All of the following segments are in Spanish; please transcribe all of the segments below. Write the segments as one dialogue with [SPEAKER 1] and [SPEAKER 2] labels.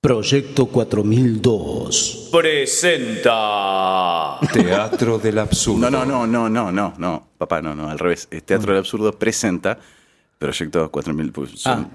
[SPEAKER 1] Proyecto 4002.
[SPEAKER 2] Ah,
[SPEAKER 3] Presenta.
[SPEAKER 4] Teatro del absurdo.
[SPEAKER 2] No, no, no, no, no, no, no, papá, no, no, al revés. Es Teatro del Absurdo presenta Proyecto 4000. pues, son-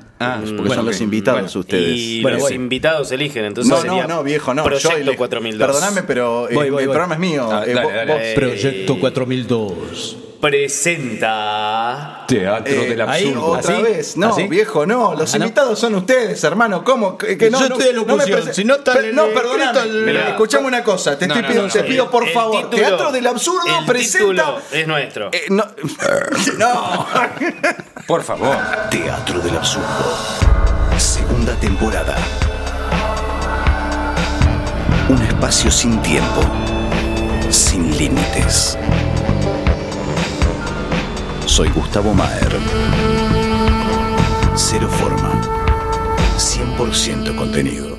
[SPEAKER 2] porque son los invitados ustedes.
[SPEAKER 3] Y
[SPEAKER 1] Bueno,
[SPEAKER 3] los
[SPEAKER 1] voy.
[SPEAKER 3] invitados eligen, entonces
[SPEAKER 2] no,
[SPEAKER 3] sería
[SPEAKER 2] no, no, viejo, no. yo
[SPEAKER 3] Proyecto
[SPEAKER 2] elijo.
[SPEAKER 3] 4002.
[SPEAKER 2] Perdóname, pero eh,
[SPEAKER 1] Voy, voy,
[SPEAKER 2] el
[SPEAKER 1] voy.
[SPEAKER 2] programa es mío.
[SPEAKER 4] Ah,
[SPEAKER 2] Eh,
[SPEAKER 4] dale,
[SPEAKER 2] vos-
[SPEAKER 4] dale.
[SPEAKER 2] vos-
[SPEAKER 3] Eh,
[SPEAKER 1] Proyecto 4002.
[SPEAKER 3] Presenta.
[SPEAKER 4] Teatro
[SPEAKER 2] eh,
[SPEAKER 4] del
[SPEAKER 1] ahí,
[SPEAKER 4] absurdo.
[SPEAKER 2] Otra
[SPEAKER 1] ¿Así?
[SPEAKER 2] vez, no,
[SPEAKER 1] ¿Así?
[SPEAKER 2] viejo, no. Los
[SPEAKER 1] Ah, no.
[SPEAKER 2] invitados son ustedes, hermano. ¿Cómo? Que, que no,
[SPEAKER 1] Yo
[SPEAKER 2] no,
[SPEAKER 1] estoy de
[SPEAKER 2] no me
[SPEAKER 1] locución,
[SPEAKER 2] presen-
[SPEAKER 1] si no está
[SPEAKER 2] Pe-
[SPEAKER 1] el-
[SPEAKER 2] no,
[SPEAKER 1] el
[SPEAKER 2] perdóname.
[SPEAKER 1] escrito, el-
[SPEAKER 2] Mirá, Escuchame una cosa. Te,
[SPEAKER 4] No,
[SPEAKER 2] estoy
[SPEAKER 4] no,
[SPEAKER 2] pidiendo-
[SPEAKER 4] no,
[SPEAKER 2] te
[SPEAKER 4] no.
[SPEAKER 2] pido, por
[SPEAKER 3] El
[SPEAKER 2] favor.
[SPEAKER 3] título-
[SPEAKER 2] Teatro del absurdo
[SPEAKER 3] el
[SPEAKER 2] presenta.
[SPEAKER 3] título es nuestro.
[SPEAKER 2] Eh, no. no.
[SPEAKER 4] Por favor.
[SPEAKER 5] Teatro del Absurdo. Segunda temporada. Un espacio sin tiempo, sin límites. Soy Gustavo Maher. Cero forma. 100% contenido.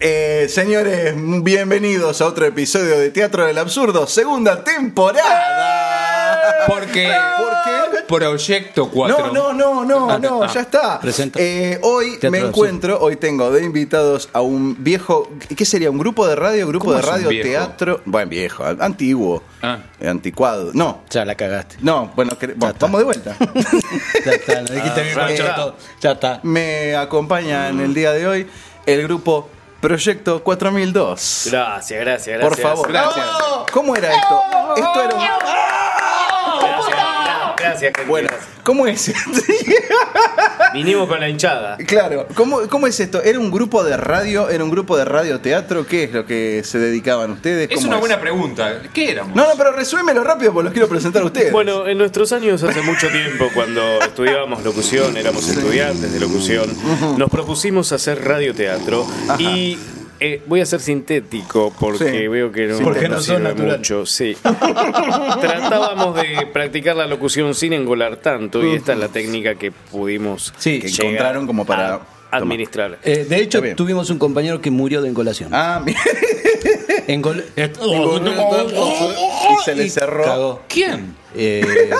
[SPEAKER 2] Eh, señores, bienvenidos a otro episodio de Teatro del Absurdo, segunda temporada.
[SPEAKER 4] Porque.
[SPEAKER 2] ¿Por qué?
[SPEAKER 4] Eh. Proyecto 4.
[SPEAKER 2] No, no, no, no,
[SPEAKER 4] Ah,
[SPEAKER 2] no,
[SPEAKER 4] ah.
[SPEAKER 2] ya está.
[SPEAKER 1] Presenta.
[SPEAKER 2] Eh, hoy
[SPEAKER 1] Teatro
[SPEAKER 2] me
[SPEAKER 1] del
[SPEAKER 2] encuentro, hoy tengo de invitados a un viejo, ¿qué sería? ¿Un grupo de radio? ¿Grupo
[SPEAKER 4] ¿Cómo
[SPEAKER 2] de
[SPEAKER 4] es un
[SPEAKER 2] radio?
[SPEAKER 4] viejo?
[SPEAKER 2] ¿Teatro? Bueno, viejo, antiguo,
[SPEAKER 4] Ah.
[SPEAKER 2] eh, anticuado. No,
[SPEAKER 1] Ya la cagaste.
[SPEAKER 2] no, bueno, que- bueno,
[SPEAKER 1] está.
[SPEAKER 2] vamos de vuelta.
[SPEAKER 1] Ya está, la dijiste bien
[SPEAKER 3] Ah,
[SPEAKER 1] con
[SPEAKER 3] ya.
[SPEAKER 1] todo. Ya está.
[SPEAKER 2] me acompaña en el día de hoy el grupo Proyecto 4002.
[SPEAKER 3] Gracias, gracias, gracias.
[SPEAKER 2] Por favor.
[SPEAKER 4] Gracias.
[SPEAKER 2] ¿Cómo era esto? Esto era un-
[SPEAKER 3] Gracias, gracias, gente.
[SPEAKER 2] Bueno, ¿cómo es esto?
[SPEAKER 3] Vinimos con la
[SPEAKER 4] Ah.
[SPEAKER 3] hinchada.
[SPEAKER 2] claro, ¿cómo, cómo es esto? ¿Era un grupo de radio? ¿Era un grupo de radioteatro? ¿Qué es lo que se dedicaban ustedes?
[SPEAKER 4] Es
[SPEAKER 2] ¿Cómo
[SPEAKER 4] una buena pregunta. ¿Qué éramos?
[SPEAKER 2] No, no, pero resúmelo rápido porque los quiero presentar a ustedes.
[SPEAKER 3] Bueno, en nuestros años, hace mucho tiempo, cuando estudiábamos locución, éramos estudiantes de locución, nos propusimos hacer radioteatro y eh, voy a ser sintético porque
[SPEAKER 2] Sí.
[SPEAKER 3] veo que no,
[SPEAKER 2] Porque no
[SPEAKER 1] son
[SPEAKER 3] sirve
[SPEAKER 1] naturales.
[SPEAKER 3] mucho. Sí. Tratábamos de practicar la locución sin engolar tanto y esta es la técnica que pudimos
[SPEAKER 1] Sí,
[SPEAKER 2] que
[SPEAKER 3] llegar
[SPEAKER 2] encontraron como para
[SPEAKER 3] a administrar.
[SPEAKER 1] Eh, de hecho,
[SPEAKER 2] Está bien.
[SPEAKER 1] tuvimos un compañero que murió de engolación.
[SPEAKER 2] Ah, mira.
[SPEAKER 1] Engol-
[SPEAKER 2] y se le
[SPEAKER 1] Y
[SPEAKER 2] cerró.
[SPEAKER 1] cagó.
[SPEAKER 4] ¿Quién?
[SPEAKER 1] Eh,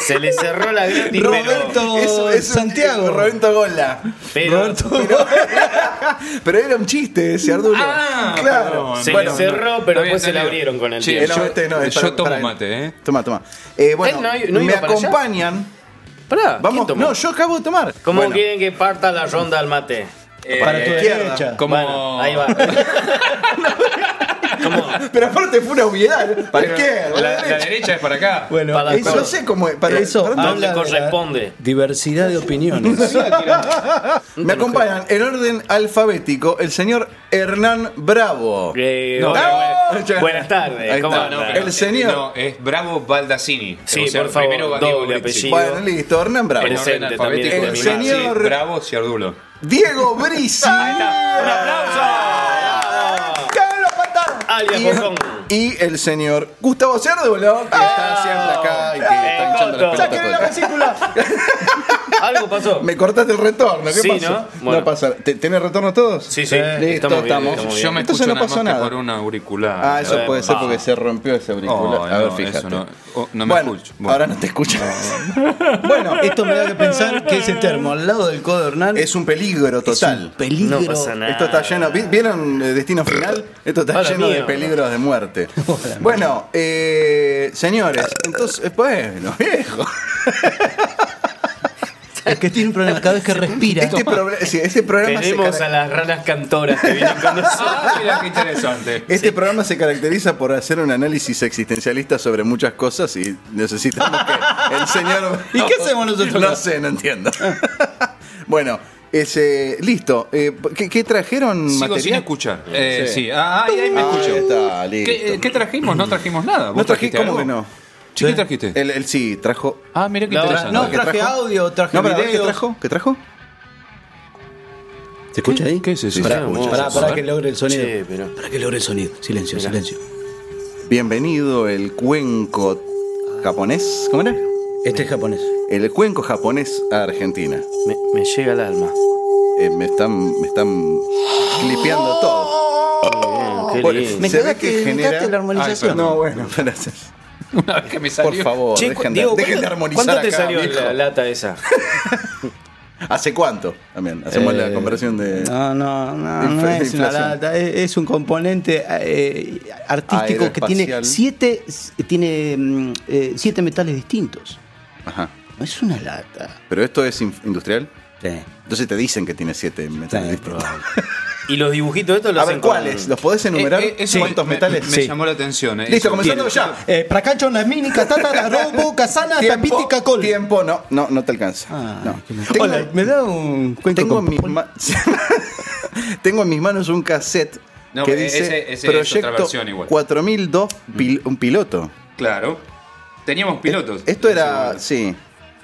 [SPEAKER 3] Se le cerró la gratis, pero-
[SPEAKER 1] Roberto Santiago.
[SPEAKER 2] Roberto Gola.
[SPEAKER 3] pero,
[SPEAKER 2] Pero era un chiste eh, ese Arduino.
[SPEAKER 4] Ah,
[SPEAKER 2] claro.
[SPEAKER 3] se
[SPEAKER 2] Bueno,
[SPEAKER 3] le cerró,
[SPEAKER 4] Está
[SPEAKER 3] pero
[SPEAKER 4] bien,
[SPEAKER 3] después
[SPEAKER 4] está
[SPEAKER 3] se la
[SPEAKER 4] bien.
[SPEAKER 3] abrieron con el
[SPEAKER 4] Sí,
[SPEAKER 3] tiempo.
[SPEAKER 2] no,
[SPEAKER 4] yo-
[SPEAKER 2] este no,
[SPEAKER 4] yo
[SPEAKER 2] para-
[SPEAKER 4] tomo
[SPEAKER 2] para-
[SPEAKER 4] mate, ¿eh?
[SPEAKER 2] Toma, toma. Eh, bueno,
[SPEAKER 3] Él no- no
[SPEAKER 2] me
[SPEAKER 3] iba para allá.
[SPEAKER 2] acompañan.
[SPEAKER 3] Pará,
[SPEAKER 2] Vamos, no, yo acabo de tomar.
[SPEAKER 3] ¿Cómo
[SPEAKER 2] Bueno,
[SPEAKER 3] quieren que parta la ronda al mate?
[SPEAKER 1] para tu
[SPEAKER 2] izquierda.
[SPEAKER 1] derecha.
[SPEAKER 4] Como.
[SPEAKER 3] Bueno, ahí va. ¿Cómo?
[SPEAKER 2] Pero aparte fue una obviedad. ¿Para qué?
[SPEAKER 4] La, la derecha es para acá.
[SPEAKER 1] Bueno,
[SPEAKER 3] Para
[SPEAKER 2] Eso
[SPEAKER 3] Claro.
[SPEAKER 2] no sé cómo es. Para
[SPEAKER 1] eso
[SPEAKER 2] para-
[SPEAKER 3] habla-
[SPEAKER 1] de la
[SPEAKER 3] corresponde.
[SPEAKER 1] Diversidad de opiniones.
[SPEAKER 2] me acompañan en orden alfabético el señor Hernán Bravo.
[SPEAKER 3] Eh,
[SPEAKER 4] No,
[SPEAKER 3] hola,
[SPEAKER 2] no.
[SPEAKER 3] buena- buenas
[SPEAKER 2] Ahí
[SPEAKER 3] tardes. ¿Cómo
[SPEAKER 2] está,
[SPEAKER 3] andan?
[SPEAKER 2] no, pero- El señor.
[SPEAKER 4] No, es Bravo Baldassini.
[SPEAKER 3] Sí,
[SPEAKER 4] O sea,
[SPEAKER 3] por favor,
[SPEAKER 4] primero Diego
[SPEAKER 3] doble
[SPEAKER 4] Brizzi.
[SPEAKER 3] apellido.
[SPEAKER 2] Bueno, listo, Hernán Bravo.
[SPEAKER 4] En orden
[SPEAKER 3] Presente
[SPEAKER 4] alfabético
[SPEAKER 3] también.
[SPEAKER 4] de
[SPEAKER 2] El
[SPEAKER 4] mi
[SPEAKER 2] señor-
[SPEAKER 4] madre. Sí, Bravo Ciardulo.
[SPEAKER 2] Diego Brisi.
[SPEAKER 3] ¡Un aplauso! Alias Bocón. Ah.
[SPEAKER 2] Y, y el señor Gustavo Cerdulo, que está siempre
[SPEAKER 3] Oh, eh,
[SPEAKER 2] acá y que está hinchando las
[SPEAKER 3] Encontro.
[SPEAKER 2] pelotas todo el tiempo.
[SPEAKER 3] Algo pasó.
[SPEAKER 2] Me cortaste el retorno, ¿qué
[SPEAKER 3] Sí,
[SPEAKER 2] pasó?
[SPEAKER 3] ¿no? Bueno.
[SPEAKER 2] No pasa. ¿Te- ¿Tenés retorno todos?
[SPEAKER 3] Sí, sí,
[SPEAKER 2] Eh, listo,
[SPEAKER 3] estamos bien,
[SPEAKER 2] estamos.
[SPEAKER 3] estamos bien.
[SPEAKER 4] Yo me escucho
[SPEAKER 2] Entonces no
[SPEAKER 4] nada
[SPEAKER 2] pasó
[SPEAKER 4] más que
[SPEAKER 2] nada.
[SPEAKER 4] por un auricular.
[SPEAKER 2] Ah, eso
[SPEAKER 3] bueno,
[SPEAKER 2] puede ser
[SPEAKER 3] va.
[SPEAKER 2] porque se rompió ese auricular.
[SPEAKER 4] Oh,
[SPEAKER 2] A ver,
[SPEAKER 4] no, eso
[SPEAKER 2] fíjate.
[SPEAKER 4] no, oh, no me
[SPEAKER 2] bueno,
[SPEAKER 4] escucho. Bueno.
[SPEAKER 2] ahora no te escucho.
[SPEAKER 1] bueno, esto me da que pensar que ese termo al lado del codo de Hernán
[SPEAKER 2] es un peligro
[SPEAKER 1] es
[SPEAKER 2] total.
[SPEAKER 1] un peligro.
[SPEAKER 3] No pasa nada.
[SPEAKER 2] Esto está lleno. ¿vi- ¿Vieron eh, Destino Final? Esto está
[SPEAKER 3] Ahora
[SPEAKER 2] lleno de
[SPEAKER 3] mío.
[SPEAKER 2] peligros de muerte. Bueno, eh, señores, entonces, eh, bueno, viejo.
[SPEAKER 1] Es que tiene un problema cada vez que respira.
[SPEAKER 2] Este, proble- sí, este programa se
[SPEAKER 3] Tenemos
[SPEAKER 2] cara-
[SPEAKER 3] a las ranas cantoras que vienen con nosotros.
[SPEAKER 4] Ah, mira qué interesante.
[SPEAKER 2] Este programa se caracteriza por hacer un análisis existencialista sobre muchas cosas y necesitamos que el señor.
[SPEAKER 1] ¿Y qué hacemos nosotros acá? Ah.
[SPEAKER 2] No sé, no entiendo. bueno, ese, listo. Eh, ¿qué, qué trajeron
[SPEAKER 4] Sigo sin
[SPEAKER 2] material?
[SPEAKER 4] escuchar. Eh, sí. Ah, ahí, ahí me
[SPEAKER 2] Ah,
[SPEAKER 4] escucho.
[SPEAKER 2] está, listo.
[SPEAKER 4] ¿Qué, qué trajimos? No trajimos nada. ¿Vos
[SPEAKER 2] No traje,
[SPEAKER 4] trajiste algo?
[SPEAKER 2] ¿cómo que no?
[SPEAKER 4] Che, ¿Qué trajiste?
[SPEAKER 2] El, el sí, trajo.
[SPEAKER 4] Ah, mira qué
[SPEAKER 3] No,
[SPEAKER 4] interesante.
[SPEAKER 1] No,
[SPEAKER 2] ¿Qué
[SPEAKER 1] traje
[SPEAKER 2] trajo?
[SPEAKER 1] audio, traje
[SPEAKER 2] No, para ¿qué
[SPEAKER 1] video.
[SPEAKER 2] trajo? ¿Qué trajo?
[SPEAKER 1] ¿Se escucha ahí?
[SPEAKER 4] ¿Qué es eso?
[SPEAKER 1] Pará,
[SPEAKER 4] Se
[SPEAKER 1] pará,
[SPEAKER 4] escucha, se
[SPEAKER 1] pará
[SPEAKER 4] escucha.
[SPEAKER 1] que logre el sonido.
[SPEAKER 3] Che, pero-
[SPEAKER 1] Pará que logre el sonido. Silencio, silencio.
[SPEAKER 2] Bienvenido el cuenco japonés. ¿Cómo era?
[SPEAKER 1] Este es japonés.
[SPEAKER 2] El cuenco japonés a Argentina.
[SPEAKER 3] Me, me llega el alma.
[SPEAKER 2] Eh, me están, me están clipeando todo.
[SPEAKER 1] Oh,
[SPEAKER 3] Qué
[SPEAKER 2] Por-
[SPEAKER 3] lindo.
[SPEAKER 2] Oh, Me Se ve cagaste, que me genera- cagaste la
[SPEAKER 4] armonización.
[SPEAKER 2] No, bueno, gracias.
[SPEAKER 4] Una vez que me salió.
[SPEAKER 2] Por favor,
[SPEAKER 3] Che,
[SPEAKER 2] dejen, de,
[SPEAKER 3] Diego,
[SPEAKER 2] dejen de
[SPEAKER 3] ¿cuánto-
[SPEAKER 2] armonizar
[SPEAKER 3] ¿Cuánto te
[SPEAKER 2] acá,
[SPEAKER 3] salió
[SPEAKER 2] viejo.
[SPEAKER 3] la lata esa?
[SPEAKER 2] ¿Hace cuánto? También. Hacemos la comparación de.
[SPEAKER 1] Eh, No, no, no,
[SPEAKER 2] Infla-
[SPEAKER 1] no es una
[SPEAKER 2] inflación.
[SPEAKER 1] lata. Es, es un componente eh, artístico que tiene
[SPEAKER 2] Aeroespacial.
[SPEAKER 1] siete, tiene, mm, eh, siete metales distintos.
[SPEAKER 2] Ajá.
[SPEAKER 1] No es una lata.
[SPEAKER 2] Pero esto es in- industrial.
[SPEAKER 1] Sí.
[SPEAKER 2] Entonces te dicen que tiene siete metales. distintos.
[SPEAKER 3] Y los dibujitos estos los
[SPEAKER 2] A
[SPEAKER 3] hacen
[SPEAKER 2] ver, ¿cuáles? ¿Los podés enumerar? ¿Cuántos
[SPEAKER 4] Eh, me,
[SPEAKER 2] metales?
[SPEAKER 4] Me, me
[SPEAKER 2] Sí.
[SPEAKER 4] llamó la atención. eh,
[SPEAKER 2] Listo,
[SPEAKER 4] eso.
[SPEAKER 2] comenzando ya.
[SPEAKER 1] Eh, Pracacho, Nasmini, Catata, Tarobo, Casana, Tapitica, Col.
[SPEAKER 2] tiempo, no, no, no te alcanza.
[SPEAKER 1] Ah,
[SPEAKER 2] No.
[SPEAKER 1] que me-
[SPEAKER 2] Tengo-
[SPEAKER 1] Hola, ¿me da un cuento
[SPEAKER 2] Tengo
[SPEAKER 1] con
[SPEAKER 2] en, mis
[SPEAKER 1] popol-
[SPEAKER 2] ma- Tengo en mis manos un cassette
[SPEAKER 4] No,
[SPEAKER 2] que
[SPEAKER 4] ese-
[SPEAKER 2] dice
[SPEAKER 4] ese es otra
[SPEAKER 2] Proyecto
[SPEAKER 4] versión igual.
[SPEAKER 2] 4002, pil- un piloto.
[SPEAKER 4] Claro.
[SPEAKER 2] Eh,
[SPEAKER 4] Teníamos pilotos.
[SPEAKER 2] Esto
[SPEAKER 4] en ese
[SPEAKER 2] era,
[SPEAKER 4] momento.
[SPEAKER 2] sí.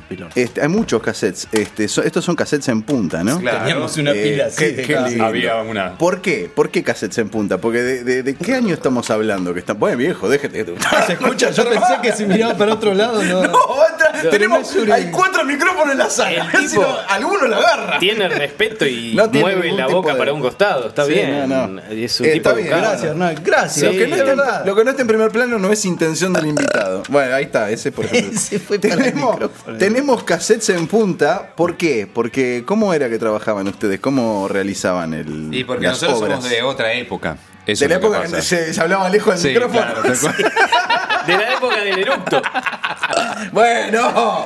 [SPEAKER 1] Piloto.
[SPEAKER 2] Este, hay muchos cassettes. Este, so- estos son cassettes en punta, ¿no?
[SPEAKER 4] Claro.
[SPEAKER 1] Teníamos una
[SPEAKER 2] Eh,
[SPEAKER 1] pila así.
[SPEAKER 2] qué-
[SPEAKER 1] de
[SPEAKER 2] qué
[SPEAKER 1] cada-
[SPEAKER 2] lindo.
[SPEAKER 4] Había una.
[SPEAKER 2] ¿Por qué? ¿Por qué cassettes en punta? Porque de, de- de qué año estamos hablando? Que está, bueno, viejo, déjate.
[SPEAKER 1] Se escucha, yo pensé que si miraba para otro lado no.
[SPEAKER 2] No, otra, tenemos,
[SPEAKER 1] no es un-
[SPEAKER 2] hay cuatro micrófonos en la sala.
[SPEAKER 3] El tipo-
[SPEAKER 2] Encima, alguno lo agarra.
[SPEAKER 3] Tiene respeto y
[SPEAKER 2] No tiene
[SPEAKER 3] mueve
[SPEAKER 2] ningún
[SPEAKER 3] la
[SPEAKER 2] tipo
[SPEAKER 3] boca
[SPEAKER 2] de-
[SPEAKER 3] para un costado. Está
[SPEAKER 2] Sí,
[SPEAKER 3] bien.
[SPEAKER 2] no, no.
[SPEAKER 3] Es un
[SPEAKER 2] Eh,
[SPEAKER 3] tipo
[SPEAKER 2] está bien,
[SPEAKER 3] educado.
[SPEAKER 1] Gracias, Hernán. Gracias.
[SPEAKER 2] lo, que no
[SPEAKER 1] es
[SPEAKER 2] está en,
[SPEAKER 1] verdad.
[SPEAKER 2] lo que no está en primer plano no es intención del invitado. Bueno, ahí está, ese por ejemplo.
[SPEAKER 1] Ese fue para el
[SPEAKER 2] tenemos,
[SPEAKER 1] micrófono.
[SPEAKER 2] tenemos cassettes en punta. ¿Por qué? Porque ¿cómo era que trabajaban ustedes? ¿Cómo realizaban el
[SPEAKER 4] Y porque
[SPEAKER 2] las
[SPEAKER 4] nosotros
[SPEAKER 2] obras?
[SPEAKER 4] somos de otra época. Eso
[SPEAKER 2] De
[SPEAKER 4] es
[SPEAKER 2] la
[SPEAKER 4] lo que
[SPEAKER 2] época
[SPEAKER 4] pasa.
[SPEAKER 2] que se, se hablaba lejos del
[SPEAKER 4] Sí,
[SPEAKER 2] micrófono.
[SPEAKER 4] claro, tal cual.
[SPEAKER 3] De la época del eructo.
[SPEAKER 2] bueno.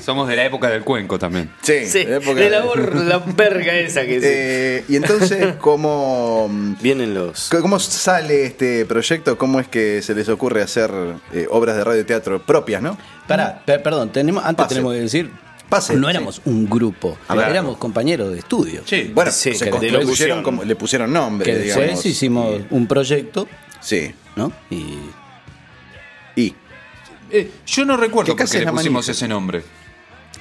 [SPEAKER 4] Somos de la época del cuenco también.
[SPEAKER 2] Sí,
[SPEAKER 3] Sí,
[SPEAKER 2] de la época
[SPEAKER 3] de la, bor- la verga esa que sí.
[SPEAKER 2] Eh, y entonces, ¿cómo,
[SPEAKER 3] Vienen los.
[SPEAKER 2] ¿cómo sale este proyecto? ¿Cómo es que se les ocurre hacer eh, obras de radio y teatro propias, no?
[SPEAKER 1] Pará, per- perdón, tenemos, antes
[SPEAKER 2] Pase.
[SPEAKER 1] tenemos que decir.
[SPEAKER 2] Pase,
[SPEAKER 1] no
[SPEAKER 2] sí.
[SPEAKER 1] éramos un grupo,
[SPEAKER 2] A ver.
[SPEAKER 1] éramos compañeros de estudio.
[SPEAKER 4] Sí.
[SPEAKER 2] Bueno,
[SPEAKER 3] Sí,
[SPEAKER 2] se
[SPEAKER 3] que
[SPEAKER 2] construyeron
[SPEAKER 3] de locución.
[SPEAKER 2] como- le pusieron nombre,
[SPEAKER 1] Que después
[SPEAKER 2] digamos.
[SPEAKER 1] hicimos un proyecto,
[SPEAKER 2] Sí.
[SPEAKER 1] ¿no? Y.
[SPEAKER 2] Y.
[SPEAKER 4] Eh, yo no recuerdo
[SPEAKER 2] ¿Qué
[SPEAKER 4] por
[SPEAKER 2] haces
[SPEAKER 4] qué le
[SPEAKER 2] la
[SPEAKER 4] pusimos
[SPEAKER 2] manija?
[SPEAKER 4] ese nombre.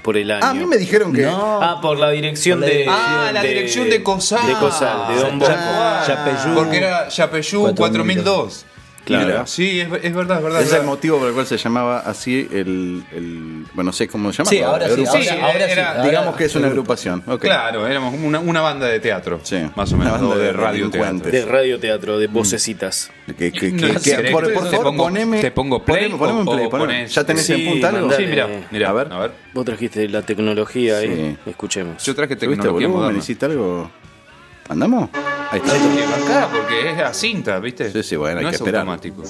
[SPEAKER 3] Por el año.
[SPEAKER 2] Ah, a mí me dijeron que.
[SPEAKER 1] No.
[SPEAKER 3] Ah, por la dirección
[SPEAKER 1] Por la
[SPEAKER 3] de.
[SPEAKER 1] dirección.
[SPEAKER 4] Ah, la dirección de Cosal.
[SPEAKER 3] De Cosal, de Don Bosco.
[SPEAKER 2] Ah,
[SPEAKER 1] Yapeyú.
[SPEAKER 4] Porque era Yapeyú 4002.
[SPEAKER 1] 4002.
[SPEAKER 2] Claro.
[SPEAKER 4] Mira, Sí, es, es verdad, es verdad. es
[SPEAKER 2] Ese es el
[SPEAKER 4] verdad.
[SPEAKER 2] motivo por el cual se llamaba así el. el- bueno, no sé cómo se llama.
[SPEAKER 1] Sí, ahora sí,
[SPEAKER 2] Agrupa-
[SPEAKER 1] ahora,
[SPEAKER 4] Sí,
[SPEAKER 1] ahora sí,
[SPEAKER 4] era-
[SPEAKER 1] ahora-
[SPEAKER 2] Digamos que es una agrupación. ok.
[SPEAKER 4] Claro, éramos como una, una banda de teatro.
[SPEAKER 2] Sí.
[SPEAKER 4] Más o
[SPEAKER 2] Una
[SPEAKER 4] menos.
[SPEAKER 2] banda
[SPEAKER 4] o de
[SPEAKER 2] de
[SPEAKER 4] radio teatro. Mm.
[SPEAKER 2] delincuentes.
[SPEAKER 3] De radioteatro, de vocecitas.
[SPEAKER 2] Que- que-
[SPEAKER 4] No
[SPEAKER 2] que-
[SPEAKER 4] sé,
[SPEAKER 2] que- por,
[SPEAKER 4] te
[SPEAKER 2] por favor,
[SPEAKER 4] pongo-
[SPEAKER 2] poneme.
[SPEAKER 4] te pongo play
[SPEAKER 2] poneme- poneme
[SPEAKER 4] o-
[SPEAKER 2] en play,
[SPEAKER 4] o
[SPEAKER 2] poneme.
[SPEAKER 4] ponés-
[SPEAKER 2] ¿Ya tenés
[SPEAKER 3] Sí,
[SPEAKER 2] en punta algo?
[SPEAKER 3] mandale.
[SPEAKER 4] Sí, mira, mira.
[SPEAKER 2] A
[SPEAKER 4] A
[SPEAKER 2] ver.
[SPEAKER 4] ver. A ver.
[SPEAKER 3] Vos trajiste la tecnología ahí.
[SPEAKER 2] Sí.
[SPEAKER 3] Escuchemos.
[SPEAKER 4] Yo traje
[SPEAKER 2] ¿Tuviste
[SPEAKER 4] tecnología
[SPEAKER 2] volumen?
[SPEAKER 4] moderna.
[SPEAKER 2] ¿Hiciste algo? ¿Andamos? Ahí está.
[SPEAKER 4] acá porque es a cinta, ¿viste?
[SPEAKER 2] Sí, sí, bueno, hay
[SPEAKER 4] no
[SPEAKER 2] que
[SPEAKER 4] es
[SPEAKER 2] esperar.
[SPEAKER 4] automático.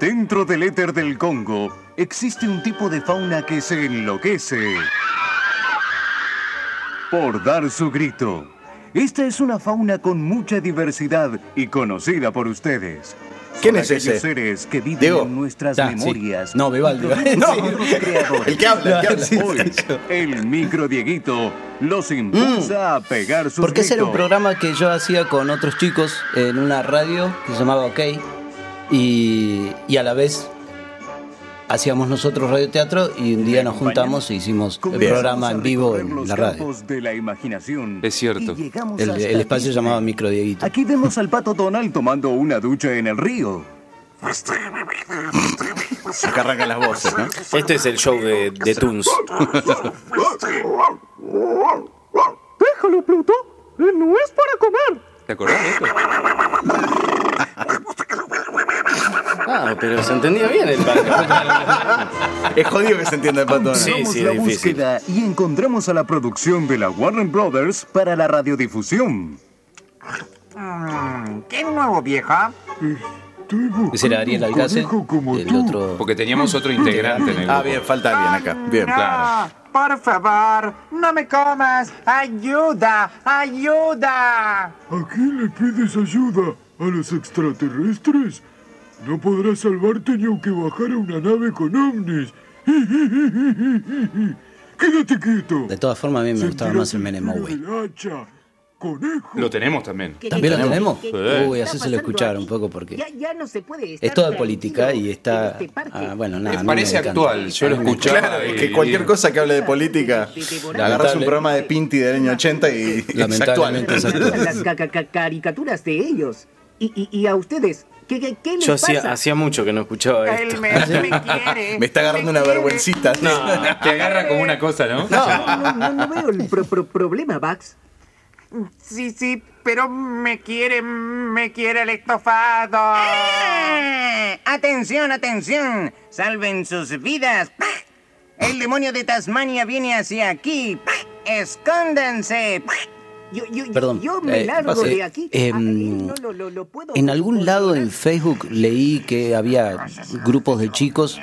[SPEAKER 6] Dentro del éter del Congo existe un tipo de fauna que se enloquece por dar su grito. Esta es una fauna con mucha diversidad y conocida por ustedes. Son
[SPEAKER 2] ¿Quién es
[SPEAKER 6] aquellos
[SPEAKER 2] ese?
[SPEAKER 6] seres que viven
[SPEAKER 2] Diego.
[SPEAKER 6] en nuestras
[SPEAKER 1] Ah, sí.
[SPEAKER 6] memorias.
[SPEAKER 1] No, Vivaldi.
[SPEAKER 6] y producen
[SPEAKER 1] No.
[SPEAKER 6] nuevos creadores.
[SPEAKER 2] El que habla, el que habla.
[SPEAKER 1] Sí,
[SPEAKER 6] Hoy,
[SPEAKER 1] sí, yo.
[SPEAKER 6] el micro Dieguito los impulsa
[SPEAKER 1] Mm.
[SPEAKER 6] a pegar sus
[SPEAKER 1] Porque ese era un
[SPEAKER 6] gritos.
[SPEAKER 1] programa que yo hacía con otros chicos en una radio que se llamaba OK. Y, y a la vez hacíamos nosotros radioteatro y un día nos juntamos e hicimos el
[SPEAKER 6] Comenzamos
[SPEAKER 1] programa
[SPEAKER 6] a
[SPEAKER 1] en vivo
[SPEAKER 6] recorrer
[SPEAKER 1] en
[SPEAKER 6] los
[SPEAKER 1] la radio.
[SPEAKER 6] campos de la imaginación
[SPEAKER 4] Es cierto.
[SPEAKER 6] y llegamos
[SPEAKER 1] El,
[SPEAKER 6] hasta
[SPEAKER 1] el espacio se
[SPEAKER 6] Disney.
[SPEAKER 1] llamaba Micro Dieguito.
[SPEAKER 6] Aquí vemos al pato Donald tomando una ducha en el río.
[SPEAKER 2] Acá arrancan las voces, ¿no?
[SPEAKER 3] Este es el show de, de Toons.
[SPEAKER 7] Déjalo, Pluto. Él no es para comer.
[SPEAKER 4] ¿Te acordás de esto?
[SPEAKER 3] Ah, pero se entendía bien el padre.
[SPEAKER 2] Es jodido que se entienda el pato. ¿no?
[SPEAKER 3] Sí.
[SPEAKER 6] Empezamos la
[SPEAKER 3] es difícil.
[SPEAKER 6] búsqueda y encontramos a la producción de la Warner Brothers para la radiodifusión.
[SPEAKER 8] Mm,
[SPEAKER 9] ¿Qué nuevo, vieja?
[SPEAKER 1] Ese era Ariel Alcácer, el otro...
[SPEAKER 4] Porque teníamos otro integrante en el grupo.
[SPEAKER 2] Ah, bien, falta alguien acá. Bien.
[SPEAKER 9] No,
[SPEAKER 4] Claro.
[SPEAKER 9] por favor, no me comas. Ayuda, ayuda.
[SPEAKER 10] ¿A quién le pides ayuda? ¿A los extraterrestres? No podrás salvarte ni aunque bajara una nave con ovnis. Quédate quieto.
[SPEAKER 1] De todas formas, a mí me gustaba más el Menemoway.
[SPEAKER 10] hacha, conejo.
[SPEAKER 4] Lo tenemos también.
[SPEAKER 1] ¿También lo tenemos?
[SPEAKER 4] Sí.
[SPEAKER 1] Uy, hacéselo escuchar un poco porque
[SPEAKER 7] Ya, ya no se puede estar
[SPEAKER 1] es toda política
[SPEAKER 7] tranquilo
[SPEAKER 1] y
[SPEAKER 7] en
[SPEAKER 1] está...
[SPEAKER 7] este parque.
[SPEAKER 1] ah, bueno, nada,
[SPEAKER 4] Eh,
[SPEAKER 1] a mí me
[SPEAKER 4] parece
[SPEAKER 1] encanta.
[SPEAKER 4] actual, yo lo escuchaba.
[SPEAKER 2] Claro, es que
[SPEAKER 4] y-
[SPEAKER 2] cualquier cosa que hable de política, agarras un
[SPEAKER 1] Lamentable.
[SPEAKER 2] programa de Pinti del año 80 y, y es actual.
[SPEAKER 1] Lamentablemente es actual.
[SPEAKER 7] Las ca- ca- ca- caricaturas de ellos. Y, y, y a ustedes, ¿qué, qué, qué les
[SPEAKER 3] Yo hacía,
[SPEAKER 7] pasa?
[SPEAKER 3] hacía mucho que no escuchaba esto.
[SPEAKER 9] Él me, me quiere.
[SPEAKER 2] Me está agarrando una
[SPEAKER 9] me quiere.
[SPEAKER 2] vergüencita.
[SPEAKER 3] No,
[SPEAKER 4] Te agarra como una cosa, ¿no?
[SPEAKER 7] No, no, no, no veo el pro- pro- problema, Bax.
[SPEAKER 8] Sí, sí, pero me quiere, me quiere el estofado.
[SPEAKER 11] ¡Ah! ¡Atención, atención! ¡Salven sus vidas! ¡Pah! ¡El demonio de Tasmania viene hacia aquí! ¡Pah! ¡Escóndanse! ¡Pah!
[SPEAKER 12] Yo, yo- yo-
[SPEAKER 1] Perdón,
[SPEAKER 12] yo me
[SPEAKER 1] eh,
[SPEAKER 12] largo
[SPEAKER 1] pase.
[SPEAKER 12] de aquí.
[SPEAKER 1] Eh,
[SPEAKER 12] Ah, eh,
[SPEAKER 1] em,
[SPEAKER 12] no, lo- lo- lo puedo
[SPEAKER 1] En algún lado en Facebook leí que había grupos de chicos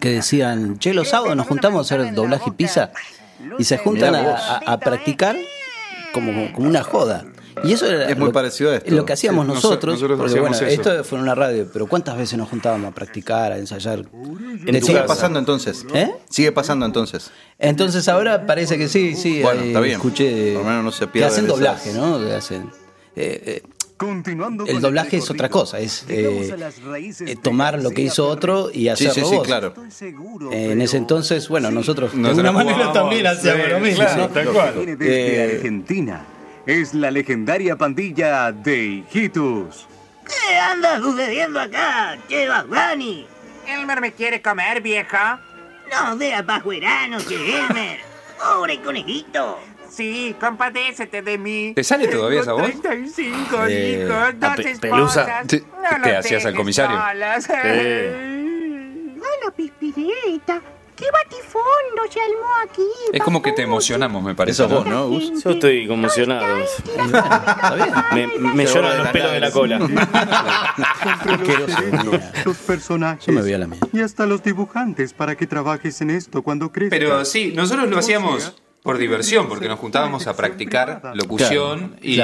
[SPEAKER 1] que decían, che, los sábados nos juntamos a hacer doblaje y pizza y se juntan
[SPEAKER 2] Mirá
[SPEAKER 1] a,
[SPEAKER 2] vos.
[SPEAKER 1] a- a practicar como, como una joda. Y eso era
[SPEAKER 2] Es muy
[SPEAKER 1] lo,
[SPEAKER 2] parecido a esto.
[SPEAKER 1] lo que hacíamos
[SPEAKER 4] Sí,
[SPEAKER 1] nosotros,
[SPEAKER 4] nosotros
[SPEAKER 1] porque bueno,
[SPEAKER 4] hacíamos eso.
[SPEAKER 1] esto fue en una radio, pero ¿cuántas veces nos juntábamos a practicar, a ensayar?
[SPEAKER 2] ¿Le sigue
[SPEAKER 1] Decíamos-
[SPEAKER 2] pasando entonces?
[SPEAKER 1] ¿Eh?
[SPEAKER 2] Sigue pasando entonces.
[SPEAKER 1] Entonces ahora parece que sí, sí.
[SPEAKER 2] Bueno,
[SPEAKER 1] ahí
[SPEAKER 2] está bien.
[SPEAKER 1] Escuché.
[SPEAKER 2] Por lo menos no se
[SPEAKER 1] que hacen
[SPEAKER 2] pierden
[SPEAKER 1] doblaje,
[SPEAKER 2] esas-
[SPEAKER 1] ¿no? Que hacen, eh, eh,
[SPEAKER 6] Continuando con
[SPEAKER 1] el doblaje es otra
[SPEAKER 6] recorrido,
[SPEAKER 1] cosa, es
[SPEAKER 6] llegamos
[SPEAKER 1] eh,
[SPEAKER 6] a las raíces
[SPEAKER 1] eh,
[SPEAKER 6] de
[SPEAKER 1] tomar lo que
[SPEAKER 6] García
[SPEAKER 1] hizo otro y
[SPEAKER 2] Sí,
[SPEAKER 1] hacerlo
[SPEAKER 2] sí, sí,
[SPEAKER 1] vos.
[SPEAKER 2] claro.
[SPEAKER 6] Estoy seguro,
[SPEAKER 1] En ese
[SPEAKER 6] pero
[SPEAKER 1] entonces, bueno, nosotros Eh, de
[SPEAKER 4] Nosotros
[SPEAKER 1] alguna manera
[SPEAKER 4] jugábamos,
[SPEAKER 1] también hacíamos
[SPEAKER 3] sí,
[SPEAKER 1] lo mismo.
[SPEAKER 3] claro,
[SPEAKER 1] ¿no?
[SPEAKER 3] tal cual.
[SPEAKER 6] viene desde
[SPEAKER 1] Eh,
[SPEAKER 6] Argentina. Es la legendaria pandilla de Hijitus.
[SPEAKER 11] ¿Qué anda sucediendo acá? ¡Qué Dani!
[SPEAKER 8] Elmer me quiere comer, vieja.
[SPEAKER 11] ¡No seas bajuerano, que Elmer! ¡Pobre conejito!
[SPEAKER 8] Sí, compadécete de mí.
[SPEAKER 4] ¿Te sale todavía esa voz?
[SPEAKER 8] Tengo 35
[SPEAKER 3] Eh,
[SPEAKER 8] hijos,
[SPEAKER 3] ah,
[SPEAKER 8] dos
[SPEAKER 3] pe-
[SPEAKER 8] esposas.
[SPEAKER 3] pelusa.
[SPEAKER 4] Sí,
[SPEAKER 8] No
[SPEAKER 4] te
[SPEAKER 8] los
[SPEAKER 4] hacías al
[SPEAKER 8] dejes
[SPEAKER 4] comisario.
[SPEAKER 8] solas.
[SPEAKER 10] Hola, Pispireta. ¿Qué batifondo se armó aquí?
[SPEAKER 4] Es como que te emocionamos, me parece.
[SPEAKER 2] Eso vos,
[SPEAKER 4] ¿no?
[SPEAKER 2] ¿no? Gus?
[SPEAKER 3] Yo estoy conmocionado. Me, me lloran los pelos de la cola.
[SPEAKER 6] Los personajes.
[SPEAKER 1] Yo me voy a la mía.
[SPEAKER 6] Y hasta los dibujantes para que trabajes en esto cuando crezcas.
[SPEAKER 4] Pero sí, nosotros lo hacíamos por diversión, porque nos juntábamos a practicar locución y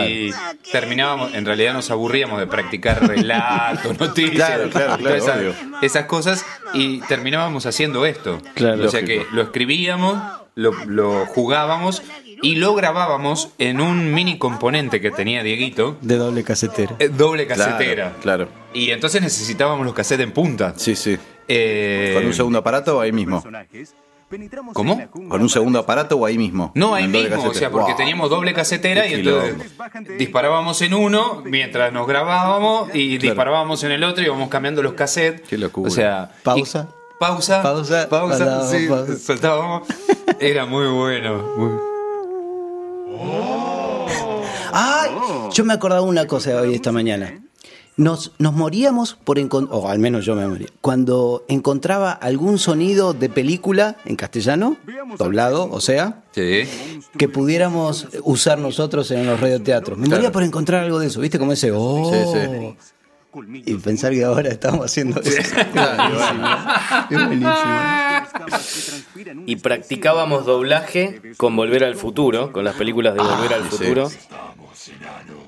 [SPEAKER 4] terminábamos, en realidad nos aburríamos de practicar relato, noticias,
[SPEAKER 2] Claro, claro, claro,
[SPEAKER 4] todas esas,
[SPEAKER 2] obvio.
[SPEAKER 4] esas cosas y terminábamos haciendo esto.
[SPEAKER 1] Claro.
[SPEAKER 4] o sea que lo escribíamos, lo, lo jugábamos y lo grabábamos en un mini componente que tenía Dieguito,
[SPEAKER 1] De doble casetera.
[SPEAKER 4] eh, doble
[SPEAKER 2] Claro,
[SPEAKER 4] casetera.
[SPEAKER 2] Claro.
[SPEAKER 4] Y entonces necesitábamos los cassettes en punta.
[SPEAKER 2] Sí, sí.
[SPEAKER 4] Eh,
[SPEAKER 2] ¿Con un segundo aparato o ahí mismo?
[SPEAKER 6] personajes, penetramos
[SPEAKER 4] ¿Cómo?
[SPEAKER 6] en la jungla
[SPEAKER 2] ¿Con un segundo aparato o ahí mismo?
[SPEAKER 4] No, ahí
[SPEAKER 2] En doble
[SPEAKER 4] mismo, o
[SPEAKER 2] casetera.
[SPEAKER 4] sea, porque
[SPEAKER 2] Wow.
[SPEAKER 4] teníamos doble casetera y
[SPEAKER 2] Qué
[SPEAKER 4] entonces disparábamos en uno mientras nos grabábamos y
[SPEAKER 2] Claro.
[SPEAKER 4] disparábamos en el otro y íbamos cambiando los cassettes.
[SPEAKER 2] Qué locura.
[SPEAKER 4] O sea,
[SPEAKER 1] Pausa.
[SPEAKER 4] y- pausa.
[SPEAKER 1] Pausa,
[SPEAKER 4] Pausa.
[SPEAKER 1] parábamos,
[SPEAKER 4] sí,
[SPEAKER 1] pausa.
[SPEAKER 4] Soltábamos. Era muy bueno. muy-
[SPEAKER 1] Ah, yo me acordaba una cosa hoy esta
[SPEAKER 6] eh?
[SPEAKER 1] mañana. Nos, nos moríamos por encontrar, o al menos yo me moría, cuando encontraba algún sonido de película en castellano, doblado, o sea,
[SPEAKER 4] Sí.
[SPEAKER 1] que pudiéramos usar nosotros en los radioteatros. Me moría por encontrar algo de eso, ¿viste? Como ese, oh,
[SPEAKER 2] Sí,
[SPEAKER 6] colmillos
[SPEAKER 1] y pensar que ahora estamos haciendo eso. Es buenísimo.
[SPEAKER 6] que transpiran un
[SPEAKER 3] Y practicábamos doblaje con Volver al Futuro, con las películas de
[SPEAKER 1] Ah,
[SPEAKER 3] Volver al
[SPEAKER 2] Ah, sí.
[SPEAKER 3] Futuro.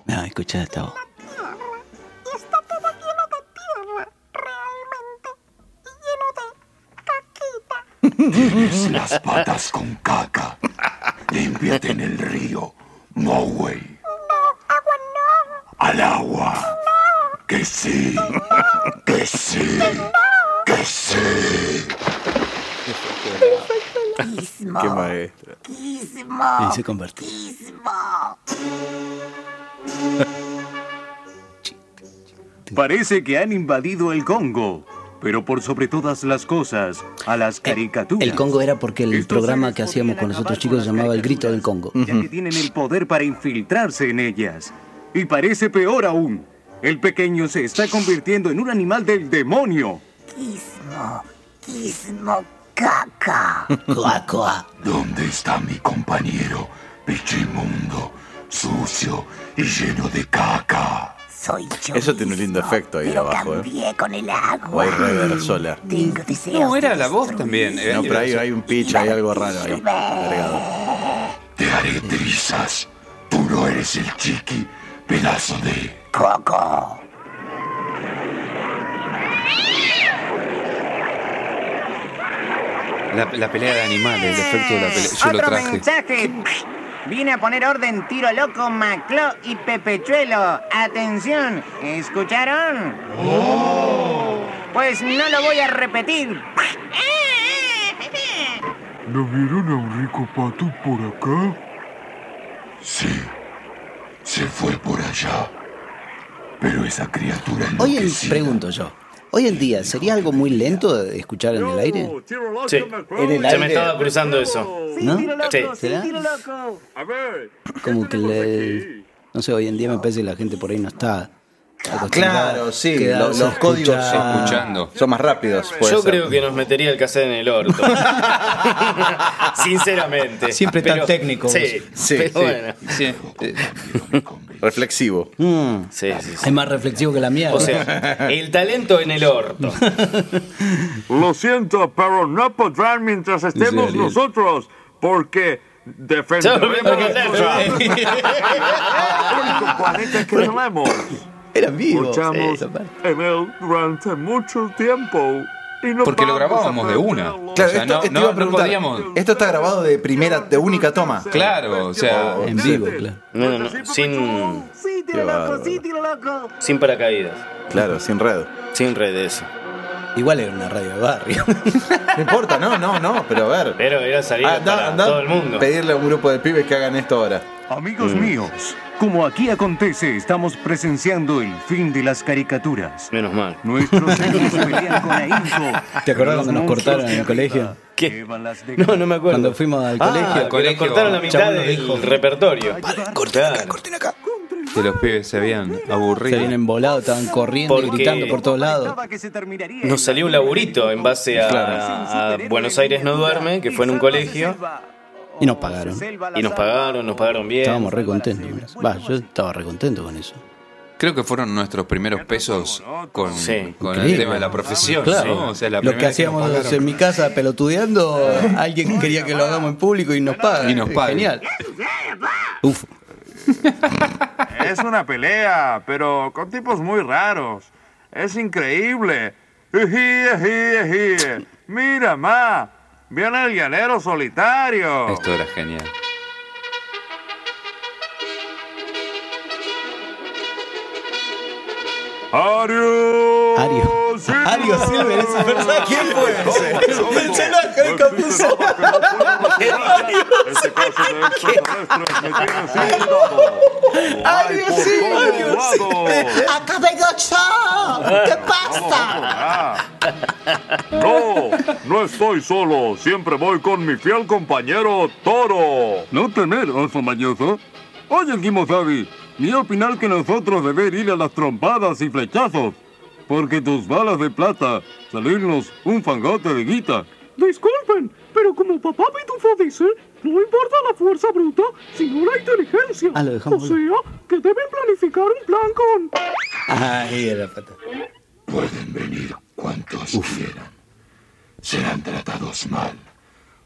[SPEAKER 1] No, escuchá esta voz.
[SPEAKER 10] tierra y está todo lleno de tierra, realmente, y lleno de caquita.
[SPEAKER 13] Tienes las patas con caca. Límpiate en el río. No, güey.
[SPEAKER 10] No, agua no,
[SPEAKER 13] Al agua. Que sí. Que sí. Que sí.
[SPEAKER 2] Qué maestro.
[SPEAKER 1] Y se convirtió.
[SPEAKER 6] Parece que han invadido el Congo, pero por sobre todas las cosas, a las caricaturas.
[SPEAKER 1] Eh, El Congo era porque el
[SPEAKER 6] Estos
[SPEAKER 1] programa
[SPEAKER 6] seres
[SPEAKER 1] que hacíamos
[SPEAKER 6] podrían
[SPEAKER 1] con los otros
[SPEAKER 6] acabar
[SPEAKER 1] chicos
[SPEAKER 6] las
[SPEAKER 1] se llamaba El Grito del Congo.
[SPEAKER 6] caricaturas, Ya que tienen el poder para infiltrarse en ellas. Y parece peor aún. El pequeño se está convirtiendo en un animal del demonio.
[SPEAKER 10] quismo caca.
[SPEAKER 1] Coa, coa.
[SPEAKER 13] ¿Dónde está mi compañero? Pichimundo. Sucio y lleno de caca.
[SPEAKER 10] Soy yo.
[SPEAKER 2] Eso tiene un lindo efecto ahí
[SPEAKER 10] pero
[SPEAKER 2] abajo, ¿eh?
[SPEAKER 10] Cambié con el
[SPEAKER 2] O
[SPEAKER 10] agua.
[SPEAKER 2] hay rever sola.
[SPEAKER 10] Tengo deseos.
[SPEAKER 4] No, era
[SPEAKER 10] de
[SPEAKER 4] la voz también. eh,
[SPEAKER 2] No, pero ahí hay un pitch, hay algo raro ahí. agregado.
[SPEAKER 13] Te haré trizas. Tú no eres el chiqui, pedazo de.
[SPEAKER 10] Coco.
[SPEAKER 4] La, la pelea de animales, el efecto de la pelea. Yo lo
[SPEAKER 11] Eh, ¡Otro
[SPEAKER 4] traje.
[SPEAKER 11] mensaje! Viene a poner orden Tiro Loco, Macló y Pepechuelo. ¡Atención! ¿Escucharon? Pues no lo voy a repetir. eh,
[SPEAKER 14] ¿No vieron a un rico pato por acá?
[SPEAKER 13] Sí. Se fue por allá. Pero esa criatura
[SPEAKER 1] Hoy en-
[SPEAKER 13] enloquecida
[SPEAKER 1] pregunto yo, Hoy en día, ¿sería algo muy lento de escuchar en el aire?
[SPEAKER 3] Sí.
[SPEAKER 1] En el
[SPEAKER 3] Se
[SPEAKER 1] aire.
[SPEAKER 3] me estaba cruzando eso.
[SPEAKER 1] ¿No?
[SPEAKER 3] Sí.
[SPEAKER 1] ¿Será? Como que le- No sé, hoy en día me parece que la gente por ahí no está. acostumbrada
[SPEAKER 2] Claro,
[SPEAKER 1] a
[SPEAKER 2] sí,
[SPEAKER 1] quedarse
[SPEAKER 2] lo- los
[SPEAKER 1] a escuchar.
[SPEAKER 2] códigos se escuchando. Son más rápidos. puede
[SPEAKER 3] Yo
[SPEAKER 2] ser.
[SPEAKER 3] creo que nos metería el cassette en el orto. Sinceramente.
[SPEAKER 2] Siempre tan
[SPEAKER 3] Pero-
[SPEAKER 2] técnico.
[SPEAKER 3] Sí,
[SPEAKER 2] Sí,
[SPEAKER 3] pero
[SPEAKER 2] sí. Eh,
[SPEAKER 3] bueno.
[SPEAKER 2] Reflexivo.
[SPEAKER 3] Sí, sí,
[SPEAKER 1] Es más reflexivo que la mía.
[SPEAKER 3] O sea, el talento en el orto.
[SPEAKER 13] Lo siento, pero no podrán mientras estemos
[SPEAKER 3] Ariel.
[SPEAKER 13] nosotros, porque defenderemos nuestra- único planeta que tenemos.
[SPEAKER 1] Era vivo.
[SPEAKER 4] eh,
[SPEAKER 13] Luchamos
[SPEAKER 1] Sí.
[SPEAKER 13] en él durante mucho tiempo. Y no
[SPEAKER 4] Porque lo
[SPEAKER 13] vamos a
[SPEAKER 4] grabábamos de una.
[SPEAKER 2] Claro,
[SPEAKER 4] O sea,
[SPEAKER 2] esto,
[SPEAKER 4] no-
[SPEAKER 2] te
[SPEAKER 4] no-
[SPEAKER 2] iba a
[SPEAKER 4] no
[SPEAKER 2] preguntar,
[SPEAKER 4] podíamos-
[SPEAKER 2] Esto está grabado de primera, de única toma.
[SPEAKER 4] Claro, o sea.
[SPEAKER 2] En vivo,
[SPEAKER 1] claro.
[SPEAKER 3] No, no, no, Sin,
[SPEAKER 11] Sí, tira
[SPEAKER 2] Qué
[SPEAKER 11] loco,
[SPEAKER 2] bárbaro.
[SPEAKER 11] sí, tira loco.
[SPEAKER 3] sin paracaídas.
[SPEAKER 2] Claro, sin red.
[SPEAKER 3] Sin red, eso.
[SPEAKER 1] Igual era una radio de barrio.
[SPEAKER 2] No importa, no, no, no, pero a ver. Ah,
[SPEAKER 3] Pero era salir para todo el mundo. Mm.
[SPEAKER 2] Pedirle a un grupo de pibes que hagan esto ahora.
[SPEAKER 6] Amigos míos, como aquí acontece, estamos presenciando el fin de las caricaturas.
[SPEAKER 3] Menos mal.
[SPEAKER 6] Nuestros héroes pelean con ahínco.
[SPEAKER 1] ¿Te acordás
[SPEAKER 6] Los
[SPEAKER 1] cuando nos
[SPEAKER 6] monstruos
[SPEAKER 1] cortaron en
[SPEAKER 6] de
[SPEAKER 1] el colegio?
[SPEAKER 3] ¿Qué?
[SPEAKER 1] No, no me acuerdo. Cuando fuimos al
[SPEAKER 3] Ah,
[SPEAKER 1] colegio.
[SPEAKER 3] que nos cortaron la mitad
[SPEAKER 1] Chabón nos
[SPEAKER 3] del
[SPEAKER 1] dijo,
[SPEAKER 3] repertorio. Claro.
[SPEAKER 4] Que los pibes se habían aburrido.
[SPEAKER 1] Se vienen volados, estaban corriendo,
[SPEAKER 3] Porque-
[SPEAKER 1] gritando por todos lados.
[SPEAKER 3] Nos salió un laburito en base a, a Buenos Aires No Duerme, que fue en un colegio,
[SPEAKER 1] Y nos pagaron.
[SPEAKER 3] y nos pagaron, nos pagaron bien.
[SPEAKER 1] Estábamos re contentos. con eso. Va, yo estaba re contento con eso.
[SPEAKER 4] Creo que fueron nuestros primeros pesos con, con el
[SPEAKER 1] Increíble.
[SPEAKER 4] tema de la profesión.
[SPEAKER 1] Claro.
[SPEAKER 4] ¿no? O sea, la
[SPEAKER 1] lo
[SPEAKER 4] primera
[SPEAKER 1] que
[SPEAKER 4] vez nos
[SPEAKER 1] hacíamos
[SPEAKER 4] pagaron.
[SPEAKER 1] en mi casa pelotudeando, alguien quería que lo hagamos en público y nos paga.
[SPEAKER 4] Y nos
[SPEAKER 1] Eh,
[SPEAKER 4] pagan.
[SPEAKER 1] Genial.
[SPEAKER 13] Es una pelea, pero con tipos muy raros. Es increíble. Ejí, ejí, ejí. Mira, ma. Viene el llanero solitario.
[SPEAKER 4] Esto era genial.
[SPEAKER 13] Ario.
[SPEAKER 1] Ario. Ario Silver, esa persona. ¿Quién fue ese? Pensé en Ángel
[SPEAKER 13] Pues
[SPEAKER 1] Campuzano.
[SPEAKER 13] Este caso de extraterrestres me tiene sin todo.
[SPEAKER 8] ¡Ay, Dios mío!
[SPEAKER 13] Ay, Dios mío.
[SPEAKER 8] ¡Acá vengo yo! ¿Qué pasa?
[SPEAKER 13] No, no estoy solo. Siempre voy con mi fiel compañero Toro.
[SPEAKER 15] No temer, oso mañoso. Oye, Kimosabi, ni opinar que nosotros deber ir a las trompadas y flechazos, porque tus balas de plata salirnos un fangote de guita.
[SPEAKER 16] Disculpen, pero como papá Pitufo dice, no importa la fuerza bruta, sino la inteligencia.
[SPEAKER 1] Ah, lo
[SPEAKER 16] o
[SPEAKER 1] dejamos.
[SPEAKER 16] sea, que deben planificar un plan con...
[SPEAKER 1] Ay, era pata.
[SPEAKER 17] Pueden venir cuantos quieran. Serán tratados mal,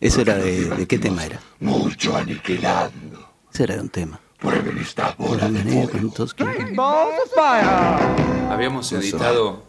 [SPEAKER 1] Eso era de, de qué tema era.
[SPEAKER 17] mucho aniquilando.
[SPEAKER 1] Eso era de un tema.
[SPEAKER 17] Prueben esta
[SPEAKER 1] Por
[SPEAKER 17] bola
[SPEAKER 1] el
[SPEAKER 17] de
[SPEAKER 1] medio
[SPEAKER 17] fuego.
[SPEAKER 1] con todos que-
[SPEAKER 4] Habíamos editado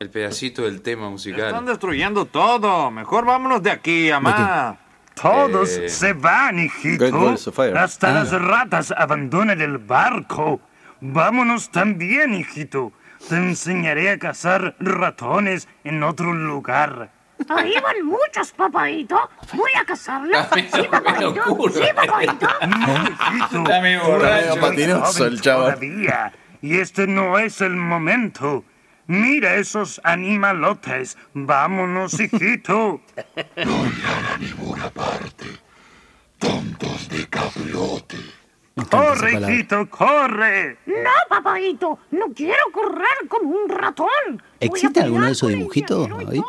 [SPEAKER 4] el pedacito del tema musical.
[SPEAKER 13] Están destruyendo todo. Mejor vámonos de aquí, amá.
[SPEAKER 5] Todos
[SPEAKER 4] Eh,
[SPEAKER 5] se van, hijito.
[SPEAKER 4] Great Balls of Fire.
[SPEAKER 5] Hasta
[SPEAKER 4] Ah.
[SPEAKER 5] las ratas abandonan el barco. Vámonos también, hijito. Te enseñaré a cazar ratones en otro lugar.
[SPEAKER 8] Ahí van Ah, muchos, papadito. Voy a cazarlos.
[SPEAKER 13] Ah,
[SPEAKER 8] Sí, papadito. Sí, papadito.
[SPEAKER 5] Hijito,
[SPEAKER 8] Dame
[SPEAKER 5] tú
[SPEAKER 8] borracho.
[SPEAKER 5] eres muy
[SPEAKER 2] Patinoso
[SPEAKER 5] joven
[SPEAKER 2] el chaval.
[SPEAKER 5] todavía, Y este no es el momento. Mira esos animalotes. Vámonos, hijito.
[SPEAKER 17] Tontos de cablote.
[SPEAKER 13] Oh,
[SPEAKER 5] Corre, hijito, corre.
[SPEAKER 8] No, papadito. No quiero correr con un ratón.
[SPEAKER 1] ¿Existe alguno de esos dibujitos ahí?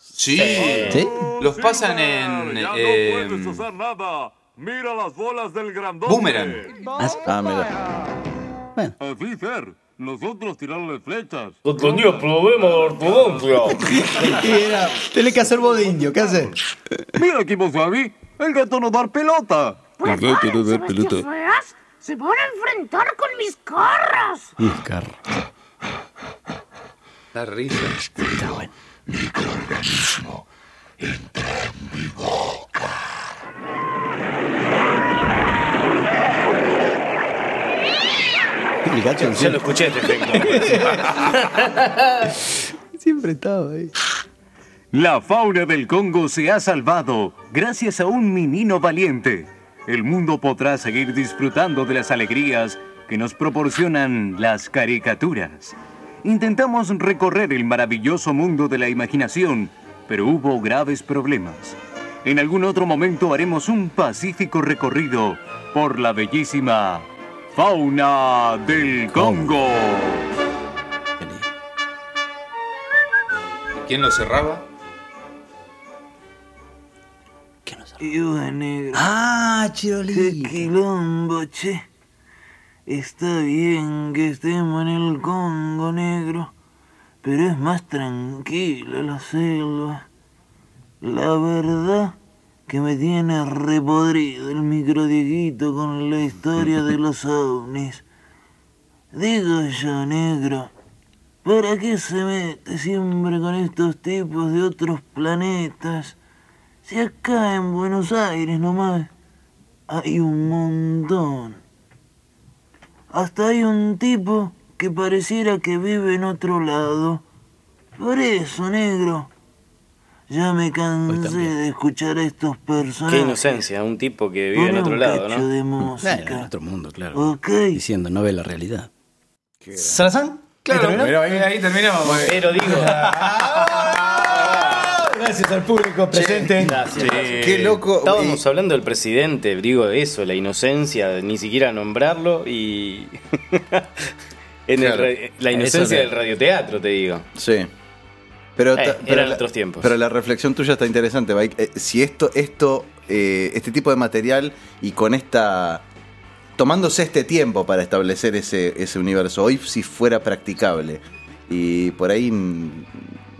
[SPEAKER 4] Sí.
[SPEAKER 1] ¿Sí?
[SPEAKER 4] Eh, Los pasan en. eh,
[SPEAKER 13] Mira las bolas del grandote.
[SPEAKER 4] Boomerang.
[SPEAKER 2] Ah, mira.
[SPEAKER 15] Así ser, nosotros tirarle flechas.
[SPEAKER 3] Tenía problemas de ortodoncia.
[SPEAKER 15] Y era,
[SPEAKER 1] tenés que hacer voz de indio, ¿qué haces?
[SPEAKER 15] Mira, Kimosabi, el gato no dar pelota.
[SPEAKER 8] Pues no, Sebastián Feas se van a enfrentar con mis carros.
[SPEAKER 4] La risa.
[SPEAKER 17] Microorganismo.
[SPEAKER 1] El gacho
[SPEAKER 3] Ya lo
[SPEAKER 1] encima.
[SPEAKER 3] escuché este efecto.
[SPEAKER 1] Siempre estaba ahí.
[SPEAKER 6] La fauna del Congo se ha salvado gracias a un menino valiente. El mundo podrá seguir disfrutando de las alegrías que nos proporcionan las caricaturas. intentamos recorrer el maravilloso mundo de la imaginación, pero hubo graves problemas. En algún otro momento haremos un pacífico recorrido por la bellísima fauna del Congo.
[SPEAKER 4] ¿Quién lo cerraba?
[SPEAKER 18] Yuga negro.
[SPEAKER 1] Ah,
[SPEAKER 18] Qué quilombo, che. Está bien que estemos en el Congo negro, pero es más tranquila la selva. La verdad que me tiene repodrido el microdieguito con la historia de los ovnis. Digo yo, negro, ¿para qué se mete siempre con estos tipos de otros planetas? Si acá en Buenos Aires nomás hay un montón. Hasta hay un tipo que pareciera que vive en otro lado. Por eso, negro, ya me cansé de escuchar a estos
[SPEAKER 3] Qué
[SPEAKER 18] personajes.
[SPEAKER 3] inocencia, un tipo que vive en
[SPEAKER 18] Pone
[SPEAKER 3] otro
[SPEAKER 18] un
[SPEAKER 3] lado,
[SPEAKER 18] cacho de
[SPEAKER 3] ¿no?
[SPEAKER 18] música.
[SPEAKER 1] en otro mundo, claro.
[SPEAKER 18] Ok.
[SPEAKER 1] Diciendo, no ve la realidad. ¿Salazán?
[SPEAKER 4] Claro, pero ahí, ahí terminamos.
[SPEAKER 3] Pero digo.
[SPEAKER 1] Gracias al público presente.
[SPEAKER 3] Sí. Estábamos hablando del presidente, digo eso, la inocencia, de ni siquiera nombrarlo y. en el
[SPEAKER 2] Claro.
[SPEAKER 3] ra- la
[SPEAKER 2] Eso
[SPEAKER 3] inocencia
[SPEAKER 2] de-
[SPEAKER 3] del radioteatro, te digo.
[SPEAKER 2] Sí. Pero,
[SPEAKER 3] Eh,
[SPEAKER 2] ta-
[SPEAKER 3] eran
[SPEAKER 2] la-
[SPEAKER 3] otros tiempos.
[SPEAKER 2] Pero la reflexión tuya está interesante, Mike. Eh, si esto, esto, eh, este tipo de material y con esta. tomándose este tiempo para establecer ese, ese universo, hoy si fuera practicable. Y por ahí, mm,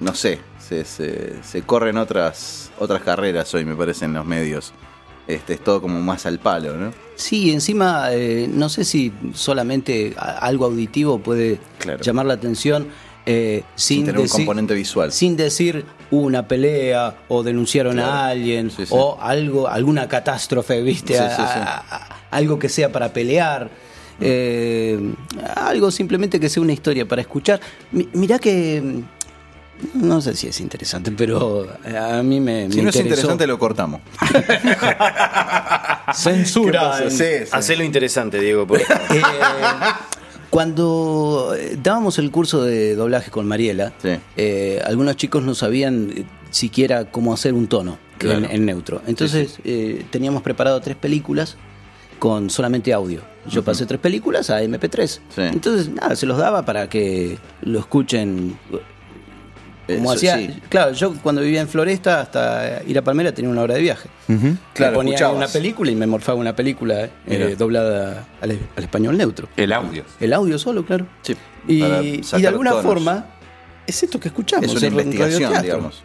[SPEAKER 2] no sé, se, se- se corren otras, otras carreras hoy, me parece, en los medios. Este, es todo como más al palo, ¿no?
[SPEAKER 1] Sí, encima, eh, no sé si solamente a- algo auditivo puede llamar la atención. eh, sin,
[SPEAKER 2] tener un
[SPEAKER 1] decir-
[SPEAKER 2] componente visual.
[SPEAKER 1] Sin decir una pelea o denunciaron a alguien
[SPEAKER 2] sí.
[SPEAKER 1] o algo, alguna catástrofe, ¿viste?
[SPEAKER 2] Sí,
[SPEAKER 1] A-
[SPEAKER 2] sí, sí.
[SPEAKER 1] a- a- algo que sea para pelear. eh, algo simplemente que sea una historia para escuchar. Mi- mirá que. mm, No sé si es interesante, pero a mí me,
[SPEAKER 2] Si
[SPEAKER 1] me
[SPEAKER 2] no es
[SPEAKER 1] interesó.
[SPEAKER 2] interesante, lo cortamos.
[SPEAKER 1] Censura.
[SPEAKER 3] Hacelo interesante, Diego. por favor.
[SPEAKER 1] Cuando eh, dábamos el curso de doblaje con Mariela, eh, algunos chicos no sabían eh, siquiera cómo hacer un tono
[SPEAKER 2] Claro.
[SPEAKER 1] en, en neutro. Entonces eh, teníamos preparado tres películas con solamente audio. Yo pasé tres películas a MP3. Entonces, nada, se los daba para que lo escuchen. eh, Como
[SPEAKER 2] Eso,
[SPEAKER 1] hacía,
[SPEAKER 2] sí.
[SPEAKER 1] claro, yo cuando vivía en Floresta hasta ir a Palmera tenía una hora de viaje.
[SPEAKER 2] Claro,
[SPEAKER 1] Le ponía
[SPEAKER 2] escuchabas.
[SPEAKER 1] una película y me morfaba una película eh,
[SPEAKER 2] Mira.
[SPEAKER 1] doblada al, al español neutro.
[SPEAKER 4] El audio.
[SPEAKER 1] El audio solo, claro. Y,
[SPEAKER 2] para
[SPEAKER 1] y de
[SPEAKER 2] sacar
[SPEAKER 1] alguna
[SPEAKER 2] tonos.
[SPEAKER 1] forma, es esto que escuchamos.
[SPEAKER 2] Es una
[SPEAKER 1] en radio- en
[SPEAKER 2] investigación,
[SPEAKER 1] radioteatro.
[SPEAKER 2] digamos.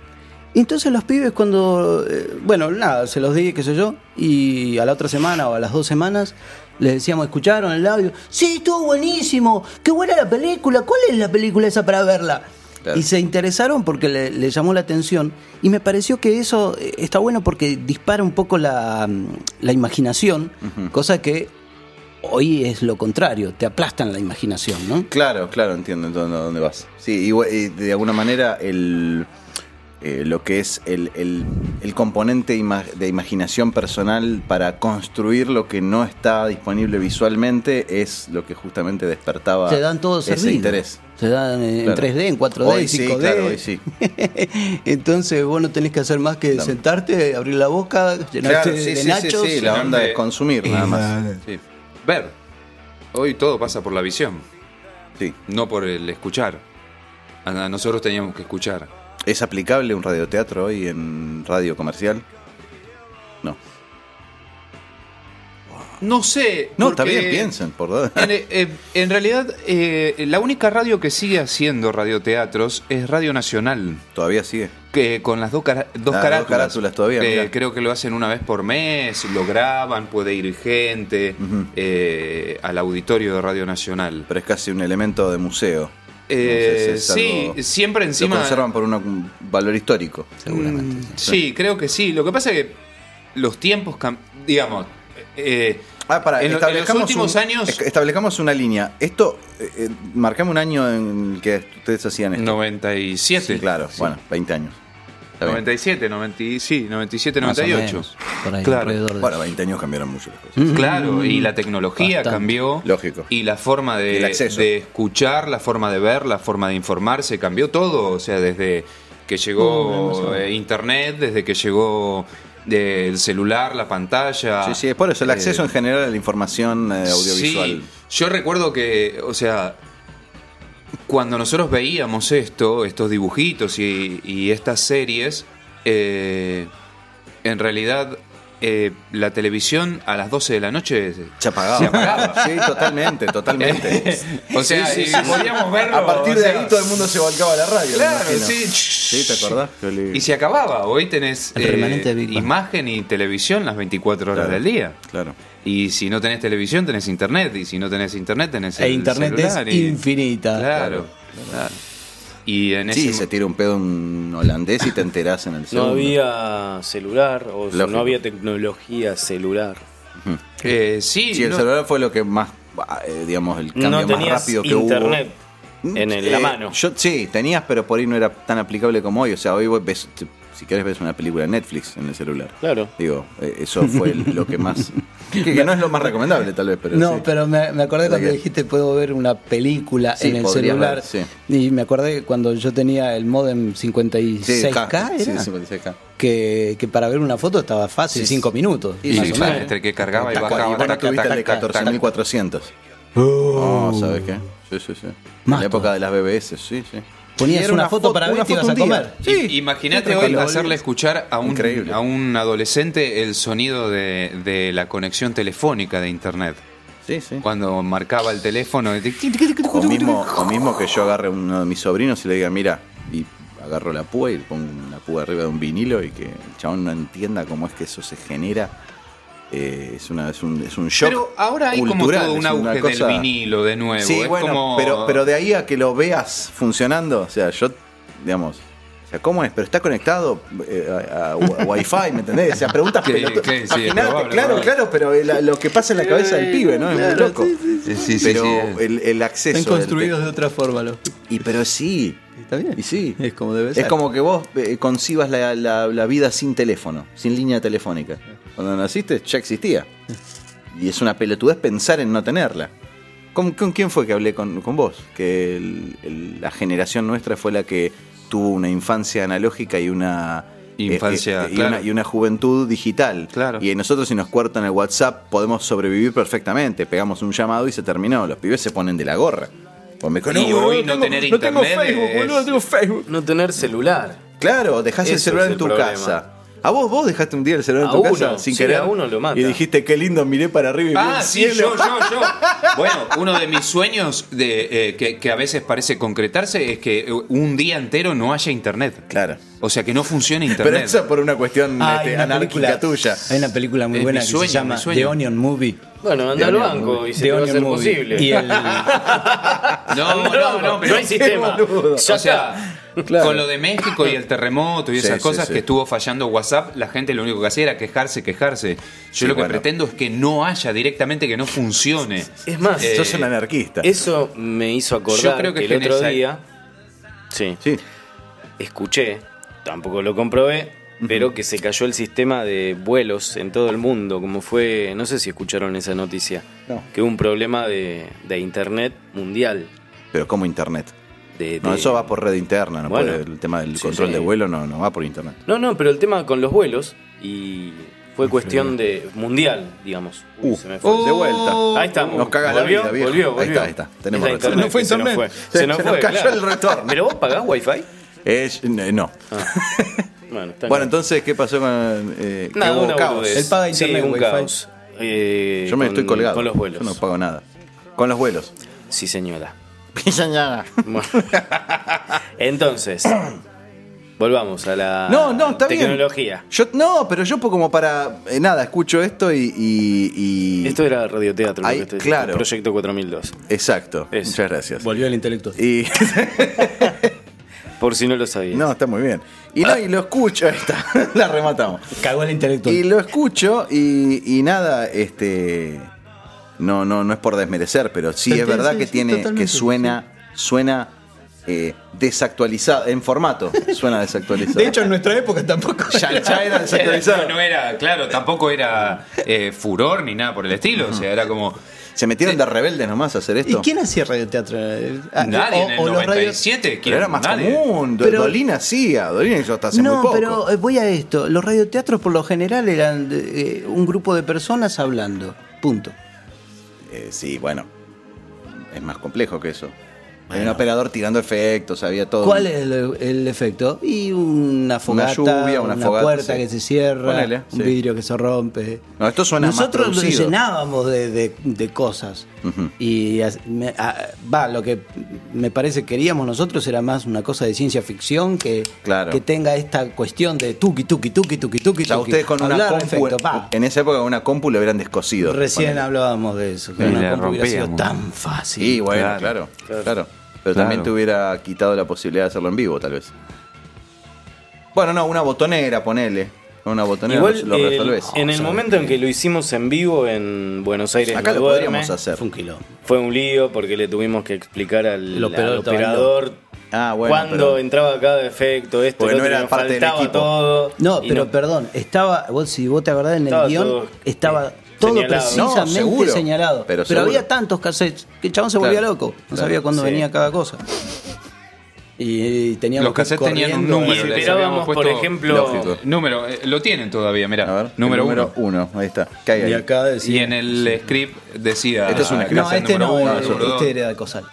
[SPEAKER 1] Y entonces los pibes cuando, eh, bueno, nada, se los di, qué sé yo, y a la otra semana o a las dos semanas les decíamos, ¿escucharon el audio? Sí, estuvo buenísimo, qué buena la película, ¿cuál es la película esa para verla? Y se interesaron porque le, le llamó la atención y me pareció que eso eh, está bueno porque dispara un poco la, mm, la imaginación, cosa que hoy es lo contrario, te aplastan la imaginación, ¿no?
[SPEAKER 2] Claro, claro, entiendo entiendo a dónde vas. Sí, igual- y de alguna manera el, eh, lo que es el, el- el componente ima- de imaginación personal para construir lo que no está disponible visualmente es lo que justamente despertaba
[SPEAKER 1] Se dan todos
[SPEAKER 2] ese
[SPEAKER 1] servidos.
[SPEAKER 2] interés.
[SPEAKER 1] Se dan en
[SPEAKER 2] Claro.
[SPEAKER 1] 3D, en 4D,
[SPEAKER 2] Hoy
[SPEAKER 1] en 5D.
[SPEAKER 2] sí, claro, hoy sí.
[SPEAKER 1] Entonces vos no tenés que hacer más que
[SPEAKER 2] Dame.
[SPEAKER 1] sentarte, abrir la boca, llenarte
[SPEAKER 2] Claro, sí,
[SPEAKER 1] de
[SPEAKER 2] sí, sí,
[SPEAKER 1] nachos.
[SPEAKER 2] sí, la onda es consumir nada más.
[SPEAKER 4] Sí. Ver. Hoy todo pasa por la visión.
[SPEAKER 2] Sí.
[SPEAKER 4] No por el escuchar. A a nosotros teníamos que escuchar.
[SPEAKER 2] ¿Es aplicable un radioteatro hoy en radio comercial? No.
[SPEAKER 4] No sé.
[SPEAKER 2] No,
[SPEAKER 4] porque-
[SPEAKER 2] también piensen, por dos.
[SPEAKER 4] En, eh, eh, en realidad, eh, la única radio que sigue haciendo radioteatros es Radio Nacional.
[SPEAKER 2] Todavía sigue.
[SPEAKER 4] Que con las dos, cara- dos
[SPEAKER 2] Ah, dos
[SPEAKER 4] carátulas.
[SPEAKER 2] carátulas todavía,
[SPEAKER 4] Eh,
[SPEAKER 2] mirá.
[SPEAKER 4] creo que lo hacen una vez por mes, lo graban, puede ir gente eh, al auditorio de Radio Nacional.
[SPEAKER 2] Pero es casi un elemento de museo.
[SPEAKER 4] Eh,
[SPEAKER 2] Entonces es
[SPEAKER 4] sí,
[SPEAKER 2] algo-
[SPEAKER 4] siempre encima.
[SPEAKER 2] Lo conservan por una- un valor histórico, seguramente.
[SPEAKER 4] Mm, Sí, creo que sí. Lo que pasa es que los tiempos, cam- digamos, eh,
[SPEAKER 2] Ah, pará,
[SPEAKER 4] en, lo- en los
[SPEAKER 2] establezcamos
[SPEAKER 4] últimos
[SPEAKER 2] un-
[SPEAKER 4] años,
[SPEAKER 2] es- Establezcamos una línea. Esto, eh, eh, marcame un año en el que ustedes hacían esto.
[SPEAKER 4] 97.
[SPEAKER 2] claro, bueno, 20 años.
[SPEAKER 4] 97, 90, sí, 97,
[SPEAKER 2] Más o
[SPEAKER 4] 98.
[SPEAKER 2] menos, por ahí, alrededor de-
[SPEAKER 4] Bueno,
[SPEAKER 2] 20 años cambiaron mucho las cosas.
[SPEAKER 4] Claro, y la
[SPEAKER 2] Bastante.
[SPEAKER 4] tecnología cambió.
[SPEAKER 2] Lógico.
[SPEAKER 4] Y la forma
[SPEAKER 2] Y el
[SPEAKER 4] de,
[SPEAKER 2] acceso.
[SPEAKER 4] de escuchar, la forma de ver, la forma de informarse, cambió todo. O sea, desde que llegó eh, Internet, desde que llegó eh, el celular, la pantalla.
[SPEAKER 2] Sí, sí, es por eso. El
[SPEAKER 4] eh,
[SPEAKER 2] acceso en general a la información eh, audiovisual.
[SPEAKER 4] Sí, yo recuerdo que, o sea, cuando nosotros veíamos esto, estos dibujitos y, y estas series, eh, en realidad eh, la televisión a las 12 de la noche se apagaba.
[SPEAKER 2] Sí, totalmente, totalmente.
[SPEAKER 4] o sea,
[SPEAKER 2] Sí, sí,
[SPEAKER 4] y
[SPEAKER 2] sí.
[SPEAKER 4] podíamos verlo.
[SPEAKER 2] A partir
[SPEAKER 4] o
[SPEAKER 2] de
[SPEAKER 4] sea,
[SPEAKER 2] ahí todo el mundo se volcaba a la radio. me
[SPEAKER 4] Claro,
[SPEAKER 2] imagino.
[SPEAKER 4] sí.
[SPEAKER 2] Sí, ¿te acordás?
[SPEAKER 4] Y se acababa. Hoy tenés
[SPEAKER 2] El
[SPEAKER 4] eh,
[SPEAKER 2] remanente de Big Bang.
[SPEAKER 4] imagen y televisión las 24 horas
[SPEAKER 2] Claro,
[SPEAKER 4] del día.
[SPEAKER 2] Claro.
[SPEAKER 4] Y si no tenés televisión, tenés internet. Y si no tenés internet, tenés
[SPEAKER 2] E
[SPEAKER 4] el
[SPEAKER 2] internet es
[SPEAKER 4] celular y-
[SPEAKER 2] infinita.
[SPEAKER 4] Claro. claro. Y en
[SPEAKER 2] Sí,
[SPEAKER 4] ese
[SPEAKER 2] se tira un pedo un holandés y te enterás en el
[SPEAKER 3] No
[SPEAKER 2] segundo.
[SPEAKER 3] había celular o
[SPEAKER 2] Lógico.
[SPEAKER 3] no había tecnología celular.
[SPEAKER 4] sí,
[SPEAKER 2] el
[SPEAKER 3] no-
[SPEAKER 2] celular fue lo que más, bah, eh, digamos, el cambio
[SPEAKER 3] No
[SPEAKER 2] más
[SPEAKER 3] tenías
[SPEAKER 2] rápido que
[SPEAKER 3] internet
[SPEAKER 2] hubo.
[SPEAKER 3] en el- la mano.
[SPEAKER 2] Yo, sí, tenías, pero por ahí no era tan aplicable como hoy. O sea, hoy vos ves, te- si querés ves una película en Netflix en el celular.
[SPEAKER 3] Claro.
[SPEAKER 2] Digo, eh, eso fue el- lo que más... que, que no es lo más recomendable tal vez, pero
[SPEAKER 1] no,
[SPEAKER 2] sí.
[SPEAKER 1] pero me, me acordé
[SPEAKER 2] ¿Verdad
[SPEAKER 1] cuando
[SPEAKER 2] que?
[SPEAKER 1] dijiste puedo ver una película
[SPEAKER 2] Sí,
[SPEAKER 1] en el
[SPEAKER 2] podría
[SPEAKER 1] celular.
[SPEAKER 2] ver, sí.
[SPEAKER 1] Y me acordé cuando yo tenía el modem 56K,
[SPEAKER 2] Sí, K, sí,
[SPEAKER 1] era,
[SPEAKER 2] 56K.
[SPEAKER 1] que, que para ver una foto estaba fácil,
[SPEAKER 2] Sí, sí.
[SPEAKER 1] cinco minutos.
[SPEAKER 2] Y
[SPEAKER 1] más
[SPEAKER 2] sí,
[SPEAKER 1] o
[SPEAKER 2] claro,
[SPEAKER 1] menos.
[SPEAKER 4] entre que cargaba y
[SPEAKER 2] Taca,
[SPEAKER 4] bajaba.
[SPEAKER 2] Y vos no
[SPEAKER 4] taca,
[SPEAKER 2] tuviste el de
[SPEAKER 4] taca, taca,
[SPEAKER 2] 14.400.
[SPEAKER 1] Oh.
[SPEAKER 2] Oh, ¿sabes qué? Sí, sí, sí.
[SPEAKER 1] Más
[SPEAKER 2] en la época de las BBS, sí, sí.
[SPEAKER 1] Ponías
[SPEAKER 2] Y era
[SPEAKER 1] una foto para ver
[SPEAKER 2] una
[SPEAKER 1] si ibas
[SPEAKER 2] foto
[SPEAKER 1] a
[SPEAKER 2] un día.
[SPEAKER 1] comer.
[SPEAKER 2] Sí.
[SPEAKER 4] I- Imagínate
[SPEAKER 2] Sí,
[SPEAKER 4] hoy
[SPEAKER 2] tranquilo.
[SPEAKER 4] hacerle escuchar a un,
[SPEAKER 2] Increíble.
[SPEAKER 4] a un adolescente el sonido de, de la conexión telefónica de internet.
[SPEAKER 2] Sí, sí.
[SPEAKER 4] Cuando marcaba el teléfono. tic, tic,
[SPEAKER 2] O mismo, o mismo que yo agarre a uno de mis sobrinos y le diga, mira, y agarro la púa y le pongo una púa arriba de un vinilo y que el chabón no entienda cómo es que eso se genera. Eh, es, una, es, un, es un shock.
[SPEAKER 4] Pero ahora hay como
[SPEAKER 2] cultural,
[SPEAKER 4] todo un
[SPEAKER 2] es una
[SPEAKER 4] auge
[SPEAKER 2] cosa-
[SPEAKER 4] del vinilo de nuevo.
[SPEAKER 2] Sí,
[SPEAKER 4] es
[SPEAKER 2] bueno,
[SPEAKER 4] como-
[SPEAKER 2] pero, pero de ahí a que lo veas funcionando, o sea, yo, digamos, o sea, ¿cómo es? Pero está conectado eh, a, a wi- Wi-Fi, ¿me entendés? O sea, preguntas
[SPEAKER 4] Que-
[SPEAKER 2] pelotudas.
[SPEAKER 4] que sí, es
[SPEAKER 2] Imaginate,
[SPEAKER 4] probable,
[SPEAKER 2] claro,
[SPEAKER 4] probable.
[SPEAKER 2] claro, pero el- Eh, la- lo que pasa en la cabeza del pibe, ¿no? Es muy
[SPEAKER 1] Claro,
[SPEAKER 2] loco.
[SPEAKER 1] sí, sí, sí.
[SPEAKER 4] Sí, sí,
[SPEAKER 2] pero
[SPEAKER 4] sí,
[SPEAKER 2] el, el acceso.
[SPEAKER 1] Están
[SPEAKER 2] del
[SPEAKER 1] construidos de otra forma, los.
[SPEAKER 2] y pero sí.
[SPEAKER 1] Está bien.
[SPEAKER 2] Y sí.
[SPEAKER 1] Es como debe ser.
[SPEAKER 2] Es como que vos eh, concibas la, la- la vida sin teléfono, sin línea telefónica. Cuando naciste ya existía. Y es una pelotudez pensar en no tenerla. ¿Con, con quién fue que hablé con, con vos? Que el- el- la generación nuestra fue la que tuvo una infancia analógica y una... eh,
[SPEAKER 4] Infancia,
[SPEAKER 2] eh, y,
[SPEAKER 4] claro.
[SPEAKER 2] una, y una juventud digital. Y nosotros si nos cuartan el WhatsApp podemos sobrevivir perfectamente. Pegamos un llamado y se terminó. Los pibes se ponen de la gorra. Vos me-
[SPEAKER 3] Y
[SPEAKER 2] boludo,
[SPEAKER 3] hoy no tener internet
[SPEAKER 2] eh,
[SPEAKER 3] es-
[SPEAKER 2] tengo Facebook.
[SPEAKER 3] No tener celular.
[SPEAKER 2] Claro, dejás el
[SPEAKER 3] Eso
[SPEAKER 2] celular
[SPEAKER 3] es
[SPEAKER 2] en
[SPEAKER 3] el
[SPEAKER 2] tu
[SPEAKER 3] problema.
[SPEAKER 2] casa. A vos, vos dejaste un día el celular
[SPEAKER 3] A
[SPEAKER 2] en tu
[SPEAKER 3] uno,
[SPEAKER 2] casa sin
[SPEAKER 3] sí,
[SPEAKER 2] querer.
[SPEAKER 3] a uno lo mata.
[SPEAKER 2] Y dijiste, qué lindo, miré para arriba y vi
[SPEAKER 4] Ah,
[SPEAKER 2] el
[SPEAKER 4] sí, yo,
[SPEAKER 2] cielo.
[SPEAKER 4] yo, yo. Bueno, uno de mis sueños de, eh, que, que a veces parece concretarse es que eh, un día entero no haya internet.
[SPEAKER 2] Claro.
[SPEAKER 4] O sea, que no funcione
[SPEAKER 2] Pero
[SPEAKER 4] internet.
[SPEAKER 2] eso por una cuestión
[SPEAKER 1] Ah,
[SPEAKER 2] este,
[SPEAKER 1] hay una
[SPEAKER 2] anárquica
[SPEAKER 1] película-
[SPEAKER 2] tuya.
[SPEAKER 1] Hay una película muy
[SPEAKER 2] Es
[SPEAKER 1] buena
[SPEAKER 2] mi
[SPEAKER 1] que
[SPEAKER 2] sueño,
[SPEAKER 1] se llama
[SPEAKER 2] mi sueño.
[SPEAKER 1] The Onion Movie.
[SPEAKER 3] Bueno, eh. anda
[SPEAKER 1] The
[SPEAKER 3] al
[SPEAKER 1] Onion
[SPEAKER 3] banco
[SPEAKER 1] Movie.
[SPEAKER 3] y se
[SPEAKER 1] The
[SPEAKER 3] te va a
[SPEAKER 1] Onion
[SPEAKER 3] hacer
[SPEAKER 1] Movie.
[SPEAKER 3] posible.
[SPEAKER 1] Y el-
[SPEAKER 4] No, no, no, pero
[SPEAKER 3] No hay sistema.
[SPEAKER 4] Qué boludo.
[SPEAKER 3] Ya
[SPEAKER 4] o sea,
[SPEAKER 1] Claro.
[SPEAKER 4] con lo de México y el terremoto y
[SPEAKER 2] Sí,
[SPEAKER 4] esas
[SPEAKER 2] sí,
[SPEAKER 4] cosas
[SPEAKER 2] sí.
[SPEAKER 4] que estuvo fallando WhatsApp, la gente lo único que hacía era quejarse, quejarse. Yo
[SPEAKER 2] Sí,
[SPEAKER 4] lo que
[SPEAKER 2] bueno.
[SPEAKER 4] pretendo es que no haya directamente, que no funcione.
[SPEAKER 3] Es más,
[SPEAKER 4] Eh,
[SPEAKER 2] sos un anarquista.
[SPEAKER 3] Eso me hizo acordar
[SPEAKER 4] Yo creo que
[SPEAKER 3] que, el otro
[SPEAKER 4] genera-
[SPEAKER 3] día. Sí. Escuché, tampoco lo comprobé, pero que se cayó el sistema de vuelos en todo el mundo. Como fue. No sé si escucharon esa noticia.
[SPEAKER 2] No.
[SPEAKER 3] Que hubo un problema de, de internet mundial.
[SPEAKER 2] Pero como internet.
[SPEAKER 3] De-
[SPEAKER 2] No,
[SPEAKER 3] de-
[SPEAKER 2] eso va por red interna. No
[SPEAKER 3] Bueno.
[SPEAKER 2] puede- el tema del control
[SPEAKER 3] sí.
[SPEAKER 2] de vuelo no, no va por internet.
[SPEAKER 3] No, no, pero el tema con los vuelos y fue cuestión de mundial, digamos. Uy, se me fue.
[SPEAKER 2] de vuelta.
[SPEAKER 3] Ahí estamos.
[SPEAKER 2] Uh. Oh. Nos cagas la
[SPEAKER 3] Volvió,
[SPEAKER 2] vida, viejo.
[SPEAKER 3] volvió,
[SPEAKER 2] Ahí
[SPEAKER 3] volvió.
[SPEAKER 2] está, ahí está. Tenemos
[SPEAKER 3] Es la
[SPEAKER 2] retorno.
[SPEAKER 3] internet que se nos fue.
[SPEAKER 2] Se,
[SPEAKER 3] Se nos fue,
[SPEAKER 2] cayó
[SPEAKER 3] claro.
[SPEAKER 2] el retorno.
[SPEAKER 3] ¿Pero vos pagás wifi?
[SPEAKER 2] Eh, eh,
[SPEAKER 3] Bueno,
[SPEAKER 2] no.
[SPEAKER 3] está
[SPEAKER 2] Bueno,
[SPEAKER 3] Ah, bien.
[SPEAKER 2] entonces, ¿qué pasó con. Eh, que
[SPEAKER 3] Nada,
[SPEAKER 2] hubo
[SPEAKER 3] una
[SPEAKER 2] caos?
[SPEAKER 3] boludez. Sí, un caos. Eh,
[SPEAKER 2] Yo me
[SPEAKER 3] con-
[SPEAKER 2] estoy colgado.
[SPEAKER 3] Con los vuelos.
[SPEAKER 2] Yo no pago nada. Con los vuelos.
[SPEAKER 3] Sí, señora.
[SPEAKER 2] Señora.
[SPEAKER 3] Bueno. Entonces, volvamos a la
[SPEAKER 2] No, no, está bien.
[SPEAKER 3] ah, tecnología.
[SPEAKER 2] Yo, no, pero yo po- como para. eh, nada, escucho esto y. y- y-
[SPEAKER 3] Esto era radioteatro, lo
[SPEAKER 2] Ahí,
[SPEAKER 3] que estoy diciendo,
[SPEAKER 2] claro.
[SPEAKER 3] Proyecto 4002.
[SPEAKER 2] Exacto. Muchas gracias.
[SPEAKER 1] Volvió el intelecto.
[SPEAKER 2] Y,
[SPEAKER 3] Por si no lo sabías.
[SPEAKER 2] no, está muy bien. Y no, y lo escucho. Ahí está, la rematamos.
[SPEAKER 1] Cagó el intelecto.
[SPEAKER 2] Y lo escucho y, y nada, este. No, no, no es por desmerecer, pero sí
[SPEAKER 1] Pero
[SPEAKER 2] es
[SPEAKER 1] tiene-
[SPEAKER 2] verdad
[SPEAKER 1] sí,
[SPEAKER 2] que
[SPEAKER 1] sí,
[SPEAKER 2] tiene. que
[SPEAKER 1] totalmente,
[SPEAKER 2] suena. Suena eh, desactualizado, en formato. Suena desactualizado.
[SPEAKER 1] De hecho, en nuestra época tampoco.
[SPEAKER 2] ya, ya era desactualizado.
[SPEAKER 4] No era, claro, tampoco era eh, furor ni nada por el estilo. O sea, era como.
[SPEAKER 2] Se metieron de rebeldes nomás a hacer
[SPEAKER 1] ¿Y
[SPEAKER 2] esto.
[SPEAKER 1] quién hacía radioteatro? Ah,
[SPEAKER 4] Nadie
[SPEAKER 1] o-
[SPEAKER 4] en
[SPEAKER 1] o
[SPEAKER 4] el
[SPEAKER 1] los radios-
[SPEAKER 4] 97. ¿quién?
[SPEAKER 2] Pero era más
[SPEAKER 4] Nadie.
[SPEAKER 2] común. Do-
[SPEAKER 1] Pero-
[SPEAKER 2] Dolina hacía. Dolina hizo hasta hace
[SPEAKER 1] no,
[SPEAKER 2] muy poco.
[SPEAKER 1] pero eh, voy a esto. Los radioteatros por lo general eran eh, un grupo de personas hablando. Punto.
[SPEAKER 2] Eh, sí, bueno. Es más complejo que eso. Hay un operador tirando efectos, había todo.
[SPEAKER 1] ¿Cuál es el, el efecto? Y una fogata, una,
[SPEAKER 2] lluvia, una fogata,
[SPEAKER 1] puerta
[SPEAKER 2] sí.
[SPEAKER 1] que se cierra,
[SPEAKER 2] Ponele,
[SPEAKER 1] un
[SPEAKER 2] sí.
[SPEAKER 1] vidrio que se rompe.
[SPEAKER 2] No, esto suena más
[SPEAKER 1] Nosotros nos
[SPEAKER 2] producido.
[SPEAKER 1] llenábamos de, de- de cosas. Y as- me- a- va, lo que me parece queríamos nosotros era más una cosa de ciencia ficción que,
[SPEAKER 2] Claro.
[SPEAKER 1] que tenga esta cuestión de tuki, tuki, tuki, tuki, tuki.
[SPEAKER 2] O sea,
[SPEAKER 1] tuki.
[SPEAKER 2] ustedes con una
[SPEAKER 1] Hablar,
[SPEAKER 2] compu.
[SPEAKER 1] efecto, pa.
[SPEAKER 2] en esa época con una compu le hubieran descosido.
[SPEAKER 1] Recién
[SPEAKER 2] Ponele.
[SPEAKER 1] hablábamos de eso. que
[SPEAKER 4] Y
[SPEAKER 1] una
[SPEAKER 4] la
[SPEAKER 1] compu hubiera sido
[SPEAKER 4] rompíamos.
[SPEAKER 1] tan fácil.
[SPEAKER 2] Sí, bueno, claro,
[SPEAKER 3] Este
[SPEAKER 2] claro. Pero también
[SPEAKER 4] Claro.
[SPEAKER 2] te hubiera quitado la posibilidad de hacerlo en vivo, tal vez. Bueno, no, una botonera, ponele. Una botonera
[SPEAKER 3] Igual,
[SPEAKER 2] lo
[SPEAKER 3] el-
[SPEAKER 2] resolvés.
[SPEAKER 3] en el momento
[SPEAKER 1] eh.
[SPEAKER 3] en que lo hicimos en vivo en Buenos Aires,
[SPEAKER 2] Acá
[SPEAKER 3] no
[SPEAKER 2] lo
[SPEAKER 3] duerme,
[SPEAKER 2] podríamos hacer.
[SPEAKER 1] Fue un kilo.
[SPEAKER 3] Fue un lío porque le tuvimos que explicar al,
[SPEAKER 1] El operador
[SPEAKER 3] al
[SPEAKER 1] estaba
[SPEAKER 3] operador
[SPEAKER 2] Ah, bueno.
[SPEAKER 3] cuándo entraba cada efecto, esto,
[SPEAKER 2] Porque
[SPEAKER 3] lo
[SPEAKER 2] no
[SPEAKER 3] otro,
[SPEAKER 2] era
[SPEAKER 3] nos
[SPEAKER 2] parte del
[SPEAKER 3] faltaba
[SPEAKER 2] equipo.
[SPEAKER 3] todo.
[SPEAKER 1] No,
[SPEAKER 3] y
[SPEAKER 1] pero perdón, estaba, vos, si vos te acordás en el
[SPEAKER 3] Estaba
[SPEAKER 1] guión,
[SPEAKER 3] todo,
[SPEAKER 1] estaba todo
[SPEAKER 3] señalado.
[SPEAKER 1] precisamente
[SPEAKER 2] No, seguro,
[SPEAKER 1] señalado.
[SPEAKER 2] pero
[SPEAKER 1] Pero,
[SPEAKER 2] seguro.
[SPEAKER 1] había tantos cassettes que el chabón se volvía
[SPEAKER 2] Claro,
[SPEAKER 1] loco, no
[SPEAKER 2] claro,
[SPEAKER 1] sabía cuándo
[SPEAKER 3] sí.
[SPEAKER 1] venía cada cosa. Y, teníamos
[SPEAKER 4] Los
[SPEAKER 1] que ir
[SPEAKER 4] cassettes tenían un
[SPEAKER 1] corriendo.
[SPEAKER 4] número.
[SPEAKER 3] Y
[SPEAKER 4] les
[SPEAKER 3] esperábamos,
[SPEAKER 4] habíamos
[SPEAKER 3] por
[SPEAKER 4] puesto-
[SPEAKER 3] ejemplo-
[SPEAKER 2] Lógico.
[SPEAKER 4] Número, eh, lo tienen todavía,
[SPEAKER 2] A
[SPEAKER 4] mirá.
[SPEAKER 2] ver,
[SPEAKER 4] número
[SPEAKER 2] el
[SPEAKER 4] uno.
[SPEAKER 2] uno. Ahí está. ¿Qué hay
[SPEAKER 1] Y
[SPEAKER 2] ahí?
[SPEAKER 1] acá
[SPEAKER 4] Y
[SPEAKER 1] decía.
[SPEAKER 4] en el script decía.
[SPEAKER 2] Este es un script.
[SPEAKER 1] no,
[SPEAKER 4] clase
[SPEAKER 1] este
[SPEAKER 4] número
[SPEAKER 1] no,
[SPEAKER 4] uno,
[SPEAKER 1] eh,
[SPEAKER 4] número dos.
[SPEAKER 1] este era de Cosal.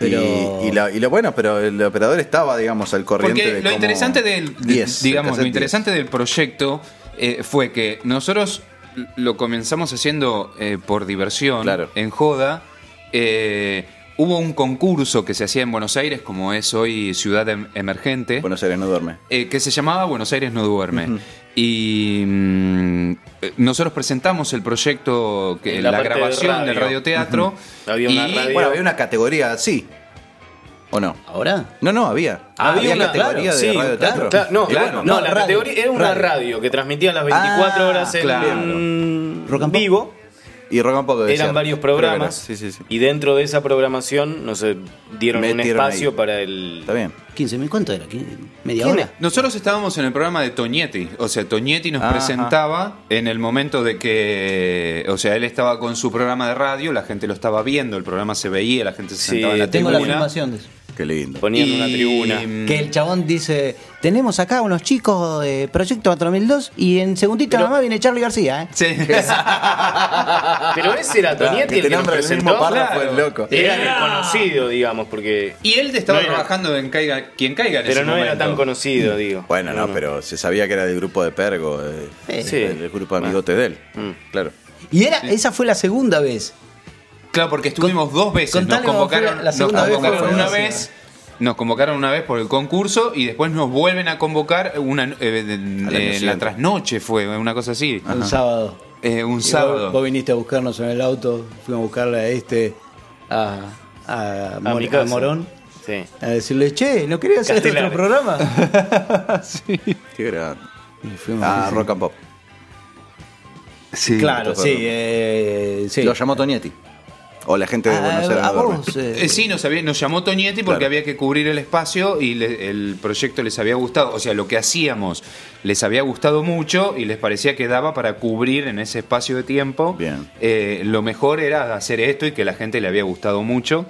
[SPEAKER 1] Pero-
[SPEAKER 2] Y, y la- y lo bueno, pero el operador estaba, digamos, al corriente
[SPEAKER 4] Porque
[SPEAKER 2] de
[SPEAKER 4] lo
[SPEAKER 2] cómo-
[SPEAKER 4] interesante del, de-
[SPEAKER 2] 10, el
[SPEAKER 4] digamos,
[SPEAKER 2] cassette
[SPEAKER 4] lo interesante del proyecto eh, fue que nosotros lo comenzamos haciendo eh, por diversión,
[SPEAKER 2] Claro.
[SPEAKER 4] en joda. Eh, hubo un concurso que se hacía en Buenos Aires, como es hoy Ciudad Em- Emergente.
[SPEAKER 2] 10. Buenos Aires no duerme.
[SPEAKER 4] eh, que se llamaba Buenos Aires no duerme. Y mm, eh, nosotros presentamos el proyecto, que,
[SPEAKER 3] En la
[SPEAKER 4] la,
[SPEAKER 3] parte de
[SPEAKER 4] grabación del
[SPEAKER 3] radio.
[SPEAKER 4] radioteatro.
[SPEAKER 3] Había una
[SPEAKER 4] y-
[SPEAKER 3] radio.
[SPEAKER 2] Bueno, había una categoría así. ¿O no?
[SPEAKER 1] ¿Ahora?
[SPEAKER 2] No, no, había.
[SPEAKER 3] Ah, Había una-
[SPEAKER 2] categoría
[SPEAKER 3] claro,
[SPEAKER 2] de
[SPEAKER 3] sí,
[SPEAKER 2] radio teatro.
[SPEAKER 3] claro, no,
[SPEAKER 2] Claro.
[SPEAKER 3] bueno, no,
[SPEAKER 1] no,
[SPEAKER 3] la
[SPEAKER 1] radio,
[SPEAKER 3] categoría era una radio,
[SPEAKER 1] radio.
[SPEAKER 3] que transmitía las 24
[SPEAKER 2] Ah,
[SPEAKER 3] horas en,
[SPEAKER 2] claro.
[SPEAKER 3] en
[SPEAKER 1] Rock and pop.
[SPEAKER 3] vivo.
[SPEAKER 2] Y Rock and Pop debe
[SPEAKER 3] Eran
[SPEAKER 2] ser.
[SPEAKER 3] varios
[SPEAKER 2] Creo que era.
[SPEAKER 3] programas.
[SPEAKER 2] Sí, sí, sí.
[SPEAKER 3] Y dentro de esa programación nos eh, dieron un
[SPEAKER 2] Metieron
[SPEAKER 3] espacio
[SPEAKER 2] ahí.
[SPEAKER 3] para el.
[SPEAKER 2] Está bien.
[SPEAKER 1] 15.000, ¿cuánto era? ¿Qué? ¿Media
[SPEAKER 3] ¿Quién
[SPEAKER 1] hora?
[SPEAKER 4] Nosotros estábamos en el programa de Toñetti, o sea, Toñetti nos
[SPEAKER 2] Ajá.
[SPEAKER 4] presentaba en el momento de que, o sea, él estaba con su programa de radio, la gente lo estaba viendo, el programa se veía, la gente se
[SPEAKER 3] Sí,
[SPEAKER 4] sentaba en la
[SPEAKER 1] Tengo la
[SPEAKER 4] tribuna.
[SPEAKER 1] filmación de eso.
[SPEAKER 2] Qué lindo.
[SPEAKER 3] Ponían una
[SPEAKER 4] Y- mm,
[SPEAKER 3] tribuna.
[SPEAKER 1] Que el chabón dice, tenemos acá unos chicos de Proyecto 4002 y en segundita nomás viene Charlie García, ¿eh?
[SPEAKER 4] Sí.
[SPEAKER 3] Pero ese era Tonietti el Ah, que
[SPEAKER 2] tenía
[SPEAKER 3] nos
[SPEAKER 2] el
[SPEAKER 3] presentó.
[SPEAKER 2] mismo párrafo, el loco.
[SPEAKER 3] Era desconocido, digamos, porque.
[SPEAKER 4] y él estaba
[SPEAKER 3] No era-
[SPEAKER 4] trabajando en caiga, quien caiga en
[SPEAKER 3] Pero
[SPEAKER 4] ese
[SPEAKER 3] no era
[SPEAKER 4] momento.
[SPEAKER 3] tan conocido, digo.
[SPEAKER 2] Bueno, no, pero se sabía que era del grupo de Pergo, eh,
[SPEAKER 3] Sí. Mm.
[SPEAKER 2] el grupo de amigotes de él. Claro.
[SPEAKER 1] Y era, esa fue la segunda vez.
[SPEAKER 4] Claro, porque estuvimos dos veces, nos
[SPEAKER 1] contale cómo fue
[SPEAKER 4] convocaron,
[SPEAKER 1] la segunda
[SPEAKER 4] nos
[SPEAKER 1] vez,
[SPEAKER 4] convocaron
[SPEAKER 1] cómo fue la
[SPEAKER 4] una vez. Nos convocaron una vez por el concurso y después nos vuelven a convocar una, eh, en-
[SPEAKER 2] Al año
[SPEAKER 4] en la
[SPEAKER 2] siguiente.
[SPEAKER 4] trasnoche fue, una cosa así.
[SPEAKER 1] Un sábado.
[SPEAKER 4] Eh, un
[SPEAKER 1] Y vos-
[SPEAKER 4] sábado.
[SPEAKER 1] Vos, viniste a buscarnos en el auto, fuimos a buscarle a este, a, a,
[SPEAKER 3] A
[SPEAKER 1] Mor-
[SPEAKER 3] mi casa.
[SPEAKER 1] a Morón,
[SPEAKER 3] Sí.
[SPEAKER 1] a decirle, che, ¿no querías hacer
[SPEAKER 3] Castelar.
[SPEAKER 1] otro programa?
[SPEAKER 2] Qué grande.
[SPEAKER 1] Y fuimos
[SPEAKER 2] Ah,
[SPEAKER 1] así.
[SPEAKER 2] Rock and Pop.
[SPEAKER 4] Sí.
[SPEAKER 1] Claro,
[SPEAKER 2] Otro
[SPEAKER 1] sí,
[SPEAKER 2] programa.
[SPEAKER 1] eh, sí.
[SPEAKER 2] Lo llamó Tonietti. O la
[SPEAKER 3] Ah,
[SPEAKER 2] gente de Buenos Aires.
[SPEAKER 1] Ah, a, a
[SPEAKER 2] no duerme.
[SPEAKER 1] vos, eh,
[SPEAKER 4] Eh, sí, nos, había- nos llamó Toñetti porque
[SPEAKER 2] Claro.
[SPEAKER 4] había que cubrir el espacio y le- el proyecto les había gustado. O sea, lo que hacíamos les había gustado mucho y les parecía que daba para cubrir en ese espacio de tiempo.
[SPEAKER 2] Bien.
[SPEAKER 4] Eh, lo mejor era hacer esto y que la gente le había gustado mucho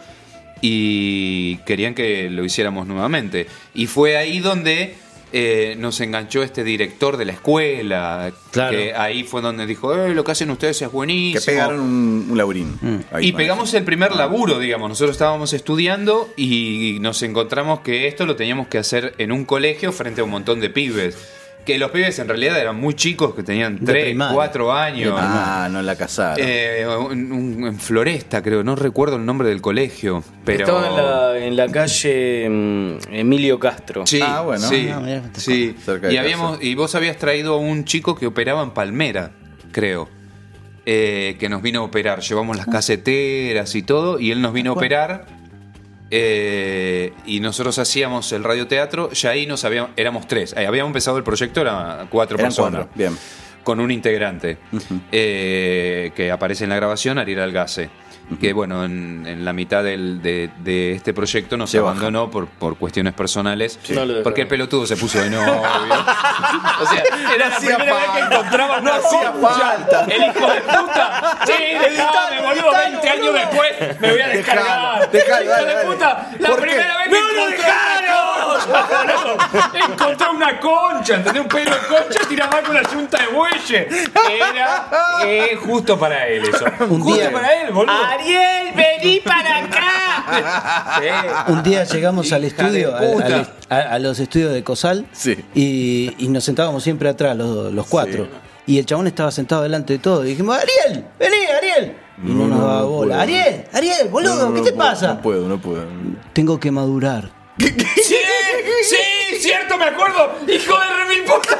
[SPEAKER 4] y querían que lo hiciéramos nuevamente. Y fue ahí donde eh, nos enganchó este director de la escuela.
[SPEAKER 1] Claro.
[SPEAKER 4] Que ahí fue donde dijo, "Eh, lo que hacen ustedes es buenísimo.
[SPEAKER 2] Que pegaron un, un laurín.
[SPEAKER 3] Mm.
[SPEAKER 2] Ahí,
[SPEAKER 4] Y
[SPEAKER 2] con
[SPEAKER 4] pegamos
[SPEAKER 2] eso.
[SPEAKER 4] el primer laburo, digamos. Nosotros estábamos estudiando y nos encontramos que esto lo teníamos que hacer en un colegio frente a un montón de pibes. Que los pibes en realidad eran muy chicos, que tenían
[SPEAKER 1] De
[SPEAKER 4] 3,
[SPEAKER 1] primaria.
[SPEAKER 4] 4 años.
[SPEAKER 2] Ah, no la casaron.
[SPEAKER 4] Eh, un- un- en Floresta, creo. No recuerdo el nombre del colegio. Pero...
[SPEAKER 3] Estaba en la, en la calle mm, Emilio Castro.
[SPEAKER 4] Sí,
[SPEAKER 2] Ah, bueno.
[SPEAKER 4] sí,
[SPEAKER 1] Ah, mirá, te-
[SPEAKER 4] sí.
[SPEAKER 2] Cerca de
[SPEAKER 4] Y, habíamos,
[SPEAKER 2] casa.
[SPEAKER 4] y vos habías traído a un chico que operaba en Palmera, creo. eh, que nos vino a operar. Llevamos las caseteras y todo, y él nos vino a operar. eh, y nosotros hacíamos el radioteatro. Ya ahí nos habíamos, éramos tres. Eh, habíamos empezado el proyecto, era cuatro
[SPEAKER 2] Eran
[SPEAKER 4] personas
[SPEAKER 2] cuatro. Bien.
[SPEAKER 4] con un integrante eh, que aparece en la grabación, Ariel Algase. que bueno, en, en la mitad del- de, de este proyecto nos abandonó por, por cuestiones personales,
[SPEAKER 3] No lo dejaron.
[SPEAKER 4] porque el pelotudo se puso de novio.
[SPEAKER 3] O sea, era la primera vez que encontraba
[SPEAKER 2] No
[SPEAKER 3] una
[SPEAKER 2] hacía
[SPEAKER 3] concha.
[SPEAKER 2] falta.
[SPEAKER 3] El hijo de puta. Sí, dejame,
[SPEAKER 2] Editalo,
[SPEAKER 3] boludo. 20 años después me voy a descargar.
[SPEAKER 2] Dejalo,
[SPEAKER 3] Hijo
[SPEAKER 2] dale,
[SPEAKER 3] de
[SPEAKER 2] dale.
[SPEAKER 3] puta. La
[SPEAKER 2] ¿Por qué?
[SPEAKER 3] primera vez que
[SPEAKER 2] ¡No lo
[SPEAKER 3] dejaron! Encontré una concha, ¿entendés? Un pelo de concha tiraba con una yunta de bueyes. Era eh, justo para él eso. justo
[SPEAKER 1] día-
[SPEAKER 3] para él, boludo.
[SPEAKER 19] Ariel, vení para acá.
[SPEAKER 1] Un día llegamos al estudio,
[SPEAKER 3] de
[SPEAKER 1] al- al-
[SPEAKER 3] puta.
[SPEAKER 1] a, a los estudios de Cosal, y, y nos sentábamos siempre atrás, los, los cuatro. Y el chabón estaba sentado delante de todo. Y dijimos, Ariel, vení, Ariel. Y no, nos daba bola. Ariel, Ariel, boludo,
[SPEAKER 2] No, no,
[SPEAKER 1] ¿qué
[SPEAKER 2] no
[SPEAKER 1] te
[SPEAKER 2] puedo,
[SPEAKER 1] pasa?
[SPEAKER 2] No puedo, no puedo.
[SPEAKER 1] Tengo que madurar.
[SPEAKER 3] Sí, sí, cierto, me acuerdo. Hijo de remil puta.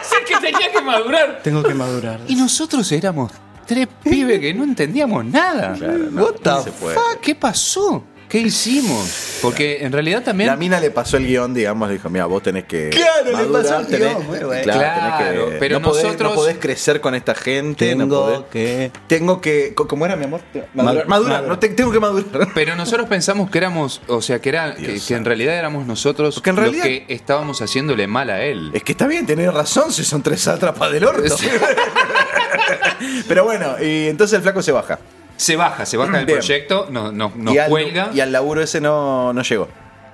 [SPEAKER 3] Así que tenía que madurar.
[SPEAKER 1] Tengo que madurar.
[SPEAKER 4] Y nosotros éramos tres pibes que no entendíamos nada. What the fuck? ¿Qué pasó? Oh, ¿Qué hicimos? Porque en realidad también.
[SPEAKER 2] La mina le pasó el guión, digamos, le dijo, mira, vos tenés que.
[SPEAKER 1] Claro, le
[SPEAKER 2] madurar,
[SPEAKER 1] pasó el
[SPEAKER 2] tenés-
[SPEAKER 1] guión, muy bueno.
[SPEAKER 2] Claro, tenés que.
[SPEAKER 4] Claro, pero
[SPEAKER 2] no podés,
[SPEAKER 4] nosotros-
[SPEAKER 2] no podés crecer con esta gente. no
[SPEAKER 4] Tengo
[SPEAKER 2] podés- Tengo que. co- ¿Cómo era, mi amor? Madurar. Madurar, no te- tengo que madurar.
[SPEAKER 4] Pero nosotros pensamos que éramos, o sea, que, era, que, que en realidad éramos nosotros
[SPEAKER 2] en realidad-
[SPEAKER 4] los que estábamos haciéndole mal a él.
[SPEAKER 2] Es que está bien, tenés razón si son tres sátrapas del orto. Pero bueno, y entonces el flaco se baja.
[SPEAKER 4] Se baja, se baja del
[SPEAKER 2] Bien.
[SPEAKER 4] proyecto, no- no- nos
[SPEAKER 2] y al,
[SPEAKER 4] cuelga.
[SPEAKER 2] Y al laburo ese no, no llegó.